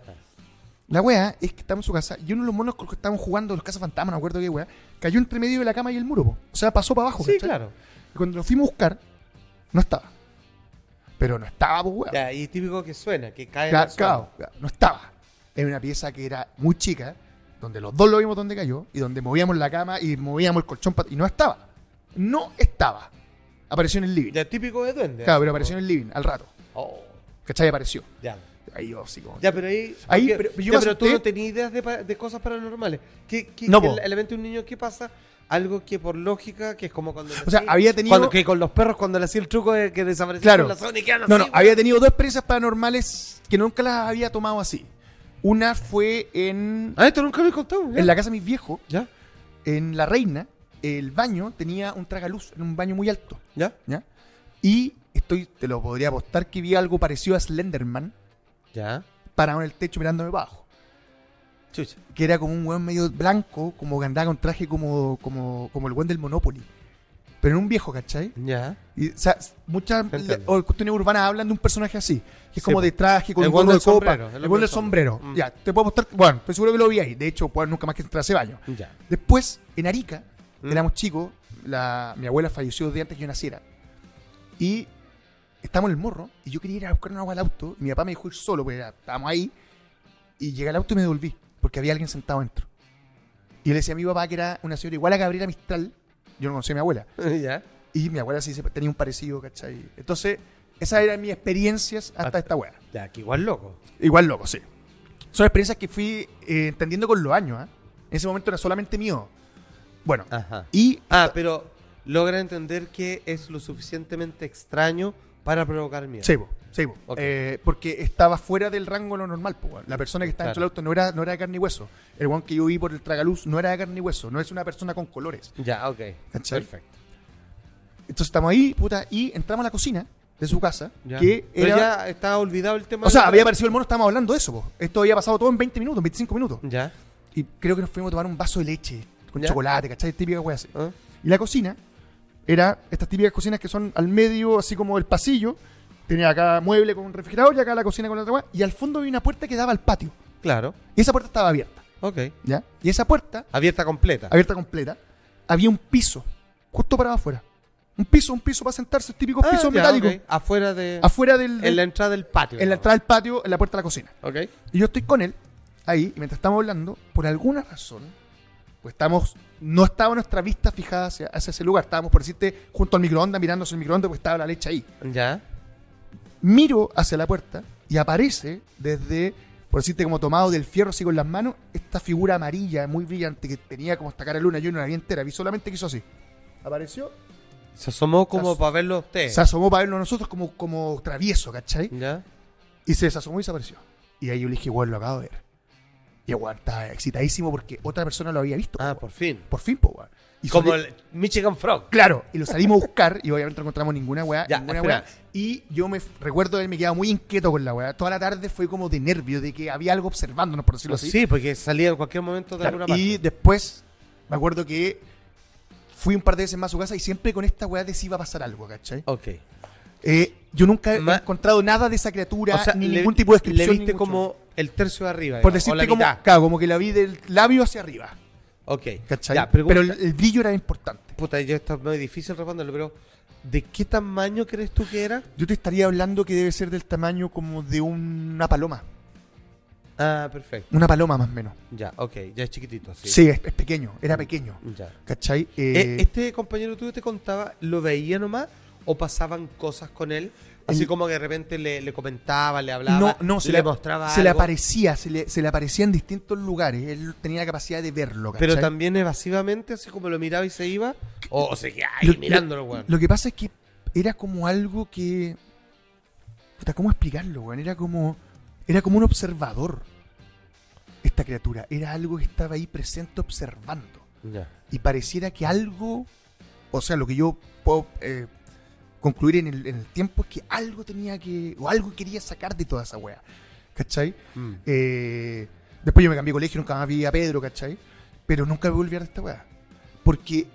Speaker 1: La weá es que estábamos en su casa y uno de los monos con los que estábamos jugando, los cazafantasmas, no me acuerdo qué weá, cayó entre medio de la cama y el muro, po. o sea, pasó para abajo.
Speaker 2: sí,
Speaker 1: ¿cachai?
Speaker 2: claro.
Speaker 1: Y cuando lo fuimos a buscar, no estaba. Pero no estaba, pues weá.
Speaker 2: Ya, y típico que suena, que cae en
Speaker 1: Ca-
Speaker 2: el suelo.
Speaker 1: cao, ca- no estaba. Era una pieza que era muy chica, donde los dos lo vimos donde cayó y donde movíamos la cama y movíamos el colchón pa- y no estaba. No estaba. Apareció en el living.
Speaker 2: Ya, típico de duende.
Speaker 1: claro, pero
Speaker 2: así
Speaker 1: apareció en el living al rato.
Speaker 2: como- Oh,
Speaker 1: ¿Cachai? Apareció.
Speaker 2: ya.
Speaker 1: Ahí yo así como-
Speaker 2: Ya, pero ahí...
Speaker 1: Ahí,
Speaker 2: porque-
Speaker 1: pero- pero yo
Speaker 2: ya,
Speaker 1: me
Speaker 2: pero tú
Speaker 1: asusté.
Speaker 2: no tenías ideas de, pa- de cosas paranormales. ¿Qué, qué,
Speaker 1: No,
Speaker 2: qué
Speaker 1: po.
Speaker 2: el elemento de un niño, ¿qué pasa? Algo que por lógica, que es como cuando...
Speaker 1: O sea,
Speaker 2: nací,
Speaker 1: había tenido.
Speaker 2: cuando, que con los perros, cuando le hacía el truco de que desaparecían
Speaker 1: Claro.
Speaker 2: con la zona y quedan
Speaker 1: No,
Speaker 2: así,
Speaker 1: no,
Speaker 2: güey.
Speaker 1: había tenido dos experiencias paranormales que nunca las había tomado así. Una fue en,
Speaker 2: Ah, esto nunca me he contado. ya.
Speaker 1: en la casa de mis viejos,
Speaker 2: Ya,
Speaker 1: en La Reina, el baño tenía un tragaluz, en un baño muy alto.
Speaker 2: ya,
Speaker 1: ¿ya? Y estoy, te lo podría apostar que vi algo parecido a Slenderman
Speaker 2: ya.
Speaker 1: parado en el techo mirándome abajo.
Speaker 2: Chucha.
Speaker 1: Que era como un weón medio blanco, como que andaba con traje como, como, como el weón del Monopoly. Pero en un viejo, ¿cachai?
Speaker 2: Ya.
Speaker 1: Y, o sea, muchas
Speaker 2: Te entiendo.
Speaker 1: o cuestiones urbanas hablan de un personaje así, que es
Speaker 2: Sí,
Speaker 1: como
Speaker 2: po.
Speaker 1: de traje, con
Speaker 2: El
Speaker 1: un
Speaker 2: weón
Speaker 1: gorro
Speaker 2: del
Speaker 1: de copa,
Speaker 2: sombrero,
Speaker 1: el weón del sombrero.
Speaker 2: Mm.
Speaker 1: Ya, te puedo apostar, bueno, estoy seguro que lo vi ahí. De hecho, pues, nunca más que entré a ese baño.
Speaker 2: Ya.
Speaker 1: Después, en Arica,
Speaker 2: Mm.
Speaker 1: éramos chicos, la, mi abuela falleció de antes que yo naciera. Y estábamos en el morro, y yo quería ir a buscar un agua al auto, y mi papá me dejó ir solo, porque era- estábamos ahí, y llegué al auto y me devolví, porque había alguien sentado dentro. Y le decía a mi papá que era una señora igual a Gabriela Mistral, yo no conocía a mi abuela,
Speaker 2: ya.
Speaker 1: y mi abuela sí se- tenía un parecido, ¿cachai? Entonces, esas eran mis experiencias hasta,
Speaker 2: Hasta-
Speaker 1: esta weá.
Speaker 2: Ya, que igual loco.
Speaker 1: Igual loco, sí. Son experiencias que fui eh, entendiendo con los años, ¿ah? En ese momento era solamente mío. Bueno,
Speaker 2: Ajá.
Speaker 1: y
Speaker 2: Ah, pero logra entender que es lo suficientemente extraño para provocar miedo.
Speaker 1: Sebo, sebo.
Speaker 2: Ok.
Speaker 1: Eh, porque estaba fuera del rango de lo normal, po, weón. La persona que estaba dentro del
Speaker 2: Claro.
Speaker 1: auto no era, no era de carne y hueso. El guan que yo vi por el tragaluz no era de carne y hueso. No es una persona con colores.
Speaker 2: Ya, ok.
Speaker 1: ¿Cachai?
Speaker 2: Perfecto.
Speaker 1: Entonces estamos ahí, puta, y entramos a la cocina de su casa.
Speaker 2: Ya.
Speaker 1: Que
Speaker 2: Pero
Speaker 1: era.
Speaker 2: ya estaba olvidado el
Speaker 1: o
Speaker 2: tema. de
Speaker 1: sea,
Speaker 2: la-
Speaker 1: había aparecido el mono, estábamos hablando de eso, po. Esto había pasado todo en 20 minutos, 25 minutos.
Speaker 2: Ya.
Speaker 1: Y creo que nos fuimos a tomar un vaso de leche con
Speaker 2: Mm. Ya.
Speaker 1: chocolate, ¿cachai? Típica wea así.
Speaker 2: ¿Ah?
Speaker 1: Y la cocina era estas típicas cocinas que son al medio, así como el pasillo. Tenía acá mueble con un refrigerador y acá la cocina con la otra weá. Y al fondo había una puerta que daba al patio.
Speaker 2: Claro.
Speaker 1: Y esa puerta estaba abierta.
Speaker 2: Ok.
Speaker 1: ¿ya? Y esa puerta,
Speaker 2: Abierta completa.
Speaker 1: abierta completa, había un piso, justo para afuera. Un piso, un piso para sentarse, típicos
Speaker 2: Ah,
Speaker 1: pisos
Speaker 2: ya,
Speaker 1: metálicos.
Speaker 2: ok. Afuera de.
Speaker 1: Afuera del,
Speaker 2: En la entrada del patio.
Speaker 1: en la entrada del patio, en la puerta de la cocina.
Speaker 2: Ok.
Speaker 1: Y yo estoy con él, ahí, y mientras estamos hablando, por alguna razón, pues estamos, no estaba nuestra vista fijada hacia, hacia ese lugar, estábamos, por decirte, junto al microondas, mirándose el microondas, pues estaba la leche ahí.
Speaker 2: Ya.
Speaker 1: Miro hacia la puerta y aparece desde, por decirte, como tomado del fierro así con las manos, esta figura amarilla muy brillante que tenía como esta cara de luna, yo no la vi entera, vi solamente que hizo así. Apareció,
Speaker 2: Se asomó como
Speaker 1: Se as-
Speaker 2: para verlo a usted.
Speaker 1: se asomó para verlo a nosotros como, como travieso, ¿cachai?
Speaker 2: Ya.
Speaker 1: Y se desasomó y desapareció. Y ahí yo le dije, weón, lo acabo de ver. Y el weón estaba excitadísimo porque otra persona lo había visto.
Speaker 2: Ah,
Speaker 1: po,
Speaker 2: por fin.
Speaker 1: por fin, po, weón. Y
Speaker 2: Como
Speaker 1: sali-
Speaker 2: el Michigan Frog.
Speaker 1: Claro, y lo salimos a buscar y obviamente no encontramos ninguna weá,
Speaker 2: Ya,
Speaker 1: ninguna
Speaker 2: espera.
Speaker 1: weá. Y yo me f- recuerdo que me quedaba muy inquieto con la weá. Toda la tarde fue como de nervio, de que había algo observándonos, por decirlo así.
Speaker 2: Sí, porque salía en cualquier momento de
Speaker 1: Claro,
Speaker 2: alguna parte.
Speaker 1: y después me acuerdo que fui un par de veces más a su casa y siempre con esta weá de si iba a pasar algo, ¿cachai?
Speaker 2: Ok.
Speaker 1: Eh, yo nunca he
Speaker 2: Oh. Ma-
Speaker 1: encontrado nada de esa criatura,
Speaker 2: O sea,
Speaker 1: ni
Speaker 2: le-
Speaker 1: ningún tipo de descripción.
Speaker 2: Le
Speaker 1: ni
Speaker 2: viste
Speaker 1: mucho
Speaker 2: como el tercio de arriba.
Speaker 1: Por
Speaker 2: digamos, o
Speaker 1: decirte
Speaker 2: la
Speaker 1: como,
Speaker 2: mitad.
Speaker 1: claro, como que la vi del labio hacia arriba.
Speaker 2: Ok.
Speaker 1: ¿Cachai?
Speaker 2: Ya, pregunta-
Speaker 1: pero el, el brillo era importante.
Speaker 2: Puta, ya está muy difícil responderlo, pero ¿de qué tamaño crees tú que era?
Speaker 1: Yo te estaría hablando que debe ser del tamaño como de una paloma.
Speaker 2: Ah, perfecto.
Speaker 1: Una paloma más o menos.
Speaker 2: Ya, ok, ya es chiquitito, sí.
Speaker 1: Sí, es, es pequeño, era pequeño.
Speaker 2: Ya.
Speaker 1: ¿Cachai?
Speaker 2: Eh,
Speaker 1: Eh,
Speaker 2: este compañero tuyo te contaba, ¿lo veía nomás? o pasaban cosas con él? Así
Speaker 1: En-
Speaker 2: como que de repente le, le comentaba, le
Speaker 1: No,
Speaker 2: hablaba,
Speaker 1: no, se
Speaker 2: le,
Speaker 1: le,
Speaker 2: mostraba
Speaker 1: se le
Speaker 2: algo,
Speaker 1: aparecía, se le, se le aparecía en distintos lugares. Él tenía la capacidad de verlo, ¿cachai?
Speaker 2: Pero también evasivamente, así como lo miraba y se iba. O, o se quedaba ahí
Speaker 1: Lo- lo-
Speaker 2: mirándolo, weón.
Speaker 1: Lo que pasa es que era como algo que. Puta, ¿cómo explicarlo, weón? Era como. Era como un observador. Esta criatura. Era algo que estaba ahí presente observando.
Speaker 2: Ya.
Speaker 1: Y pareciera que algo. O sea, lo que yo puedo eh, concluir en el, en el tiempo es que algo tenía que. O algo quería sacar de toda esa wea. ¿Cachai?
Speaker 2: Mm.
Speaker 1: Eh, después yo me cambié de colegio, nunca más vi a Pedro, ¿cachai? Pero nunca me voy a olvidar de esta weá. Porque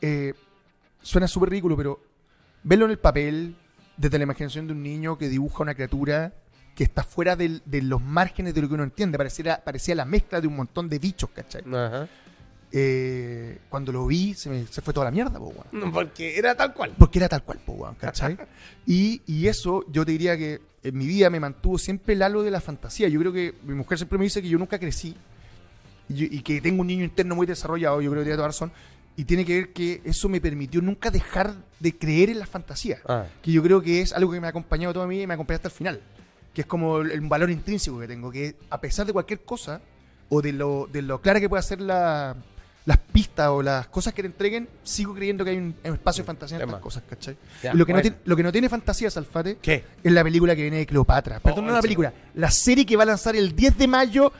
Speaker 1: eh, suena súper ridículo, pero verlo en el papel, desde la imaginación de un niño que dibuja una criatura que está fuera del- de los márgenes de lo que uno entiende, pareciera, parecía la mezcla de un montón de bichos, ¿cachai?
Speaker 2: Ajá.
Speaker 1: Eh, cuando lo vi, se, me- se fue toda la mierda, po, weón.
Speaker 2: No, Porque era tal cual.
Speaker 1: Porque era tal cual, po, weón, ¿cachai? Y, y eso yo te diría que en mi vida me mantuvo siempre el halo de la fantasía. Yo creo que mi mujer siempre me dice que yo nunca crecí y, yo- y que tengo un niño interno muy desarrollado, yo creo que tiene toda razón. Y tiene que ver que eso me permitió nunca dejar de creer en la fantasía.
Speaker 2: Ah,
Speaker 1: Que yo creo que es algo que me ha acompañado toda mi vida y me acompañado hasta el final. Que es como el, el valor intrínseco que tengo, que a pesar de cualquier cosa o de lo, de lo clara que pueda ser la- las pistas o las cosas que te entreguen, sigo creyendo que hay un, un espacio de fantasía en
Speaker 2: Tema.
Speaker 1: estas cosas, ¿cachai?
Speaker 2: ya,
Speaker 1: Y lo, que no
Speaker 2: bueno.
Speaker 1: tiene, lo que no tiene fantasía, Salfate,
Speaker 2: ¿Qué?
Speaker 1: es la película que viene de Cleopatra. Perdón,
Speaker 2: Oh,
Speaker 1: no la
Speaker 2: sí.
Speaker 1: película, la serie que va a lanzar el 10 de mayo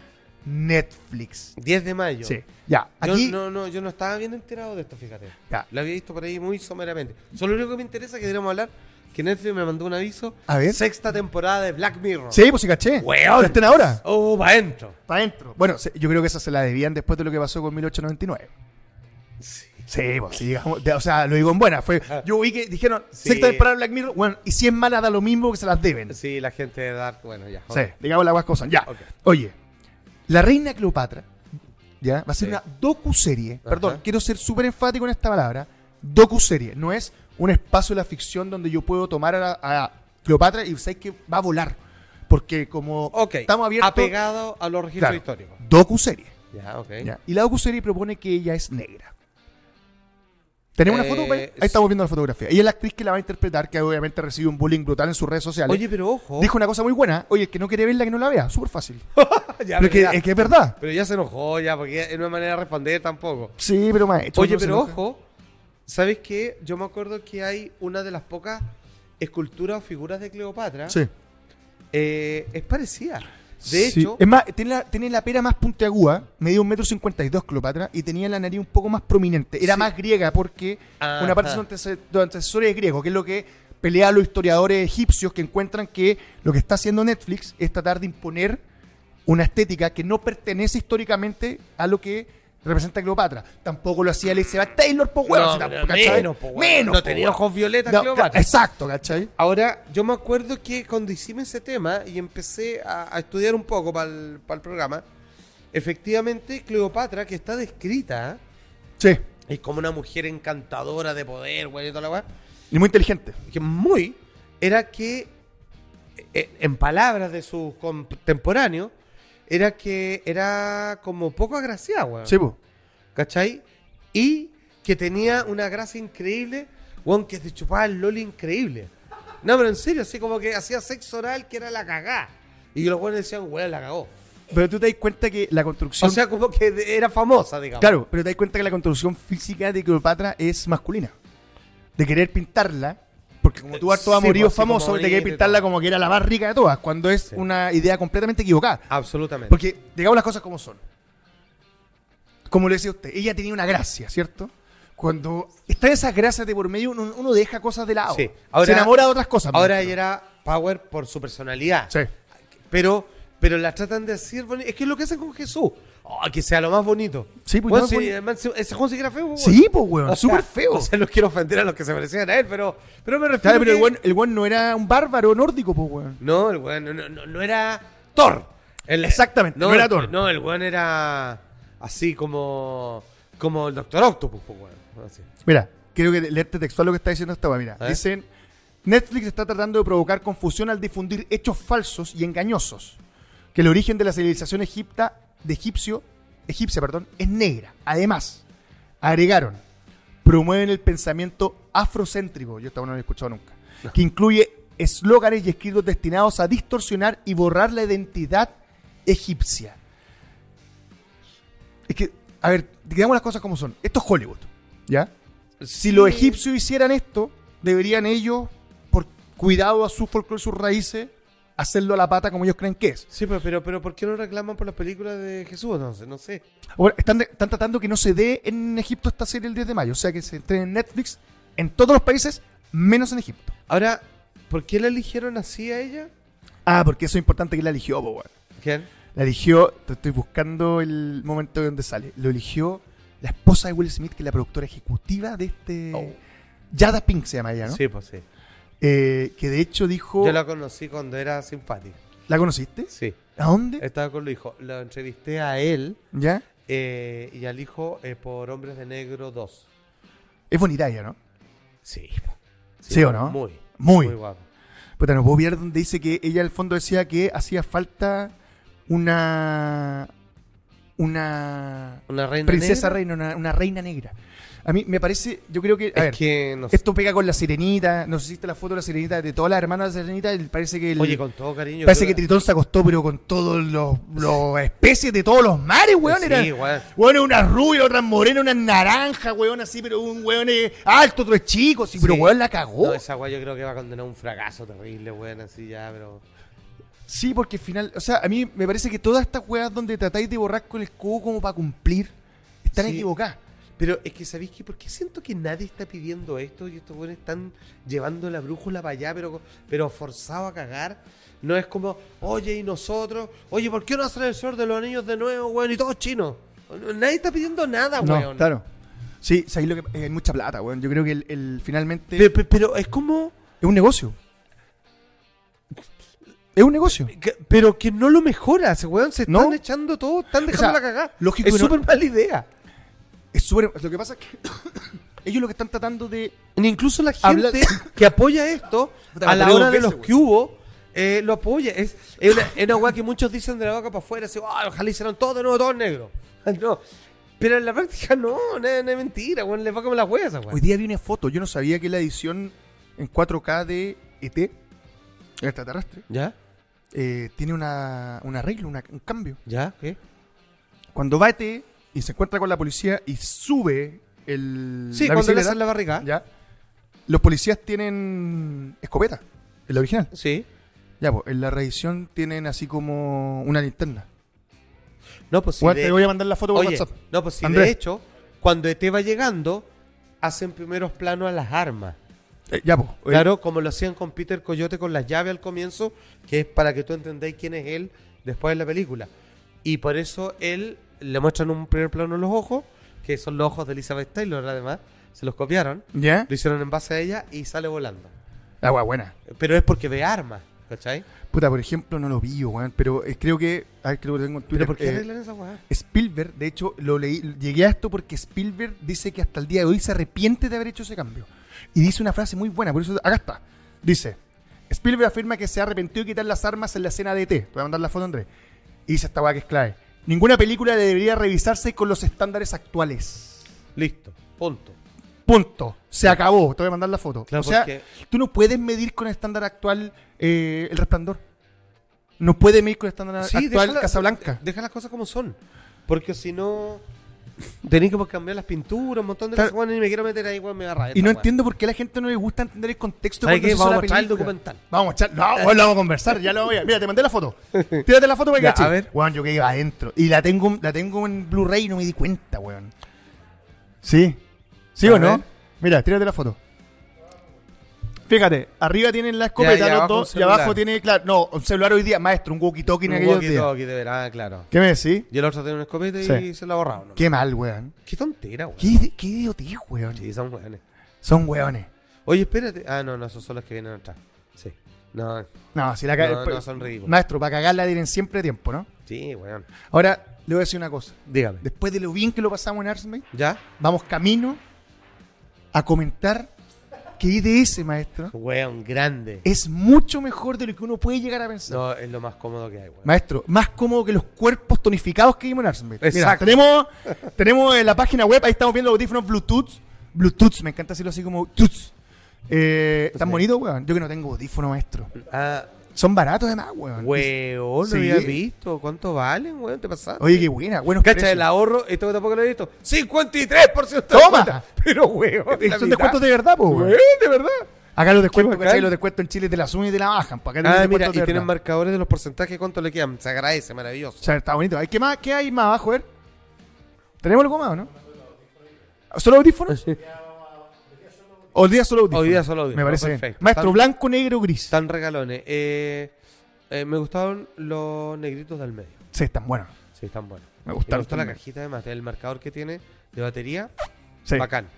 Speaker 1: Netflix.
Speaker 2: 10 de mayo.
Speaker 1: Sí, ya,
Speaker 2: Yo
Speaker 1: aquí...
Speaker 2: no, no, yo no estaba bien enterado de esto, fíjate.
Speaker 1: Ya.
Speaker 2: Lo había visto por ahí muy someramente. Solo lo único que me interesa es que deberíamos hablar, que Netflix me mandó un aviso.
Speaker 1: A ver.
Speaker 2: Sexta temporada de Black Mirror.
Speaker 1: Sí, pues sí, caché.
Speaker 2: Weón.
Speaker 1: ¿La estén ahora?
Speaker 2: Oh, va adentro.
Speaker 1: Para adentro. Bueno, se- yo creo que esa se la debían después de lo que pasó con 1899.
Speaker 2: Sí.
Speaker 1: Sí, pues, sí, digamos, de- o sea, lo digo en buena. Fue, yo vi que dijeron,
Speaker 2: Sí.
Speaker 1: sexta temporada de Black Mirror, bueno, y si es mala da lo mismo que se las deben. Sí,
Speaker 2: la gente de Dark, bueno, ya.
Speaker 1: digamos las guas cosas. Ya,
Speaker 2: Ok.
Speaker 1: oye, la reina Cleopatra, ¿ya? Va a ser
Speaker 2: Sí.
Speaker 1: una docuserie,
Speaker 2: Ajá.
Speaker 1: perdón, quiero ser súper enfático en esta palabra, docuserie, no es un espacio de la ficción donde yo puedo tomar a, la- a Cleopatra y sé que va a volar, porque como
Speaker 2: Ok.
Speaker 1: estamos abiertos...
Speaker 2: Apegado a los registros
Speaker 1: Claro.
Speaker 2: históricos.
Speaker 1: Docuserie.
Speaker 2: Ya, ok.
Speaker 1: ¿ya? Y la docuserie propone que ella es negra. ¿Tenemos una
Speaker 2: Eh,
Speaker 1: foto? Pay? Ahí
Speaker 2: sí.
Speaker 1: estamos viendo la fotografía. Ella es la actriz que la va a interpretar, que obviamente recibió un bullying brutal en sus redes sociales.
Speaker 2: Oye, pero ojo.
Speaker 1: Dijo una cosa muy buena. Oye, el que no quiere verla, que no la vea. Súper fácil.
Speaker 2: Ya,
Speaker 1: pero es que,
Speaker 2: ya.
Speaker 1: es que es verdad.
Speaker 2: Pero ya se enojó, ya, porque no hay manera de responder tampoco.
Speaker 1: Sí, pero más hecho.
Speaker 2: Oye,
Speaker 1: no se
Speaker 2: pero
Speaker 1: nota.
Speaker 2: ojo, ¿sabes qué? Yo me acuerdo que hay una de las pocas esculturas o figuras de Cleopatra.
Speaker 1: Sí.
Speaker 2: eh, es parecida. De
Speaker 1: Sí.
Speaker 2: hecho,
Speaker 1: Es más, tiene la, tiene la pera más puntiaguda, medía un metro cincuenta y dos Cleopatra, y tenía la nariz un poco más prominente. Era
Speaker 2: Sí. Ah,
Speaker 1: más griega porque
Speaker 2: Ajá.
Speaker 1: una parte son antece- los antecesores griegos, que es lo que pelea a los historiadores egipcios que encuentran que lo que está haciendo Netflix es tratar de imponer una estética que no pertenece históricamente a lo que representa Cleopatra. Tampoco lo hacía Elizabeth Taylor, po, weón,
Speaker 2: No,
Speaker 1: si
Speaker 2: pero
Speaker 1: tampoco, ¿cachai?
Speaker 2: menos, po, weón. No
Speaker 1: po,
Speaker 2: tenía
Speaker 1: weón.
Speaker 2: ojos violetas,
Speaker 1: No,
Speaker 2: Cleopatra.
Speaker 1: ca- Exacto, ¿cachai?
Speaker 2: ahora yo me acuerdo que cuando hicimos ese tema y empecé a, a estudiar un poco para el, programa, efectivamente Cleopatra, que está descrita,
Speaker 1: Sí,
Speaker 2: es como una mujer encantadora de poder, güey, y toda la weá,
Speaker 1: y muy inteligente.
Speaker 2: que muy, era que, eh, en palabras de sus contemporáneos, era que era como poco agraciada, güey.
Speaker 1: Sí, po.
Speaker 2: ¿cachai? Y que tenía una gracia increíble, weón, que se chupaba el loli increíble. No, pero en serio, así como que hacía sexo oral que era la cagá. Y los weones decían, weón, la cagó.
Speaker 1: Pero tú te das cuenta que la construcción...
Speaker 2: O sea, como que de- era famosa, digamos.
Speaker 1: Claro, pero te das cuenta que la construcción física de Cleopatra es masculina. De querer pintarla, porque como tú harto
Speaker 2: Sí,
Speaker 1: amorío
Speaker 2: pues, así como
Speaker 1: famoso, te querer
Speaker 2: bonita y
Speaker 1: pintarla
Speaker 2: todo.
Speaker 1: como que era la más rica de todas, cuando es
Speaker 2: Sí. Ah,
Speaker 1: una idea completamente equivocada.
Speaker 2: Absolutamente.
Speaker 1: Porque, digamos las cosas como son. Como le decía usted, ella tenía una gracia, ¿cierto? Cuando está esa gracia de por medio, uno, uno deja cosas de lado.
Speaker 2: Sí. Ahora-
Speaker 1: ah, Se enamora de otras cosas.
Speaker 2: Ahora
Speaker 1: maestro.
Speaker 2: ella era power por su personalidad.
Speaker 1: Sí.
Speaker 2: Pero, pero la tratan de decir, boni- es que es lo que hacen con Jesús. Oh, que sea lo más bonito.
Speaker 1: Sí, pues,
Speaker 2: Weón,
Speaker 1: lo más
Speaker 2: sí,
Speaker 1: bonito.
Speaker 2: además, ese- ese Juan sí que era feo. weón.
Speaker 1: Sí, pues, weón,
Speaker 2: O sea,
Speaker 1: súper feo.
Speaker 2: O sea, no quiero ofender a los que se parecían a él, pero, pero me refiero
Speaker 1: claro, pero el
Speaker 2: que-
Speaker 1: buen, el buen no era un bárbaro nórdico, pues, weón.
Speaker 2: No, el weón no, no- no era Thor. El-
Speaker 1: Exactamente, no era Thor.
Speaker 2: No, el weón era así como, como el Doctor Octopus, pues, weón. Así.
Speaker 1: Mira, creo que leerte textual lo que está diciendo esta weá, Mira,
Speaker 2: A ver.
Speaker 1: dicen: Netflix está tratando de provocar confusión al difundir hechos falsos y engañosos. Que el origen de la civilización egipta, de egipcio, egipcia, perdón, es negra. Además, agregaron: promueven el pensamiento afrocéntrico, yo esta no lo he escuchado nunca, que incluye eslóganes y escritos destinados a distorsionar y borrar la identidad egipcia. Es que, a ver, digamos las cosas como son. Esto es Hollywood, ¿ya? Si los egipcios hicieran esto, deberían ellos, por cuidado a su folclore y sus raíces, hacerlo a la pata como ellos creen que es.
Speaker 2: Sí, pero, pero, pero ¿por qué no reclaman por las películas de Jesús? No sé, no sé.
Speaker 1: Ahora, están, de- están tratando que no se dé en Egipto esta serie el 10 de mayo. O sea, que se estrene en Netflix en todos los países, menos en Egipto.
Speaker 2: Ahora, ¿por qué la eligieron así a ella?
Speaker 1: Ah, porque eso es importante que la eligió, po, weón.
Speaker 2: ¿Quién?
Speaker 1: La eligió, te estoy buscando el momento de donde sale. Lo eligió la esposa de Will Smith, que es la productora ejecutiva de este.
Speaker 2: Oh.
Speaker 1: Yada Pink se llama ella, ¿no?
Speaker 2: Sí, pues sí.
Speaker 1: Eh, que de hecho dijo.
Speaker 2: Yo
Speaker 1: la...
Speaker 2: la conocí cuando era simpática.
Speaker 1: conociste?
Speaker 2: Sí.
Speaker 1: ¿A dónde?
Speaker 2: Estaba con los hijos. Lo entrevisté a él
Speaker 1: ¿Ya?
Speaker 2: eh, y al hijo eh, por Hombres de Negro 2.
Speaker 1: Es bonita ella, ¿no?
Speaker 2: Sí.
Speaker 1: ¿Sí o no?
Speaker 2: Muy.
Speaker 1: Muy.
Speaker 2: Muy guapo.
Speaker 1: Puta, no puedo olvidar donde dice que ella al fondo decía que hacía falta una. Una.
Speaker 2: Una reina
Speaker 1: Princesa
Speaker 2: negra.
Speaker 1: reina, una, una reina negra. A mí me parece, yo creo que. A
Speaker 2: Es
Speaker 1: ver,
Speaker 2: que no sé.
Speaker 1: esto pega con la sirenita. No sé si viste la foto de la sirenita, de todas las hermanas de la sirenita. y Parece que. el-
Speaker 2: Oye, con todo cariño.
Speaker 1: Parece que
Speaker 2: creo
Speaker 1: Tritón se acostó, pero con todos los, los especies de todos los mares, weón.
Speaker 2: Sí,
Speaker 1: era,
Speaker 2: weón.
Speaker 1: weón, unas rubias, otras morenas, unas naranjas, weón, así, pero un weón es alto, otro es chico. Sí, pero
Speaker 2: Sí.
Speaker 1: weón la cagó.
Speaker 2: No, esa weá yo creo que va a condenar un fracaso terrible, weón, así ya, pero.
Speaker 1: Sí, porque al final, o sea, a mí me parece que todas estas weas donde tratáis de borrar con el cubo como para cumplir, están
Speaker 2: Sí.
Speaker 1: equivocadas.
Speaker 2: Pero es que, ¿sabéis qué? ¿Por qué siento que nadie está pidiendo esto y estos weones están llevando la brújula para allá, pero, pero forzado a cagar? No es como, oye, y nosotros, oye, ¿por qué no hacer el Señor de los Anillos de nuevo, weón? Y todos chinos. No- Nadie está pidiendo nada,
Speaker 1: No,
Speaker 2: Ah, weón.
Speaker 1: claro. Sí, sabéis lo que eh, hay mucha plata, weón. Yo creo que el, el- finalmente
Speaker 2: Pe- pe- Pero, es como.
Speaker 1: es un negocio. Es un negocio.
Speaker 2: que- pero que no lo mejoras, weón. Se están
Speaker 1: No.
Speaker 2: echando todo, están
Speaker 1: sea,
Speaker 2: dejando la cagada.
Speaker 1: lógico
Speaker 2: es
Speaker 1: que no-
Speaker 2: súper mala idea.
Speaker 1: Es súper. Lo que pasa es que ellos lo que están tratando de
Speaker 2: Ni Incluso la gente
Speaker 1: Habla-
Speaker 2: que apoya esto,
Speaker 1: Puta, me
Speaker 2: a la
Speaker 1: perdí dos
Speaker 2: hora de
Speaker 1: veces,
Speaker 2: los
Speaker 1: güey.
Speaker 2: que hubo, eh, lo apoya. Es, es una, es una weá que muchos dicen de la boca para afuera, así, "Ah, ojalá hicieran todo de nuevo, todo en negro. No. Pero en la práctica no, no, es- no es mentira, weón, les va como las huevas, weón.
Speaker 1: Hoy día vi una foto, yo no sabía que la edición en 4K de ET, el extraterrestre,
Speaker 2: ¿Ya?
Speaker 1: eh, tiene una, un arreglo, una- un cambio.
Speaker 2: ¿Ya? ¿Qué?
Speaker 1: Cuando va ET y se encuentra con la policía y sube el,
Speaker 2: Sí,
Speaker 1: la
Speaker 2: cuando le
Speaker 1: visibilidad,
Speaker 2: hacen la barriga.
Speaker 1: ya, los policías tienen escopeta, en la original.
Speaker 2: Sí.
Speaker 1: Ya, pues, en la reedición tienen así como una linterna.
Speaker 2: No, pues sí.
Speaker 1: Bueno,
Speaker 2: de-
Speaker 1: te voy a mandar la foto por
Speaker 2: Oye,
Speaker 1: WhatsApp.
Speaker 2: no, pues sí,
Speaker 1: Andrés.
Speaker 2: de hecho, cuando ET va llegando, hacen primeros planos a las armas.
Speaker 1: Eh, ya, pues. oye,
Speaker 2: Claro, como lo hacían con Peter Coyote con las llaves al comienzo, que es para que tú entendáis quién es él después de la película. Y por eso él le muestran un primer plano en los ojos, que son los ojos de Elizabeth Taylor, además. Se los copiaron,
Speaker 1: ¿Ya?
Speaker 2: lo hicieron en base a ella y sale volando.
Speaker 1: La wea buena.
Speaker 2: Pero es porque ve armas, ¿cachai?
Speaker 1: Puta, por ejemplo, no lo vi, weón, pero eh, creo que. A ver, creo que lo tengo en Twitter.
Speaker 2: Pero ¿por qué
Speaker 1: eh,
Speaker 2: arreglan esa weá?
Speaker 1: Spielberg, de hecho, lo leí, llegué a esto porque Spielberg dice que hasta el día de hoy se arrepiente de haber hecho ese cambio. Y dice una frase muy buena, por eso acá está. Dice, Spielberg afirma que se ha arrepentido de quitar las armas en la escena de ET. Te voy a mandar la foto, André. Y dice esta weá que es clave. Ninguna película debería revisarse con los estándares actuales.
Speaker 2: Listo, punto.
Speaker 1: Punto. Se acabó. Te voy a mandar la foto.
Speaker 2: Claro,
Speaker 1: o sea,
Speaker 2: porque-
Speaker 1: tú no puedes medir con el estándar actual eh, el resplandor. No puedes medir con el estándar
Speaker 2: Sí,
Speaker 1: actual
Speaker 2: déjala-
Speaker 1: Casablanca.
Speaker 2: Deja las cosas como son. Porque si no, tenéis que cambiar las pinturas, un montón de
Speaker 1: Claro.
Speaker 2: cosas, weón, y me quiero meter ahí, weón, me agarra.
Speaker 1: Y no entiendo este por qué a la gente no le gusta entender el contexto
Speaker 2: ¿Sabes
Speaker 1: cuando
Speaker 2: qué?
Speaker 1: se hizo
Speaker 2: Vamos
Speaker 1: la
Speaker 2: a mostrar el
Speaker 1: película.
Speaker 2: documental.
Speaker 1: Vamos a echar. No, hoy lo vamos a conversar, ya lo voy a. Mira, te mandé la foto. Tírate la foto para que
Speaker 2: Ya,
Speaker 1: caché.
Speaker 2: a ver.
Speaker 1: Weón, yo que iba adentro. Y la tengo, la tengo en Blu-ray y no me di cuenta, weón. Sí. ¿Sí
Speaker 2: A
Speaker 1: o no?
Speaker 2: ver.
Speaker 1: Mira, tírate la foto. Fíjate, arriba tienen la escopeta
Speaker 2: Ya, y
Speaker 1: los
Speaker 2: abajo
Speaker 1: dos
Speaker 2: un
Speaker 1: y abajo
Speaker 2: celular.
Speaker 1: tiene, claro, no, un celular hoy día, maestro, un walkie-talkie en
Speaker 2: Un
Speaker 1: aquellos días.
Speaker 2: walkie-talkie de verdad, claro.
Speaker 1: ¿Qué me decís?
Speaker 2: Y el otro tiene un escopeta
Speaker 1: Sí.
Speaker 2: y se la borraron. ¿no?
Speaker 1: Qué mal, weón.
Speaker 2: Qué tontera, weón.
Speaker 1: Qué, qué idiotez, weón.
Speaker 2: Sí, son weones.
Speaker 1: Son weones.
Speaker 2: Oye, espérate. Ah, no, no, esos son los que vienen atrás. Sí. No,
Speaker 1: No, si la ca-
Speaker 2: no, no son ridículos.
Speaker 1: Maestro, para cagarla tienen siempre tiempo, ¿no?
Speaker 2: Sí, weón.
Speaker 1: Ahora, le voy a decir una cosa.
Speaker 2: Dígame.
Speaker 1: Después de lo bien que lo pasamos en Arsmate,
Speaker 2: ¿Ya?
Speaker 1: vamos camino a comentar que IDS, maestro,
Speaker 2: Weón, grande.
Speaker 1: es mucho mejor de lo que uno puede llegar a pensar.
Speaker 2: No, es lo más cómodo que hay, weón.
Speaker 1: Maestro, más cómodo que los cuerpos tonificados que vimos en Arsmate. Mira,
Speaker 2: Exacto.
Speaker 1: tenemos, tenemos en la página web, ahí estamos viendo los audífonos Bluetooth Bluetooth, me encanta decirlo así como Tuts. Eh, tan
Speaker 2: Sí.
Speaker 1: bonito, weón. Yo que no tengo audífono, maestro.
Speaker 2: Ah,
Speaker 1: Son baratos además, weón.
Speaker 2: weón, no
Speaker 1: Sí.
Speaker 2: había visto. ¿Cuánto valen, weón? ¿Te pasaste?
Speaker 1: Oye, qué buena. Buenos
Speaker 2: Cacha,
Speaker 1: precios.
Speaker 2: el ahorro, esto tampoco lo he visto. 53% de
Speaker 1: Toma.
Speaker 2: descuento. Pero, weón.
Speaker 1: Eh,
Speaker 2: la
Speaker 1: Son
Speaker 2: mitad.
Speaker 1: descuentos de verdad, po, weón.
Speaker 2: Weón, de verdad.
Speaker 1: Acá los descuentos,
Speaker 2: bacán.
Speaker 1: ¿cachai? Los descuentos en Chile te la suben y te la bajan. pa' Acá
Speaker 2: Ah,
Speaker 1: los
Speaker 2: mira,
Speaker 1: descuentos
Speaker 2: y
Speaker 1: de
Speaker 2: tienen
Speaker 1: verdad.
Speaker 2: marcadores de los porcentajes, ¿cuánto le quedan? Se agradece,
Speaker 1: O
Speaker 2: maravilloso.
Speaker 1: sea, está bonito. Ay, ¿Qué, más, ¿Qué hay más abajo, a ver? ¿Tenemos algo más o no? ¿Solo audífonos? Hoy día solo audífonos.
Speaker 2: Pues, Hoy día solo audífonos,
Speaker 1: Me parece bien.
Speaker 2: perfecto.
Speaker 1: Maestro,
Speaker 2: Tan-
Speaker 1: blanco, negro, gris.
Speaker 2: Están regalones. Eh, eh, me gustaron los negritos del medio.
Speaker 1: Sí, están buenos.
Speaker 2: Sí, están buenos.
Speaker 1: Me
Speaker 2: Me
Speaker 1: gustaron.
Speaker 2: gustó la
Speaker 1: también.
Speaker 2: cajita además, el marcador que tiene de batería,
Speaker 1: Sí,
Speaker 2: bacán.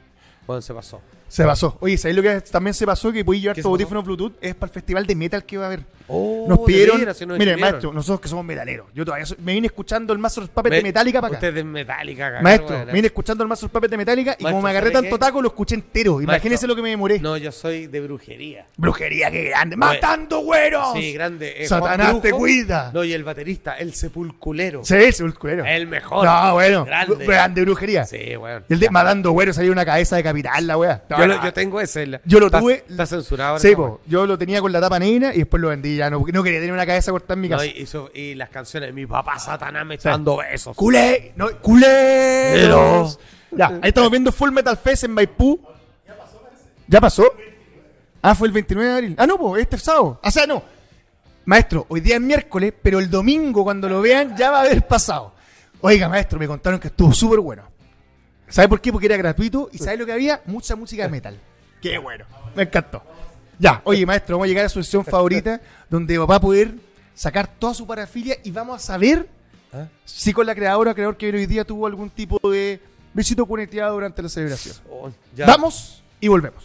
Speaker 2: Bueno, se pasó.
Speaker 1: se pasó. Oye, ¿sabéis lo que también se pasó? Que podéis llevar
Speaker 2: ¿Qué
Speaker 1: tu
Speaker 2: se
Speaker 1: audífono Bluetooth. Es para el festival de metal que va a haber.
Speaker 2: Oh,
Speaker 1: Nos
Speaker 2: de
Speaker 1: pidieron.
Speaker 2: veras, sí nos
Speaker 1: Mire,
Speaker 2: escribieron.
Speaker 1: maestro, nosotros que somos metaleros. Yo todavía soy- me vine escuchando el Master Puppet
Speaker 2: Me-
Speaker 1: de Metallica para acá.
Speaker 2: Usted es de Metallica, cagar,
Speaker 1: Maestro,
Speaker 2: weón.
Speaker 1: me vine escuchando el Master Puppet de Metallica y
Speaker 2: Maestro,
Speaker 1: como me agarré
Speaker 2: ¿sabe
Speaker 1: tanto
Speaker 2: qué?
Speaker 1: taco, lo escuché entero. Imagínense
Speaker 2: Maestro.
Speaker 1: lo que me demoré.
Speaker 2: No, yo soy de brujería.
Speaker 1: Brujería, qué grande.
Speaker 2: Bueno.
Speaker 1: ¡Matando güeros!
Speaker 2: Sí, grande. eh,
Speaker 1: Satanás
Speaker 2: Juan
Speaker 1: te
Speaker 2: Brujo.
Speaker 1: cuida.
Speaker 2: No, y el baterista, el sepulculero.
Speaker 1: Sí, es un culero.
Speaker 2: El mejor.
Speaker 1: No, bueno.
Speaker 2: Grande.
Speaker 1: Grande, brujería.
Speaker 2: Sí, bueno.
Speaker 1: Y el de matando güero salió una cabeza de capital, la wea. No,
Speaker 2: yo,
Speaker 1: no.
Speaker 2: lo- yo tengo ese. la-
Speaker 1: Yo lo
Speaker 2: está-
Speaker 1: tuve-
Speaker 2: Está censurado. ahora
Speaker 1: Sí,
Speaker 2: esa
Speaker 1: po, yo lo tenía con la tapa negra y después lo vendí ya, no, porque no quería tener una cabeza cortada en mi
Speaker 2: No,
Speaker 1: casa.
Speaker 2: y, y su- y las canciones de mi papá Satanás me está dando besos.
Speaker 1: ¡Culé! No, ¡Culeros! Ya, ahí estamos viendo Full Metal Fest en Maipú. ¿Ya pasó? Ah, fue el 29 de abril. Ah, no, po, este sábado. O sea, no. Maestro, hoy día es miércoles, pero el domingo cuando lo vean ya va a haber pasado. Oiga, maestro, me contaron que estuvo súper bueno. ¿Sabe por qué? Porque era gratuito y ¿sabe lo que había? Mucha música de metal. ¡Qué bueno! Me encantó. Ya, oye, maestro, vamos a llegar a su sesión favorita donde va a poder sacar toda su parafilia y vamos a saber
Speaker 2: ¿Ah?
Speaker 1: si con la creadora o creador que hoy día tuvo algún tipo de besito cuneteado durante la celebración.
Speaker 2: Oh, ya.
Speaker 1: Vamos y volvemos.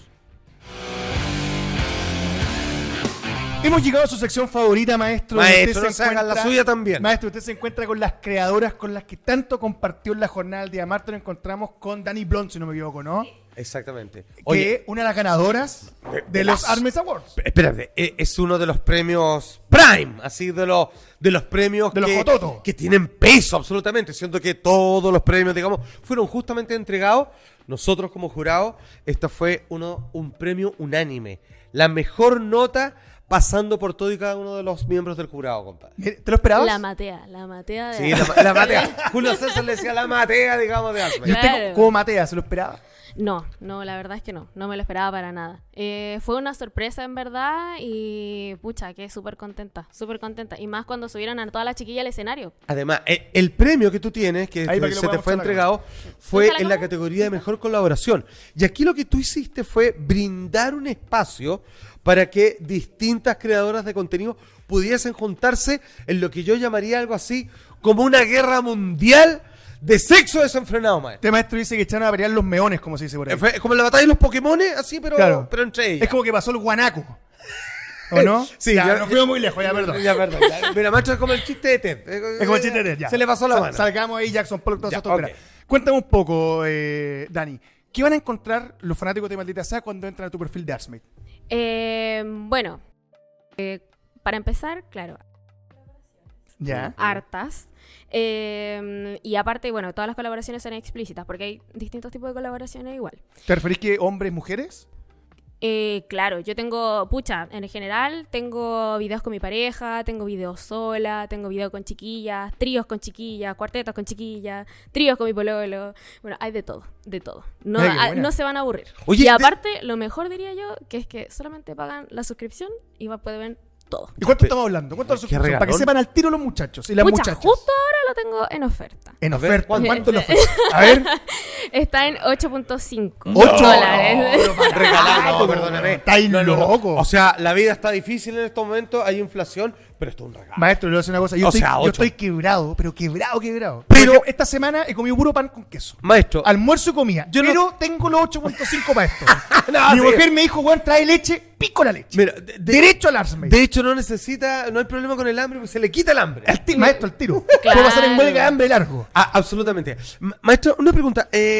Speaker 1: Hemos llegado a su sección favorita, maestro. donde
Speaker 2: Maestro,
Speaker 1: usted
Speaker 2: no se haga la suya también.
Speaker 1: Maestro, usted se encuentra con las creadoras con las que tanto compartió en la jornada del día martes. Nos encontramos con Dani Blond, si no me equivoco, ¿no?
Speaker 2: Exactamente.
Speaker 1: que
Speaker 2: Oye,
Speaker 1: es una de las ganadoras de,
Speaker 2: de
Speaker 1: los
Speaker 2: las-
Speaker 1: Armes Awards.
Speaker 2: p- espérate, e- es uno de los premios Prime, así de los de los premios
Speaker 1: De los
Speaker 2: que,
Speaker 1: jototos.
Speaker 2: que tienen peso absolutamente. Siento que todos los premios, digamos, fueron justamente entregados. Nosotros como jurado, esto fue uno, un premio unánime. La mejor nota pasando por todo y cada uno de los miembros del jurado, compadre.
Speaker 1: Mire, ¿Te lo esperabas?
Speaker 4: La matea, la matea de
Speaker 2: Sí, la, la matea. Julio César le decía la matea, digamos, de Asma.
Speaker 1: ¿Y usted
Speaker 4: Claro.
Speaker 1: como Matea se lo esperaba?
Speaker 4: No, no, la verdad es que no, no me lo esperaba para nada. Eh, fue una sorpresa en verdad y pucha, que súper contenta, súper contenta. Y más cuando subieron a toda la chiquilla al escenario.
Speaker 2: Además, e- el, premio que tú tienes, que
Speaker 1: Ahí para que lo
Speaker 2: se te
Speaker 1: podamos
Speaker 2: fue
Speaker 1: mostrar
Speaker 2: entregado, fue
Speaker 4: ¿Está la
Speaker 2: en la
Speaker 4: cámara?
Speaker 2: categoría de mejor colaboración. Y aquí lo que tú hiciste fue brindar un espacio para que distintas creadoras de contenido pudiesen juntarse en lo que yo llamaría algo así como una guerra mundial de sexo desenfrenado, maestro.
Speaker 1: Este maestro dice que echaron a pelear los meones, como se dice por ahí.
Speaker 2: Eh, fue como la batalla de los Pokémon, así, pero,
Speaker 1: Claro.
Speaker 2: pero entre ellas.
Speaker 1: Es como que pasó el guanaco. ¿O no?
Speaker 2: Sí,
Speaker 1: ya,
Speaker 2: ya-
Speaker 1: nos fuimos muy lejos, ya perdón.
Speaker 2: Ya, perdón. ya. Mira, maestro, es como el chiste de Ted.
Speaker 1: es como el chiste de- ya.
Speaker 2: Se le pasó la
Speaker 1: Sa-
Speaker 2: mano.
Speaker 1: Salgamos ahí, Jackson Pollock, todas
Speaker 2: Ya,
Speaker 1: esas tonteras. Cuéntame un poco, eh, Dani. ¿Qué van a encontrar los fanáticos de Maldita Sea cuando entran a tu perfil de Artsmith?
Speaker 4: Eh, bueno, eh, para empezar, claro,
Speaker 1: Ya.
Speaker 4: hartas. Eh, y aparte, bueno, todas las colaboraciones son explícitas porque hay distintos tipos de colaboraciones igual.
Speaker 1: ¿Te referís que hombres, mujeres?
Speaker 4: Eh, claro, yo tengo, pucha, en general tengo videos con mi pareja, tengo videos sola, tengo videos con chiquillas, tríos con chiquillas, cuartetos con chiquillas, tríos con mi pololo. Bueno, hay de todo, de todo. No,
Speaker 1: Ay, qué
Speaker 4: ah,
Speaker 1: buena.
Speaker 4: no se van a aburrir.
Speaker 2: Oye,
Speaker 4: y
Speaker 2: de-
Speaker 4: aparte, lo mejor diría yo, que es que solamente pagan la suscripción y va- pueden ver todo.
Speaker 1: ¿Y cuánto estamos hablando? ¿Cuánto es la
Speaker 2: Qué
Speaker 1: suscripción? Para que
Speaker 2: regalón.
Speaker 1: sepan al tiro los muchachos y las
Speaker 4: pucha,
Speaker 1: muchachas.
Speaker 4: justo ahora lo tengo en oferta.
Speaker 1: En
Speaker 2: A ver,
Speaker 1: oferta.
Speaker 2: ¿cuánto?
Speaker 1: ¿Cuánto es la oferta? A ver.
Speaker 4: Está en 8.5
Speaker 1: ¡Ocho!
Speaker 4: dólares.
Speaker 2: regalado.
Speaker 1: Ay,
Speaker 2: No, perdóname.
Speaker 1: Estáis
Speaker 2: No, no, no.
Speaker 1: loco.
Speaker 2: O sea, la vida está difícil en estos momentos, hay inflación, pero esto es un regalo.
Speaker 1: Maestro, le voy a decir una cosa. Yo,
Speaker 2: O
Speaker 1: estoy,
Speaker 2: sea,
Speaker 1: yo
Speaker 2: ocho.
Speaker 1: estoy quebrado, pero quebrado, quebrado.
Speaker 2: Pero-
Speaker 1: Por ejemplo, esta semana he comido puro pan con queso.
Speaker 2: Maestro,
Speaker 1: Almuerzo y comida. Ah,
Speaker 2: Yo no-
Speaker 1: pero tengo los 8.5 para esto.
Speaker 2: No,
Speaker 1: Mi
Speaker 2: sí.
Speaker 1: mujer me dijo, weón, trae leche, pico la leche.
Speaker 2: mira, de, de-
Speaker 1: Derecho al arsme.
Speaker 2: de hecho no necesita, no hay problema con el hambre, porque se le quita el hambre.
Speaker 1: Al tiro, maestro, al tiro. Puedo pasar en huelga de hambre largo.
Speaker 2: Ah, absolutamente. Ma- Maestro, una pregunta. eh,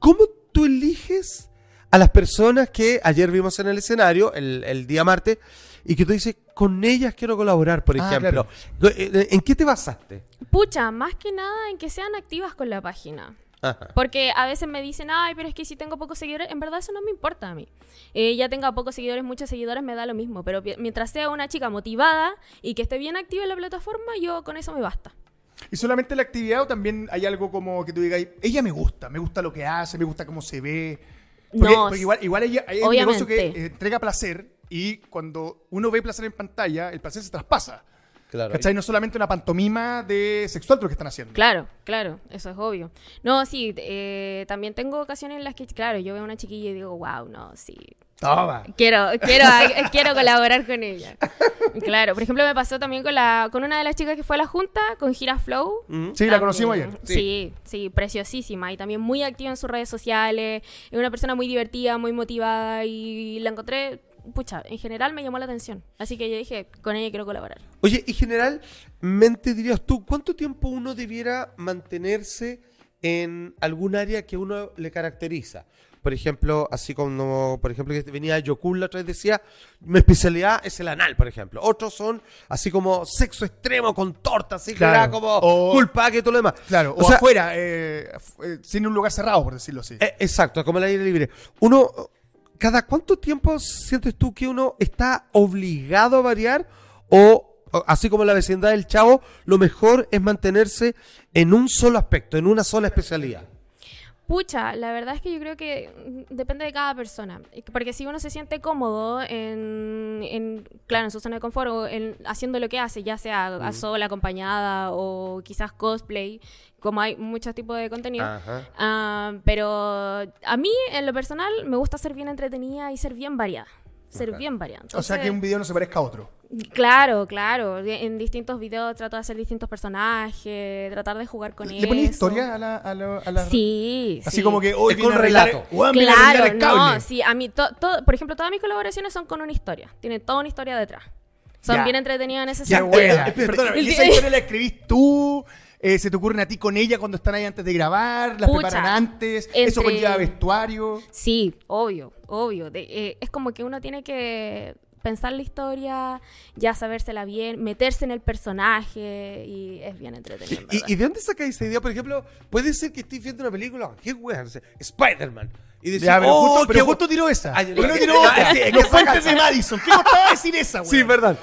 Speaker 2: ¿Cómo tú eliges a las personas que ayer vimos en el escenario, el, el día martes, y que tú dices, con ellas quiero colaborar, por
Speaker 1: Ah,
Speaker 2: ejemplo? Eh, ¿En qué te basaste?
Speaker 4: Pucha, más que nada en que sean activas con la página.
Speaker 2: Ajá.
Speaker 4: Porque a veces me dicen, ay, pero es que si tengo pocos seguidores, en verdad eso no me importa a mí. Eh, ya tenga pocos seguidores, muchos seguidores, me da lo mismo. Pero pi- mientras sea una chica motivada y que esté bien activa en la plataforma, yo con eso me basta.
Speaker 1: ¿Y solamente la actividad o también hay algo como que tú digas, ella me gusta, me gusta lo que hace, me gusta cómo se ve? Porque,
Speaker 4: No,
Speaker 1: porque igual, igual hay, hay un
Speaker 4: obviamente.
Speaker 1: negocio que eh, entrega placer y cuando uno ve placer en pantalla, el placer se traspasa.
Speaker 2: Claro.
Speaker 1: ¿Cachai? No es solamente una pantomima de sexual lo que están haciendo.
Speaker 4: Claro, claro, eso es obvio. No, sí, eh, también tengo ocasiones en las que, claro, yo veo a una chiquilla y digo, wow, no, sí,
Speaker 1: Toma.
Speaker 4: Quiero, quiero, quiero colaborar con ella. Claro, por ejemplo, me pasó también con la con una de las chicas que fue a la junta, con Gira Flow.
Speaker 1: Sí, la conocimos
Speaker 4: También-
Speaker 1: ayer.
Speaker 4: Sí. Ah, sí, preciosísima y también muy activa en sus redes sociales. Es una persona muy divertida, muy motivada y la encontré, pucha, en general me llamó la atención. Así que yo dije, con ella quiero colaborar.
Speaker 2: Oye, y generalmente dirías tú, ¿cuánto tiempo uno debiera mantenerse en algún área que uno le caracteriza? Por ejemplo, así como, por ejemplo, que venía Yokun la otra vez decía, mi especialidad es el anal, por ejemplo. Otros son así como sexo extremo con torta, así
Speaker 1: Claro.
Speaker 2: que era como
Speaker 1: O-
Speaker 2: culpa que todo lo demás.
Speaker 1: Claro, o,
Speaker 2: sea,
Speaker 1: afuera, eh, af- eh, sin un lugar cerrado, por decirlo así.
Speaker 2: eh, exacto, como el aire libre. Uno, ¿cada cuánto tiempo sientes tú que uno está obligado a variar? O, o así como la vecindad del chavo, lo mejor es mantenerse en un solo aspecto, en una sola especialidad.
Speaker 4: Pucha, la verdad es que yo creo que mm, depende de cada persona. Porque si uno se siente cómodo en, en, claro, en su zona de confort o en, haciendo lo que hace, ya sea
Speaker 1: Mm.
Speaker 4: a sola, acompañada o quizás cosplay, como hay muchos tipos de contenido.
Speaker 2: Ajá.
Speaker 4: Ah, pero a mí, en lo personal, me gusta ser bien entretenida y ser bien variada. Ser bien variada.
Speaker 1: o sea,
Speaker 4: Entonces-
Speaker 1: que un video no se parezca a otro.
Speaker 4: Claro, claro. De- En distintos videos trato de hacer distintos personajes, tratar de jugar con
Speaker 1: ¿Le pones
Speaker 4: eso.
Speaker 1: historia a la, a la- a la-
Speaker 4: Sí,
Speaker 1: Así
Speaker 4: sí.
Speaker 1: como que "Oh, hoy
Speaker 2: Es con
Speaker 1: viene a arreglar-
Speaker 2: relato.
Speaker 1: Weón, viene a arreglar
Speaker 4: Claro,
Speaker 1: el cable.
Speaker 4: no, sí, a mí, to- to- por ejemplo, todas mis colaboraciones son con una historia, tienen toda una historia detrás. Son
Speaker 1: Ya.
Speaker 4: bien entretenidas en ese
Speaker 1: Ya,
Speaker 4: sentido.
Speaker 1: buena. Perdóname, ¿y esa
Speaker 4: Sí.
Speaker 1: historia la escribís tú? Eh, ¿Se te ocurren a ti con ella cuando están ahí antes de grabar? ¿Las
Speaker 4: Pucha,
Speaker 1: preparan antes? ¿Eso
Speaker 4: entre-
Speaker 1: conlleva vestuario?
Speaker 4: Sí, obvio, obvio. De- eh, es como que uno tiene que pensar la historia, ya sabérsela bien, meterse en el personaje y es bien entretenido. en
Speaker 2: ¿Y,
Speaker 4: verdad.
Speaker 2: y de dónde sacáis esa idea? Por ejemplo, puede ser que estés viendo una película, oh, ¿qué weón? O sea, Spider-Man. Y decís,
Speaker 1: Ya, pero,
Speaker 2: "Oh,
Speaker 1: justo, pero
Speaker 2: qué
Speaker 1: justo
Speaker 2: bu-
Speaker 1: tiró esa.
Speaker 2: Ay,
Speaker 1: pero no
Speaker 2: la-
Speaker 1: tiró otra.
Speaker 2: Ah, sí, es que
Speaker 1: Los
Speaker 2: esa
Speaker 1: puentes de Madison. ¿Qué costaba decir esa, güey?
Speaker 2: Sí, perdón.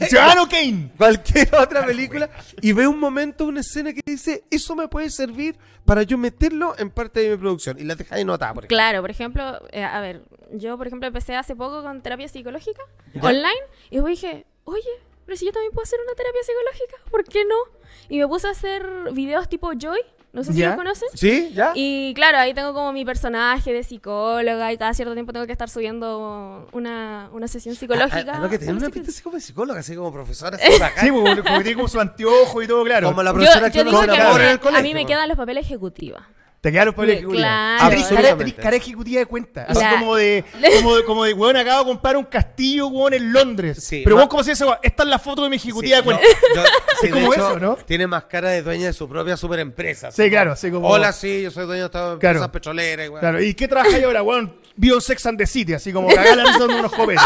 Speaker 2: "Ah,
Speaker 1: Ciudadano Kane.
Speaker 2: cualquier
Speaker 1: Ah,
Speaker 2: otra película y ve un momento, una escena que dice, eso me puede servir para yo meterlo en parte de mi producción. Y la dejáis notada, por ejemplo.
Speaker 4: Claro, por ejemplo, eh, a ver, yo por ejemplo empecé hace poco con terapia psicológica online y después dije, oye, pero si yo también puedo hacer una terapia psicológica, ¿por qué no? Y me puse a hacer videos tipo Joy, no sé si
Speaker 1: Ya.
Speaker 4: lo conocen.
Speaker 2: ¿Sí? ¿Ya?
Speaker 4: Y claro, ahí tengo como mi personaje de psicóloga y cada cierto tiempo tengo que estar subiendo una, una sesión psicológica.
Speaker 2: Ah, ah, no, que tenía
Speaker 4: No sé
Speaker 2: una
Speaker 4: qué-
Speaker 2: pinta así como de psicóloga, así como profesora. así por acá.
Speaker 1: Sí, pues, porque porque tiene como su anteojo y todo, claro.
Speaker 2: como la
Speaker 4: Yo-
Speaker 2: profesora
Speaker 4: yo
Speaker 2: que
Speaker 4: digo
Speaker 2: uno se
Speaker 4: que a mí
Speaker 2: enamora
Speaker 4: me-
Speaker 2: en el colegio.
Speaker 4: a mí me quedan los papeles ejecutiva.
Speaker 1: Te quedaron por
Speaker 4: Me- claro.
Speaker 1: ejecutiva. Claro. Tenés
Speaker 2: Absolutamente.
Speaker 1: cara ejecutiva de cuenta. Así
Speaker 4: La-
Speaker 1: como de, como de, como de, weón, acabo de comprar un castillo, weón, en Londres.
Speaker 2: Sí,
Speaker 1: pero
Speaker 2: ma-
Speaker 1: weón, ¿cómo se dice, weón? Esta es la foto de mi
Speaker 2: Sí,
Speaker 1: ejecutiva de
Speaker 2: yo-
Speaker 1: cuenta.
Speaker 2: yo- sí, de
Speaker 1: como
Speaker 2: hecho,
Speaker 1: eso, ¿no?
Speaker 2: Tiene más cara de dueña de su propia superempresa.
Speaker 1: Sí, claro, así como-
Speaker 2: Hola, sí, yo soy dueño de esta empresa
Speaker 1: Claro.
Speaker 2: petrolera. y weón".
Speaker 1: Claro, ¿y qué trabaja ahora, weón? Vio Sex and the City, así como cagar la risa de unos jóvenes.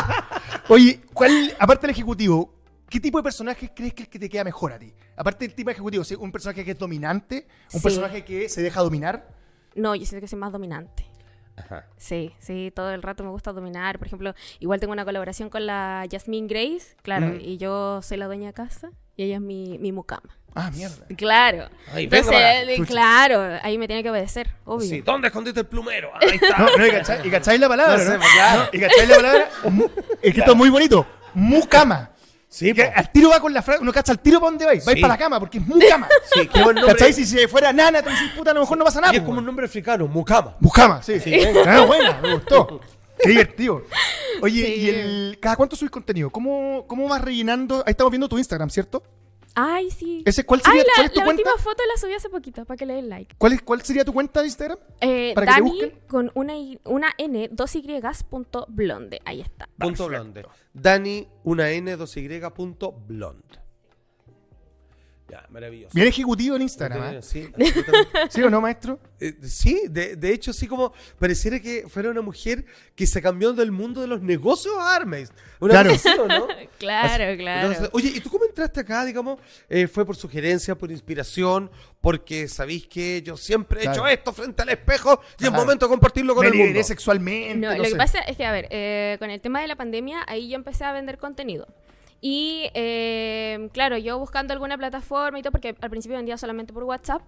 Speaker 1: Oye, ¿cuál, aparte del ejecutivo, qué tipo de personaje crees que, es el que te queda mejor a ti? Aparte del tipo de ejecutivo, ¿sí? ¿un personaje que es dominante? ¿Un
Speaker 4: Sí.
Speaker 1: personaje que se deja dominar?
Speaker 4: No, yo siento que soy más dominante.
Speaker 2: Ajá.
Speaker 4: Sí, sí, todo el rato me gusta dominar. Por ejemplo, igual tengo una colaboración con la Jasmine Grace, claro,
Speaker 2: Mm.
Speaker 4: y yo soy la dueña de casa y ella es mi, mi mucama.
Speaker 1: Ah, mierda.
Speaker 4: Claro.
Speaker 2: Ay,
Speaker 4: Entonces,
Speaker 2: venga para acá,
Speaker 4: eh,
Speaker 1: chucha.
Speaker 4: claro, ahí me tiene que obedecer, obvio.
Speaker 2: Sí, ¿dónde escondiste el plumero? Ahí está.
Speaker 1: No, no, y cachai- y cacháis la palabra,
Speaker 2: No sé, pues,
Speaker 1: ¿no?
Speaker 2: claro.
Speaker 1: No, Y cacháis la palabra. Mu- Es que esto es muy bonito. Mucama.
Speaker 2: Sí,
Speaker 1: Que
Speaker 2: po.
Speaker 1: al tiro va con la frase, uno cacha al tiro para dónde vais. Vais
Speaker 2: Sí.
Speaker 1: para la cama, porque es mucama.
Speaker 2: Sí, qué buen nombre.
Speaker 1: ¿Cachai? Si se fuera nana, te decís, puta, a lo mejor no pasa nada.
Speaker 2: Y es
Speaker 1: po,
Speaker 2: como
Speaker 1: weón.
Speaker 2: un nombre africano, Mukama.
Speaker 1: Mucama, sí.
Speaker 2: Sí, venga.
Speaker 1: Ah, buena, me gustó. Qué divertido. Oye, ¿y el, cada cuánto subís contenido? ¿Cómo, ¿Cómo vas rellenando? Ahí estamos viendo tu Instagram, ¿cierto?
Speaker 4: Ay, sí.
Speaker 1: ¿Ese, cuál, sería,
Speaker 4: Ay, la,
Speaker 1: cuál es tu
Speaker 4: la
Speaker 1: cuenta?
Speaker 4: última foto la subí hace poquito, para que le den like.
Speaker 1: ¿Cuál, es, ¿Cuál sería tu cuenta de Instagram?
Speaker 4: Eh,
Speaker 1: Para que te
Speaker 4: Dani
Speaker 1: busquen.
Speaker 4: con una, y- una N, dos Y, punto blonde. Ahí está.
Speaker 2: Punto blonde. Dani, una N, 2Y, punto blonde. Ya, maravilloso.
Speaker 1: Bien ejecutivo en Instagram. ¿eh?
Speaker 2: Sí, absolutamente.
Speaker 1: ¿Sí o no, maestro?
Speaker 2: Eh, sí, de, de hecho, sí, como pareciera que fuera una mujer que se cambió del mundo de los negocios a Armes. Una
Speaker 1: Claro.
Speaker 2: cosa así, ¿o no?
Speaker 4: Claro,
Speaker 2: Así,
Speaker 4: claro.
Speaker 2: entonces, oye, ¿y tú cómo entraste acá, digamos? Eh, ¿Fue por sugerencia, por inspiración? Porque sabéis que yo siempre he
Speaker 1: Claro.
Speaker 2: hecho esto frente al espejo y es
Speaker 1: Claro.
Speaker 2: momento de compartirlo con
Speaker 1: Me
Speaker 2: el mundo.
Speaker 1: liberé sexualmente.
Speaker 4: No,
Speaker 1: No,
Speaker 4: lo
Speaker 1: sé.
Speaker 4: que pasa es que, a ver, eh, con el tema de la pandemia, ahí yo empecé a vender contenido. Y eh, claro, yo buscando alguna plataforma y todo, porque al principio vendía solamente por WhatsApp.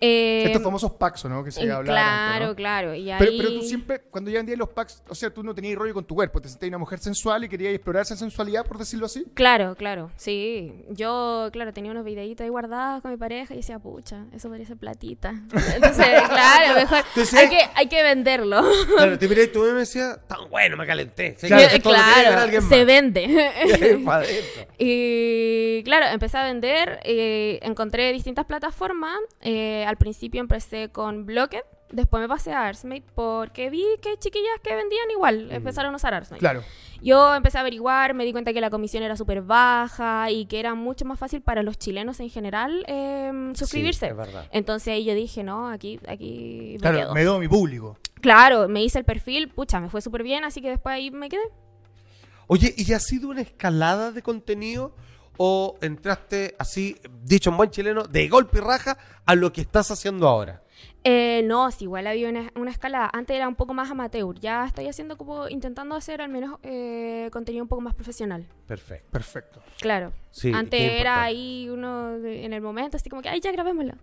Speaker 4: eh,
Speaker 1: Estos famosos packs, ¿o ¿no? Que se
Speaker 4: y
Speaker 1: hablaron.
Speaker 4: eh, claro,
Speaker 1: ¿no?
Speaker 4: claro. Y ahí...
Speaker 1: Pero, pero tú siempre, cuando ya vendías los packs, o sea, tú no tenías rollo con tu cuerpo, te sentías una mujer sensual y querías explorar esa sensualidad, por decirlo así.
Speaker 4: Claro, claro, sí. Yo, claro, tenía unos videitos ahí guardados con mi pareja y decía, pucha, eso parece platita. Entonces, claro, mejor
Speaker 2: Entonces-
Speaker 4: hay, que, hay que venderlo.
Speaker 2: Claro, te miré y tú me decías, tan bueno, me calenté. Sí,
Speaker 4: Claro,
Speaker 2: que todo lo quería ver alguien más.
Speaker 4: se vende.
Speaker 2: Pa' adentro.
Speaker 4: Y claro, empecé a vender, eh, encontré distintas plataformas. eh, al principio empecé con Blocket, después me pasé a Artsmate porque vi que hay chiquillas que vendían igual,
Speaker 2: Mm.
Speaker 4: empezaron a usar Artsmate.
Speaker 1: Claro.
Speaker 4: Yo empecé a averiguar, me di cuenta que la comisión era súper baja y que era mucho más fácil para los chilenos en general eh, suscribirse.
Speaker 2: es verdad.
Speaker 4: Entonces ahí yo dije, no, aquí, aquí me
Speaker 1: Claro,
Speaker 4: quedo.
Speaker 1: me doy mi público.
Speaker 4: Claro, me hice el perfil, pucha, me fue súper bien, así que después ahí me quedé.
Speaker 2: Oye, ¿y ha sido una escalada de contenido o entraste así, dicho en buen chileno, de golpe y raja a lo que estás haciendo ahora?
Speaker 4: Eh, no, sí, igual había una, una escalada. Antes era un poco más amateur. Ya estoy haciendo como intentando hacer al menos eh, contenido un poco más profesional.
Speaker 2: Perfecto.
Speaker 1: Perfecto.
Speaker 4: Claro.
Speaker 2: Sí,
Speaker 4: Antes
Speaker 2: qué importante.
Speaker 4: era ahí uno de- en el momento, así como que, ay, ya grabémoslo.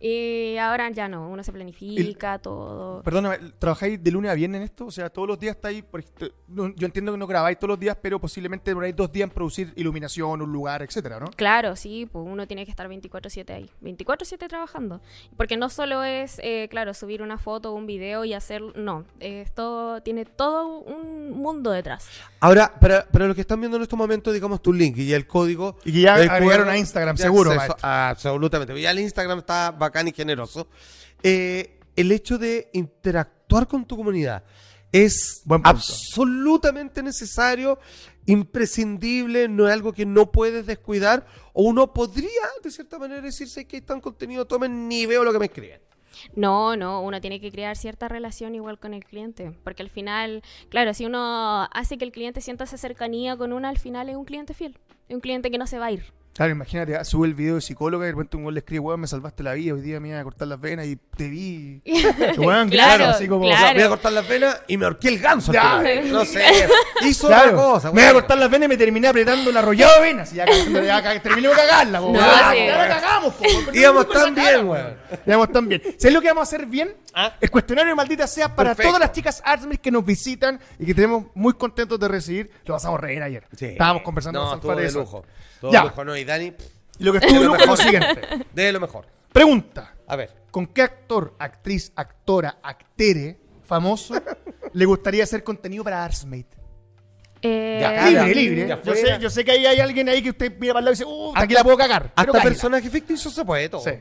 Speaker 4: Y ahora ya no, uno se planifica todo.
Speaker 1: Perdóname, ¿trabajáis de lunes a viernes en esto? O sea, todos los días estáis. por ejemplo, no- yo entiendo que no grabáis todos los días, pero posiblemente demoráis dos días en producir iluminación, un lugar, etcétera, ¿no?
Speaker 4: Claro, sí, pues uno tiene que estar 24/7 ahí, 24/7 trabajando. Porque no solo es, eh, claro, subir una foto, un video y hacer, no, esto tiene todo un mundo detrás.
Speaker 2: Ahora, para, para los que están viendo en estos momentos, digamos tu link y el código.
Speaker 1: Y que ya
Speaker 2: del
Speaker 1: agregaron
Speaker 2: QR
Speaker 1: a Instagram,
Speaker 2: de
Speaker 1: seguro,
Speaker 2: acceso.
Speaker 1: maestro.
Speaker 2: absolutamente. Ya el Instagram está bacán y generoso. Eh, el hecho de interactuar con tu comunidad es
Speaker 1: Buen punto.
Speaker 2: absolutamente necesario, imprescindible, no es algo que no puedes descuidar. O uno podría, de cierta manera, decirse que están contenido, tomen ni veo lo que me escriben.
Speaker 4: No, no, uno tiene que crear cierta relación igual con el cliente, porque al final, claro, si uno hace que el cliente sienta esa cercanía con uno, al final es un cliente fiel, es un cliente que no se va a ir.
Speaker 1: Claro, imagínate, ah, sube el video de psicóloga y de repente un gol le escribe, weón, me salvaste la vida, hoy día me iban a cortar las venas y te vi. Weón,
Speaker 4: Claro,
Speaker 1: así como.
Speaker 2: O sea,
Speaker 4: Claro.
Speaker 2: voy a cortar las venas y me ahorqué el ganso.
Speaker 1: Ya.
Speaker 2: este. No sé, hizo
Speaker 1: Claro,
Speaker 2: otra cosa.
Speaker 1: me voy a
Speaker 2: bueno.
Speaker 1: cortar las venas y me terminé apretando la arrollada de venas. Y ya, ca- ya ca- terminé de cagarla, po,
Speaker 4: No,
Speaker 1: weón.
Speaker 4: sí.
Speaker 1: Ya la cagamos, po, weón, pero
Speaker 2: Íbamos
Speaker 1: no me
Speaker 2: tan
Speaker 1: sacaron,
Speaker 2: bien, weón.
Speaker 1: Digamos tan bien. ¿Sabes lo que vamos a hacer bien?
Speaker 2: Ah.
Speaker 1: El cuestionario de maldita sea para
Speaker 2: Perfecto.
Speaker 1: todas las chicas Artsmith que nos visitan y que tenemos muy contentos de recibir. Lo pasamos a reír ayer.
Speaker 2: Sí.
Speaker 1: Estábamos conversando
Speaker 2: no,
Speaker 1: con
Speaker 2: estuvo
Speaker 1: Sanfar
Speaker 2: de
Speaker 1: eso.
Speaker 2: lujo. Todo
Speaker 1: Ya.
Speaker 2: de lujo, no, y Dani, pff,
Speaker 1: Y lo que estuvo de lujo es lo
Speaker 2: mejor.
Speaker 1: siguiente.
Speaker 2: de lo mejor.
Speaker 1: Pregunta.
Speaker 2: A ver.
Speaker 1: ¿Con qué actor, actriz, actora, actere famoso le gustaría hacer contenido para Artsmate?
Speaker 4: Eh,
Speaker 2: Ya,
Speaker 1: Libre,
Speaker 2: Cara,
Speaker 1: libre.
Speaker 2: ya
Speaker 1: Yo
Speaker 2: fuera.
Speaker 1: sé, yo sé que ahí hay alguien ahí que usted mira para el lado y dice, uh,
Speaker 2: Hasta-
Speaker 1: aquí la puedo cagar. pero
Speaker 2: Hasta
Speaker 1: cáguela.
Speaker 2: personaje ficticio se puede todo.
Speaker 1: Sí.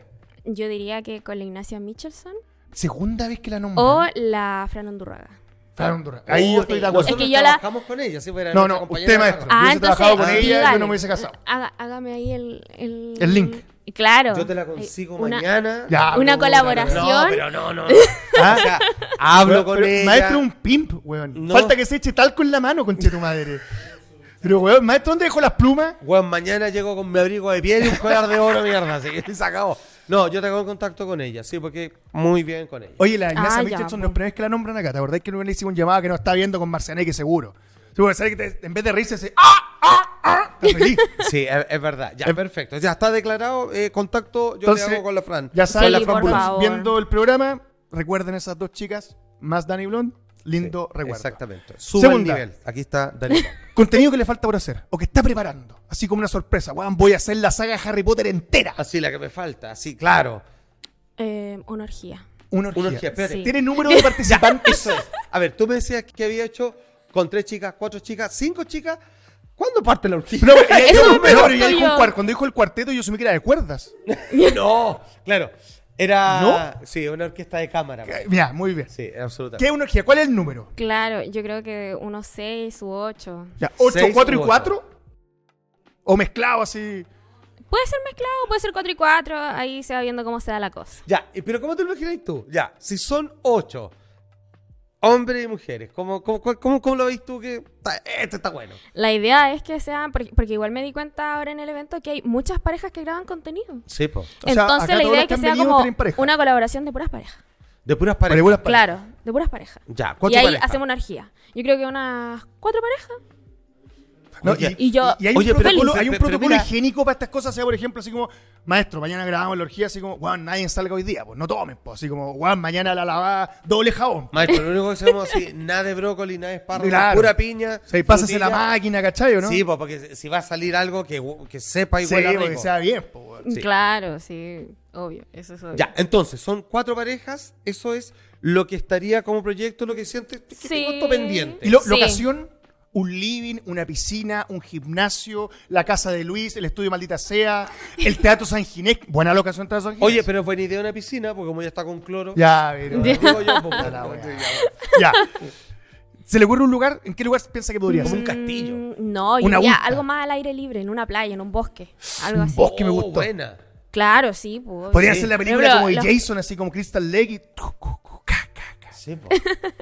Speaker 4: Yo diría que con la Ignacia Michelson
Speaker 1: Segunda vez que la
Speaker 4: o
Speaker 1: nombran.
Speaker 4: la Fran Ondurraga.
Speaker 1: Fran Honduras. Ahí yo estoy de acuerdo.
Speaker 4: Oh, Es
Speaker 2: Nosotros
Speaker 4: que yo la-
Speaker 2: trabajamos con ella, si fuera
Speaker 1: No,
Speaker 2: nuestra
Speaker 1: no,
Speaker 2: compañera
Speaker 1: usted,
Speaker 2: de
Speaker 1: maestro.
Speaker 2: barra.
Speaker 1: Yo hubiese trabajado con
Speaker 4: ah,
Speaker 1: ella, yo
Speaker 4: dígale.
Speaker 1: no me hubiese casado.
Speaker 4: Haga- hágame ahí el, el...
Speaker 1: El link.
Speaker 4: Claro.
Speaker 2: Yo te la consigo
Speaker 4: Eh, una-
Speaker 2: mañana.
Speaker 1: Ya,
Speaker 4: Una
Speaker 1: pero-
Speaker 4: colaboración.
Speaker 2: No, pero no, no. no. O sea, hablo
Speaker 1: Ah, Pero-
Speaker 2: con
Speaker 1: pero
Speaker 2: ella.
Speaker 1: Maestro es un pimp, weón.
Speaker 2: No.
Speaker 1: Falta que se eche talco en la mano, conche tu madre. Pero, weón, maestro, ¿dónde dejó las plumas?
Speaker 2: Weón, mañana llego con mi abrigo de piel y un collar de oro, mierda. Así que se acabó. No, yo tengo contacto con ella, sí, porque muy bien con ella.
Speaker 1: Oye, la
Speaker 4: Ah,
Speaker 1: Ignacia
Speaker 4: ya,
Speaker 1: Mitchelson,
Speaker 4: po.
Speaker 1: la primera vez que la nombran acá, ¿te acordás que no le hicimos un llamado que no está viendo con Marcianeque seguro? Sí, porque sabe que te- en vez de reírse, se. ¡Ah! ¡Ah! ¡Ah! Está feliz.
Speaker 2: Sí, es, es verdad. Ya, perfecto. Ya está declarado eh, contacto. Yo
Speaker 1: Entonces,
Speaker 2: le hago con la Fran.
Speaker 1: Ya saben,
Speaker 4: Sí,
Speaker 1: las Fran
Speaker 4: por
Speaker 1: Bulls
Speaker 4: favor.
Speaker 1: viendo el programa, recuerden esas dos chicas, más Dani Blond, lindo recuerdo.
Speaker 2: Exactamente. Sube el
Speaker 1: Segunda.
Speaker 2: nivel. Aquí está Dani.
Speaker 1: Contenido que le falta por hacer, o que está preparando, así como una sorpresa. Weón, voy a hacer la saga Harry Potter entera.
Speaker 2: Así la que me falta. Así, claro.
Speaker 4: Eh, una orgía.
Speaker 1: Una orgía.
Speaker 2: Una orgía, espérate.
Speaker 4: Sí.
Speaker 1: Tiene número de participantes.
Speaker 2: Eso es. A ver, tú me decías que había hecho con tres chicas, cuatro chicas, cinco chicas. ¿Cuándo parte la orgía?
Speaker 1: No, pero
Speaker 4: Eso
Speaker 1: no,
Speaker 4: me
Speaker 1: pero
Speaker 4: pregunto
Speaker 1: ya dijo un
Speaker 4: yo.
Speaker 1: cuar- cuando dijo el cuarteto, yo asumí que era de cuerdas.
Speaker 2: No, claro. Era. Sí, una orquesta de cámara. pues.
Speaker 1: Mira, muy bien.
Speaker 2: Sí, absolutamente.
Speaker 1: ¿Qué es una orgía? ¿Cuál es el número?
Speaker 4: Claro, yo creo que unos seis u ocho.
Speaker 1: Ya, 8,
Speaker 2: Seis
Speaker 1: 4 y
Speaker 2: u ocho.
Speaker 1: 4. O mezclado así.
Speaker 4: Puede ser mezclado, puede ser 4 y 4, ahí se va viendo cómo se da la cosa.
Speaker 2: Ya, eh, pero ¿cómo te lo imaginas tú? Ya, si son ocho, hombres y mujeres, ¿cómo, cómo, cuál- cómo- cómo lo veis tú que está- este está bueno?
Speaker 4: La idea es que sean, porque, porque igual me di cuenta ahora en el evento que hay muchas parejas que graban contenido.
Speaker 2: Sí, po.
Speaker 1: O sea,
Speaker 4: Entonces
Speaker 1: acá todos
Speaker 4: la idea
Speaker 1: los
Speaker 4: es
Speaker 1: que
Speaker 4: que
Speaker 1: han
Speaker 4: sea
Speaker 1: venido
Speaker 4: como
Speaker 1: tienen pareja.
Speaker 4: una colaboración de puras parejas.
Speaker 2: De puras
Speaker 1: Para
Speaker 2: parejas.
Speaker 1: igual las parejas.
Speaker 4: Claro, de puras parejas.
Speaker 2: Ya,
Speaker 4: Y
Speaker 2: ¿cuántas
Speaker 4: ahí
Speaker 2: parejas?
Speaker 4: hacemos una orgía. Yo creo que unas cuatro parejas.
Speaker 1: No,
Speaker 2: Oye,
Speaker 1: y,
Speaker 4: y yo-
Speaker 1: y hay
Speaker 2: Oye,
Speaker 1: un
Speaker 2: pero
Speaker 1: protocolo,
Speaker 2: feliz.
Speaker 1: hay un
Speaker 2: Pero- pero
Speaker 1: protocolo
Speaker 2: mira-
Speaker 1: higiénico para estas cosas, sea por ejemplo, así como, maestro, mañana grabamos la orgía, así como, weón, nadie salga hoy día, pues no tomen, pues así como, weón, mañana la lavá doble jabón.
Speaker 2: Maestro, lo único que hacemos así, nada de brócoli, nada de espárrago,
Speaker 1: Claro.
Speaker 2: pura piña.
Speaker 1: O sea, y pásase la
Speaker 2: frutilla.
Speaker 1: máquina, ¿cachai? ¿o ¿no?
Speaker 2: pues, Sí, po, porque si va a salir algo que, hu- que sepa y
Speaker 1: Sí,
Speaker 2: huela
Speaker 1: po,
Speaker 2: rico.
Speaker 1: que sea bien, pues, weón.
Speaker 2: Sí.
Speaker 4: Claro, sí, obvio, eso es obvio.
Speaker 2: Ya, entonces, son cuatro parejas, eso es lo que estaría como proyecto, lo que sientes que
Speaker 4: Sí.
Speaker 2: tengo esto pendiente.
Speaker 1: Y lo-
Speaker 4: Sí.
Speaker 1: locación, un living, una piscina, un gimnasio, la casa de Luis, el estudio Maldita Sea, el Teatro San Ginés. Buena locación Teatro San Ginés.
Speaker 2: Oye, pero es buena idea una piscina, porque como ya está con cloro.
Speaker 1: Ya, pero...
Speaker 2: lo digo yo, po,
Speaker 1: Ya la
Speaker 2: po,
Speaker 1: wea. Ya.
Speaker 2: ya,
Speaker 1: ¿Se le ocurre un lugar? ¿En qué lugar piensa que podría
Speaker 2: Como
Speaker 1: ser?
Speaker 2: un castillo.
Speaker 4: Mm, No, yo
Speaker 1: Una
Speaker 4: diría
Speaker 1: huerta.
Speaker 4: algo más al aire libre, en una playa, en un bosque, algo así.
Speaker 1: bosque me
Speaker 2: Oh,
Speaker 1: gustó.
Speaker 2: buena.
Speaker 4: Claro, sí, pues, obvio.
Speaker 1: Podría
Speaker 2: Sí.
Speaker 1: ser la película
Speaker 4: Pero
Speaker 1: como de
Speaker 4: los-
Speaker 1: Jason, así como Crystal Lake y... cu, cu, cu, ca, ca, ca.
Speaker 2: Sí, po.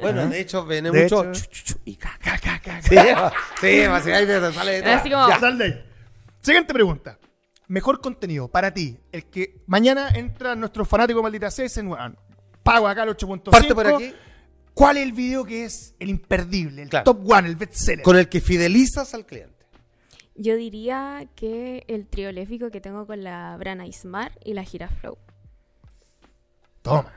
Speaker 2: Bueno, de hecho, viene
Speaker 1: De
Speaker 2: mucho.
Speaker 1: hecho-
Speaker 2: chu, chu, chu, y ca, ca.
Speaker 1: Ca, ca, ca, ca.
Speaker 2: Sí, va, sí, va, sí, ahí te sale de todo.
Speaker 4: Así como-
Speaker 1: Ya, sal de ahí. Siguiente pregunta. Mejor contenido para ti, el que mañana entra nuestro fanático de maldita sea y dicen, "Weón, pago acá el 8.5.
Speaker 2: Parto por aquí.
Speaker 1: ¿Cuál es el video que es el imperdible, el
Speaker 2: Claro.
Speaker 1: top one, el bestseller?
Speaker 2: Con el que fidelizas al cliente.
Speaker 4: Yo diría que el trioléfico que tengo con la Brana Ismar y la Giraflow.
Speaker 1: Toma.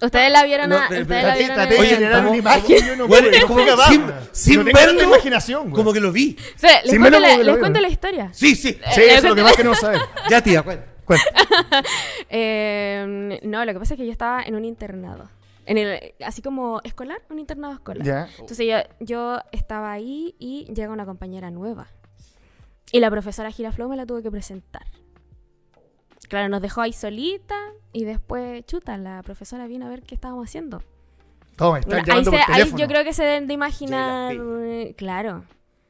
Speaker 4: Ustedes la vieron,
Speaker 2: No,
Speaker 4: a-
Speaker 2: pero-
Speaker 4: ustedes
Speaker 2: pero-
Speaker 4: la
Speaker 1: Traté,
Speaker 4: vieron
Speaker 1: traté
Speaker 4: en
Speaker 1: de
Speaker 2: Oye,
Speaker 4: el-
Speaker 1: generar
Speaker 2: ¿cómo-
Speaker 1: una imagen y yo no pude,
Speaker 2: es
Speaker 1: no
Speaker 2: como
Speaker 1: pude,
Speaker 2: que sin,
Speaker 1: weón.
Speaker 2: sin
Speaker 1: No tengo
Speaker 2: verlo,
Speaker 1: tanta imaginación, weón.
Speaker 2: como que lo vi.
Speaker 4: O sea, les
Speaker 1: Sin
Speaker 4: cuento,
Speaker 1: verlo
Speaker 4: la,
Speaker 1: como que lo
Speaker 4: les
Speaker 1: veo,
Speaker 4: cuento
Speaker 1: ¿no?
Speaker 4: la historia.
Speaker 2: Sí, sí.
Speaker 1: Sí, eso es lo que más queremos saber.
Speaker 2: Ya, tía, cuenta.
Speaker 1: Cuenta.
Speaker 4: Eh, no, lo que pasa es que yo estaba en un internado. En el, así como escolar, un internado escolar.
Speaker 1: Ya.
Speaker 4: Entonces yo, yo estaba ahí y llega una compañera nueva. Y la profesora Giraflow me la tuvo que presentar. Claro, nos dejó ahí solita y después, chuta, la profesora vino a ver qué estábamos haciendo.
Speaker 1: Toma, están
Speaker 4: Bueno, ahí,
Speaker 1: llamando
Speaker 4: se-
Speaker 1: por
Speaker 4: ahí
Speaker 1: teléfono.
Speaker 4: yo creo que se deben de imaginar,
Speaker 2: Llega,
Speaker 4: eh, claro,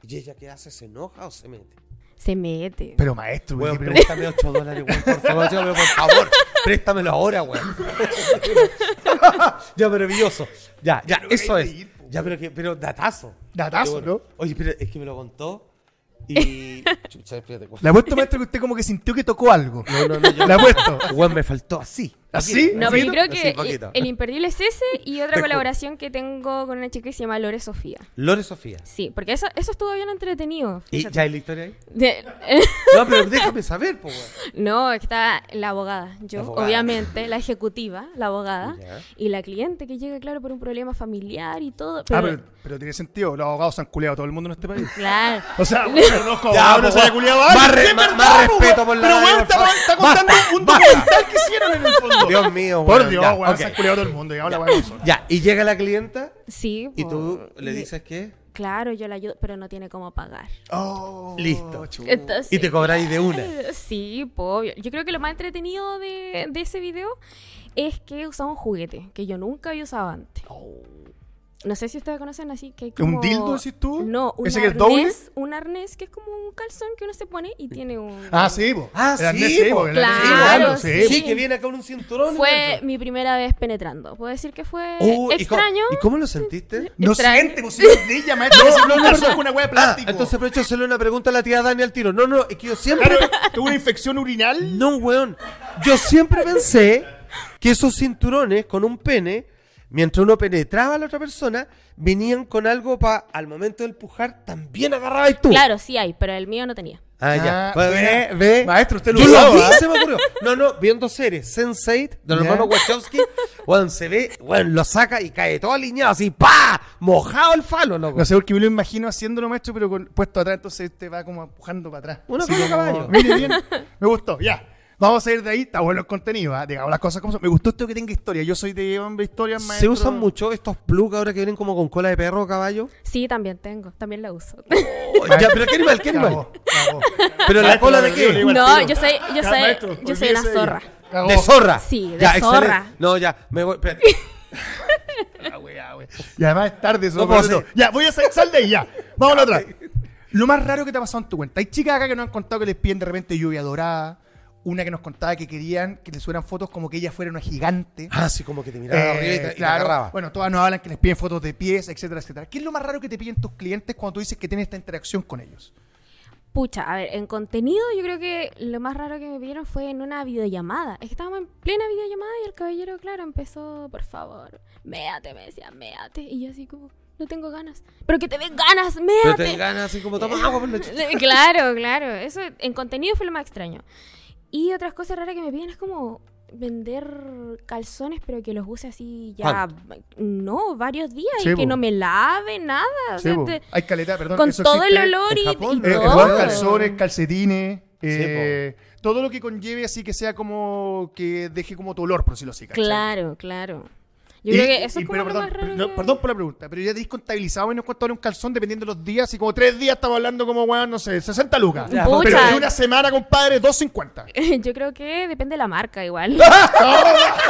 Speaker 2: ¿Y ella qué hace? ¿Se enoja o se mete?
Speaker 4: se mete.
Speaker 1: Pero maestro, weón,
Speaker 2: Weón,
Speaker 1: qué pregunta.
Speaker 2: préstame 8 dólares, weón, por favor, yo, pero por favor, préstamelo ahora, weón. ya, maravilloso. Ya, ya,
Speaker 1: Pero
Speaker 2: eso
Speaker 1: hay que
Speaker 2: es.
Speaker 1: ir, po,
Speaker 2: Ya, pero, que, pero datazo.
Speaker 1: Datazo,
Speaker 2: Qué bueno.
Speaker 1: ¿no?
Speaker 2: Oye, pero es que me lo contó y... Chucha, espérate, weón.
Speaker 1: Le apuesto, maestro, que usted como que sintió que tocó algo.
Speaker 2: No, no, no, yo-
Speaker 1: Le Ah, apuesto.
Speaker 2: Weón, me faltó así.
Speaker 1: ¿Así?
Speaker 4: No, pero yo creo
Speaker 2: Así,
Speaker 4: que
Speaker 2: poquito.
Speaker 4: el imperdible es ese y otra
Speaker 2: Te juro.
Speaker 4: colaboración que tengo con una chica que se llama Lore Sofía.
Speaker 2: Lore Sofía.
Speaker 4: Sí, porque eso, eso estuvo bien entretenido.
Speaker 2: ¿Y
Speaker 4: fíjate.
Speaker 2: ya hay la historia ahí?
Speaker 4: De-
Speaker 2: No, pero déjame saber, po, weón.
Speaker 4: no, está la abogada, yo,
Speaker 2: La abogada.
Speaker 4: obviamente, la ejecutiva, la abogada,
Speaker 2: Ya.
Speaker 4: y la cliente que llega, claro, por un problema familiar y todo.
Speaker 1: Ah,
Speaker 4: pero-
Speaker 1: pero, pero tiene sentido. Los abogados se han culeado a todo el mundo en este país.
Speaker 4: Claro.
Speaker 1: O sea, bueno, no, como
Speaker 2: Ya,
Speaker 1: ahora
Speaker 2: po,
Speaker 1: se haya culiado a
Speaker 2: más
Speaker 1: alguien,
Speaker 2: re-
Speaker 1: es
Speaker 2: más-
Speaker 1: verdad,
Speaker 2: más
Speaker 1: po,
Speaker 2: respeto
Speaker 1: weón.
Speaker 2: por la
Speaker 1: Pero
Speaker 2: radio,
Speaker 1: bueno,
Speaker 2: por
Speaker 1: está,
Speaker 2: favor.
Speaker 1: está contando
Speaker 2: Basta,
Speaker 1: un
Speaker 2: basta.
Speaker 1: documental que hicieron en el fondo.
Speaker 2: Dios mío, weón.
Speaker 1: Por Dios,
Speaker 2: ya,
Speaker 1: weón,
Speaker 2: ok.
Speaker 1: se han culeado a todo el mundo. Y ahora,
Speaker 2: Ya.
Speaker 1: weón, eso.
Speaker 2: Ya, y llega la clienta
Speaker 4: Sí.
Speaker 2: y
Speaker 4: po.
Speaker 2: tú le
Speaker 4: Y-
Speaker 2: dices que...
Speaker 4: Claro, yo la ayudo, pero no tiene cómo pagar.
Speaker 1: Oh,
Speaker 2: Listo.
Speaker 1: chuta.
Speaker 4: Entonces,
Speaker 2: Y te cobráis de una.
Speaker 4: Eh, Sí, po, obvio. Yo creo que lo más entretenido de, de ese video es que usaba un juguete que yo nunca había usado antes. No sé si ustedes conocen así que hay como...
Speaker 1: Oh. ¿Un dildo decís tú?
Speaker 4: No, un
Speaker 1: ¿Ese que es doble?
Speaker 4: arnés, un arnés que es como un calzón que uno se pone y tiene un...
Speaker 1: Ah, sí, po.
Speaker 2: Ah,
Speaker 1: Era
Speaker 2: sí,
Speaker 1: Nessie,
Speaker 2: po.
Speaker 1: po, era Nessie,
Speaker 4: Claro,
Speaker 1: claro,
Speaker 4: sí.
Speaker 1: po.
Speaker 2: Sí, que viene acá con un cinturón. y
Speaker 4: Fue
Speaker 2: dentro.
Speaker 4: mi primera vez penetrando. Puedo decir que fue
Speaker 2: Oh, ¿y cómo-
Speaker 4: extraño.
Speaker 2: ¿Y cómo lo sentiste?
Speaker 1: No
Speaker 4: Extraño.
Speaker 1: siente, pues si es de ella, maestro. No, no, no, con una wea de
Speaker 2: Ah,
Speaker 1: plástico.
Speaker 2: entonces aprovecho a hacerle una pregunta a la tía Dani al tiro. No, no, es que yo siempre...
Speaker 1: Claro, tuvo una infección urinal.
Speaker 2: No, weón. Yo siempre pensé que esos cinturones con un pene, mientras uno penetraba a la otra persona, venían con algo para al momento de empujar también agarrabas tú.
Speaker 4: Claro, sí hay, pero el mío no tenía.
Speaker 2: Ah, ya.
Speaker 1: Ah,
Speaker 2: Pues
Speaker 1: mira.
Speaker 2: ve, ve.
Speaker 1: Maestro, usted lo
Speaker 2: Yo
Speaker 1: usaba,
Speaker 2: vi,
Speaker 1: ¿ah?
Speaker 2: se me ocurrió. No, no, viendo series. Sense8, de los
Speaker 1: Ya.
Speaker 2: hermanos Wachowski. Weón, se ve, weón, lo saca y cae todo alineado así, ¡pa! Mojado el falo, loco.
Speaker 1: No sé por qué me lo imagino haciéndolo, maestro, pero con, puesto atrás, entonces te va como empujando para atrás.
Speaker 2: Una
Speaker 1: Así
Speaker 2: cosa de
Speaker 1: como,
Speaker 2: caballo.
Speaker 1: Mire bien, me gustó, ya. Vamos a ir de ahí, está bueno el contenido, ¿ah? digamos las cosas como son. Me gustó esto que tenga historia, yo soy de hombre historia, maestro.
Speaker 2: Se usan mucho estos plugs ahora que vienen como con cola de perro o caballo.
Speaker 4: Sí, también tengo, también la uso.
Speaker 1: Oh.
Speaker 2: ya, pero qué animal, qué animal.
Speaker 1: Cagó, cagó.
Speaker 2: Pero la
Speaker 1: Maestro,
Speaker 2: cola de
Speaker 1: lo digo,
Speaker 2: qué?
Speaker 1: le digo al
Speaker 4: no,
Speaker 1: tiro.
Speaker 4: yo soy, yo
Speaker 1: Ya,
Speaker 4: soy,
Speaker 1: maestro,
Speaker 4: yo soy una
Speaker 1: olvídese de ella.
Speaker 4: zorra.
Speaker 1: Cagó.
Speaker 2: De zorra.
Speaker 4: Sí, de
Speaker 2: excelente.
Speaker 4: zorra.
Speaker 2: No, ya, me voy. espérate.
Speaker 1: Y además es tarde, eso,
Speaker 2: No
Speaker 1: por
Speaker 2: puedo
Speaker 1: eso.
Speaker 2: hacer.
Speaker 1: Ya, voy a salir, sal de ahí, ya. Vamos a la otra. Lo más raro que te ha pasado en tu cuenta. Hay chicas acá que nos han contado que les piden de repente lluvia dorada. Una que nos contaba que querían que le subieran fotos como que ella fuera una gigante.
Speaker 2: Ah, sí, como que te miraba
Speaker 1: Eh,
Speaker 2: arriba y te, y te
Speaker 1: claro.
Speaker 2: agarraba.
Speaker 1: Bueno, todas nos hablan que les piden fotos de pies, etcétera, etcétera. ¿Qué es lo más raro que te piden tus clientes cuando tú dices que tienes esta interacción con ellos?
Speaker 4: Pucha, a ver, en contenido yo creo que lo más raro que me pidieron fue en una videollamada. Es que estábamos en plena videollamada y el caballero, claro, empezó, por favor, méate, me decía, méate. Y yo así como, no tengo ganas. Pero que te den ganas,
Speaker 2: Pero
Speaker 4: méate.
Speaker 2: te ganas así como toma agua por la chucha.
Speaker 4: claro, claro. Eso en contenido fue lo más extraño. Y otras cosas raras que me piden es como vender calzones, pero que los use así ya, no, varios días
Speaker 1: Sí,
Speaker 4: y que
Speaker 1: po.
Speaker 4: no me lave, nada. o sea, te-
Speaker 1: Hay caleta, perdón.
Speaker 4: con
Speaker 1: eso
Speaker 4: todo el
Speaker 1: existe.
Speaker 4: olor y,
Speaker 2: en Japón,
Speaker 4: y
Speaker 1: Eh,
Speaker 2: ¿no?
Speaker 4: todo.
Speaker 1: perdón, calzones, calcetines, eh, todo lo que conlleve así que sea como que deje como tu olor, por si lo así. ¿cachai?
Speaker 4: Claro, claro. Yo
Speaker 1: Y-
Speaker 4: creo que eso
Speaker 1: y-
Speaker 4: es como
Speaker 1: pero
Speaker 4: lo
Speaker 1: perdón,
Speaker 4: más raro.
Speaker 1: no,
Speaker 4: que-
Speaker 1: perdón por la pregunta, pero ya te contabilizado menos cuánto vale un calzón dependiendo de los días. Y como tres días estamos hablando como, weón, no sé, 60 lucas.
Speaker 4: Ya,
Speaker 1: Pero
Speaker 4: pucha.
Speaker 1: de una semana, compadre, 250.
Speaker 4: Yo creo que depende de la marca igual.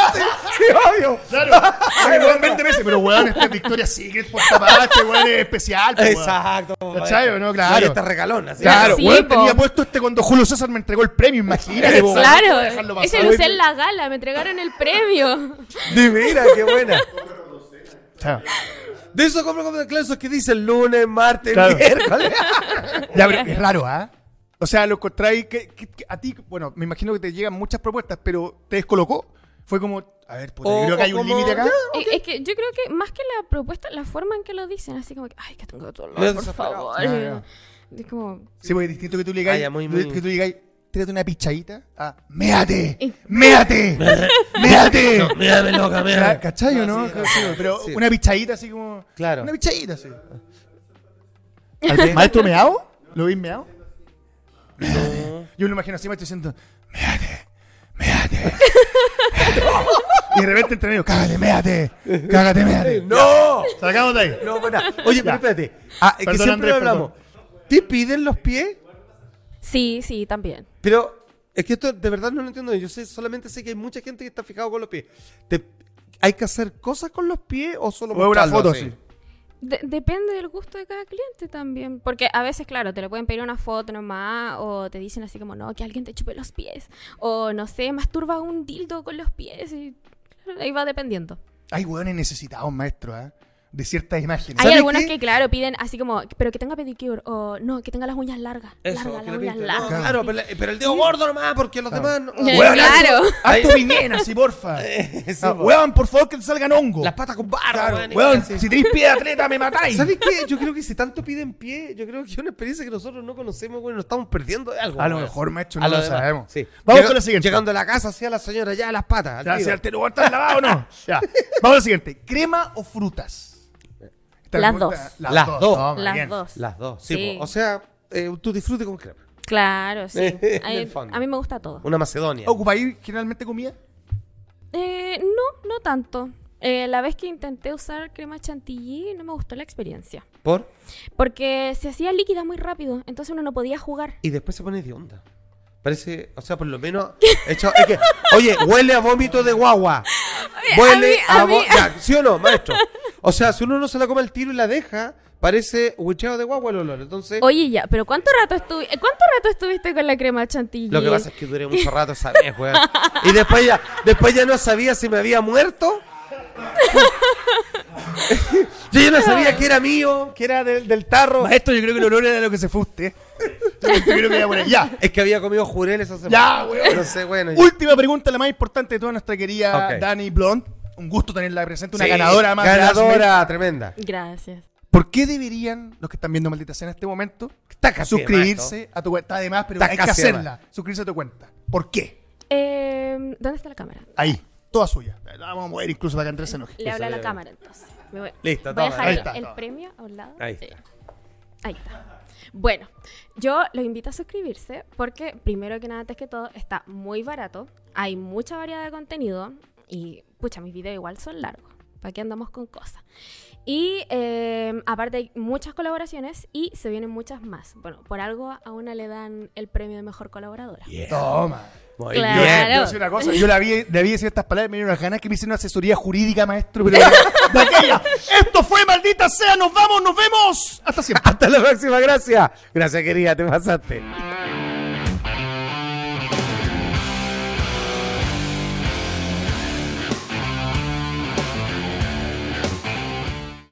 Speaker 1: Sí, obvio. Claro. Oye, weón, 20 meses, pero weón, esta Victoria Secret por tapache, weón, es especial. pues, weón.
Speaker 2: Exacto.
Speaker 1: ¿Cachai o no? Claro.
Speaker 2: Oye, está regalón, así.
Speaker 1: Claro,
Speaker 4: Sí,
Speaker 1: weón,
Speaker 4: po.
Speaker 1: tenía puesto este cuando Julio César me entregó el premio, imagínate, po, weón. Voy a dejarlo
Speaker 4: claro.
Speaker 1: pasar.
Speaker 4: Ese lucé en la gala, me entregaron el premio.
Speaker 2: De veras, qué buena.
Speaker 1: Chao.
Speaker 2: De eso compro como clases que dicen lunes, martes,
Speaker 1: Claro.
Speaker 2: miércoles.
Speaker 1: Ya, pero es raro, ¿ah? O sea, lo encontráis que, que- que a ti, bueno, me imagino que te llegan muchas propuestas, pero te descolocó. Fue como, a ver, puta, yo
Speaker 2: O-
Speaker 1: creo que
Speaker 2: o
Speaker 1: hay un
Speaker 2: como-
Speaker 1: límite acá.
Speaker 4: Eh, Es que yo creo que más que la propuesta, la forma en que lo dicen, así como que, ay, que tengo dolor,
Speaker 2: Me
Speaker 4: por
Speaker 2: desesperado.
Speaker 4: favor.
Speaker 1: Ah,
Speaker 4: Es como,
Speaker 1: Sí, porque es distinto que tú le
Speaker 2: Ah,
Speaker 1: digáis,
Speaker 2: ya, muy,
Speaker 1: tú-
Speaker 2: muy-
Speaker 1: que tú le digáis, tírate una pichadita, ah, méate, méate, méate.
Speaker 2: Mírame loca,
Speaker 1: Ca- ¿Cachai o
Speaker 2: No,
Speaker 1: no?
Speaker 2: sí,
Speaker 1: Creo
Speaker 2: no.
Speaker 1: que sí, pero
Speaker 2: Sí.
Speaker 1: una pichadita así como.
Speaker 2: Claro.
Speaker 1: Una pichadita así. ¿Maestro meado? ¿Lo vi meado? Yo me lo imagino así, maestro diciendo, méate, méate. y de repente entre medio, cágate, méate, cágate, méate.
Speaker 2: ¡No!
Speaker 1: Sacamos de ahí.
Speaker 2: No, bueno. Oye, pero
Speaker 1: Ya.
Speaker 2: espérate. Ah, es que
Speaker 1: Perdón,
Speaker 2: siempre
Speaker 1: Andrés,
Speaker 2: lo hablamos. ¿Te piden los pies?
Speaker 4: sí, sí, también.
Speaker 2: Pero es que esto de verdad no lo entiendo. Yo sé, solamente sé que hay mucha gente que está fijado con los pies. ¿Te- ¿Hay que hacer cosas con los pies o solo
Speaker 1: O una
Speaker 2: mostrarlo
Speaker 1: foto
Speaker 2: así?
Speaker 1: así.
Speaker 4: De- depende del gusto de cada cliente también. Porque a veces, claro, te lo pueden pedir una foto nomás, o te dicen así como, no, que alguien te chupe los pies. O no sé, masturba un dildo con los pies. Y claro, ahí va dependiendo.
Speaker 1: Hay hueones necesitados, maestro, ¿ah? De ciertas imágenes.
Speaker 4: Hay
Speaker 1: ¿Sabes
Speaker 4: algunos
Speaker 1: qué?
Speaker 4: que, claro, piden así como, pero que tenga pedicure, o no, que tenga las uñas largas.
Speaker 2: Eso,
Speaker 4: largas,
Speaker 2: que
Speaker 4: las
Speaker 2: lo
Speaker 4: uñas
Speaker 2: pinten.
Speaker 4: largas.
Speaker 2: No, claro, pero, pero el dedo gordo nomás, porque los demás. no-
Speaker 4: Ya,
Speaker 1: Hueón, haz tu-
Speaker 4: claro.
Speaker 1: Haz tu piñena así, porfa.
Speaker 2: Eso,
Speaker 1: Ah,
Speaker 2: Eh, po.
Speaker 1: Hueón, por favor, que te salgan hongos.
Speaker 2: Las patas con barro, weón, y
Speaker 1: Hueón,
Speaker 2: así.
Speaker 1: si tenéis pie de atleta, me matáis.
Speaker 2: ¿Sabes qué? Yo creo que si tanto piden pie, yo creo que es una experiencia que nosotros no conocemos, bueno, nos estamos perdiendo de algo.
Speaker 1: A lo
Speaker 2: weón.
Speaker 1: mejor, maestro,
Speaker 2: A
Speaker 1: no lo
Speaker 2: demás,
Speaker 1: sabemos.
Speaker 2: sí.
Speaker 1: Vamos
Speaker 2: Llega-
Speaker 1: con lo siguiente.
Speaker 2: Llegando a la casa, hacía la señora ya a las patas. al
Speaker 1: Ya,
Speaker 2: tiro.
Speaker 1: si el tenedor está lavado o no. Ya. Vamos al siguiente. ¿Crema o frutas? Esta
Speaker 4: Las
Speaker 1: pregunta-
Speaker 4: dos.
Speaker 2: Las dos.
Speaker 1: Toma,
Speaker 4: Las
Speaker 1: bien.
Speaker 4: dos.
Speaker 2: Las dos, sí.
Speaker 4: Sí.
Speaker 2: po. O sea, eh, tú disfrutes con crema.
Speaker 4: Claro, sí.
Speaker 2: En
Speaker 4: Ay,
Speaker 2: el fondo.
Speaker 4: a mí me gusta todo.
Speaker 2: Una macedonia.
Speaker 1: ¿Ocupáis generalmente comida?
Speaker 4: Eh, no, no tanto. Eh, la vez que intenté usar crema chantilly no me gustó la experiencia.
Speaker 2: ¿Por?
Speaker 4: Porque se hacía líquida muy rápido, entonces uno no podía jugar.
Speaker 2: Y después se pone de onda. Parece, o sea, por lo menos. hecho- es que, oye, huele a vómito de guagua. Huele
Speaker 4: a
Speaker 2: a,
Speaker 4: mí-
Speaker 2: vómito. ¿Sí o no, maestro? O sea, si uno no se la come el tiro y la deja, parece huicheo de guagua el olor. Entonces,
Speaker 4: Oye, ya, pero ¿cuánto rato, estuvi eh, ¿cuánto rato estuviste con la crema chantilly?
Speaker 2: lo que pasa es que duré mucho rato esa vez, weón. Y después ya, después ya no sabía si me había muerto. Yo ya no sabía que era mío, que era del, del tarro.
Speaker 1: Maestro, yo creo que el olor era lo que se fue usted. Yo creo que ya, bueno, ya.
Speaker 2: Es que había comido jureles
Speaker 1: Ya,
Speaker 2: esa semana.
Speaker 1: weón.
Speaker 2: No sé, bueno. ya.
Speaker 1: Última pregunta, la más importante de toda nuestra querida
Speaker 2: Ok.
Speaker 1: Dani Blond. Un gusto tenerla presente, una
Speaker 2: Sí,
Speaker 1: ganadora más. de Ashmade.
Speaker 2: Ganadora, tremenda.
Speaker 4: Gracias.
Speaker 1: ¿Por qué deberían los que están viendo Maldita Sea en este momento
Speaker 2: Está casi de más
Speaker 1: suscribirse a tu cuenta? Está de más, pero
Speaker 2: Está
Speaker 1: hay que
Speaker 2: casi de más.
Speaker 1: hacerla. Suscribirse a tu cuenta. ¿Por qué?
Speaker 4: Eh, ¿Dónde está la cámara?
Speaker 1: Ahí, toda suya. La vamos a mover incluso para que Andrés se enoje.
Speaker 4: Le habla a
Speaker 2: salió bien.
Speaker 4: la cámara entonces. Me voy,
Speaker 2: Listo,
Speaker 4: voy a
Speaker 2: toma,
Speaker 4: dejar
Speaker 1: ahí
Speaker 4: el,
Speaker 1: está,
Speaker 4: el
Speaker 1: toma.
Speaker 4: premio a un lado.
Speaker 2: Ahí
Speaker 4: Sí.
Speaker 2: está.
Speaker 4: Ahí está. Bueno, yo los invito a suscribirse porque primero que nada, antes que todo, está muy barato, hay mucha variedad de contenido y, pucha, mis videos igual son largos. ¿Para qué andamos con cosas? Y eh, aparte hay muchas colaboraciones y se vienen muchas más. Bueno, por algo a una le dan el premio de mejor colaboradora.
Speaker 1: Toma.
Speaker 2: Muy
Speaker 4: Claro.
Speaker 2: bien.
Speaker 1: Yo voy a decir una cosa, yo la vi, le vi decir estas palabras y me dieron unas ganas que me hicieron una asesoría jurídica, maestro, pero de aquella. Esto fue, maldita sea, nos vamos, nos vemos. Hasta siempre.
Speaker 2: Hasta la próxima, gracias. Gracias, querida, te pasaste.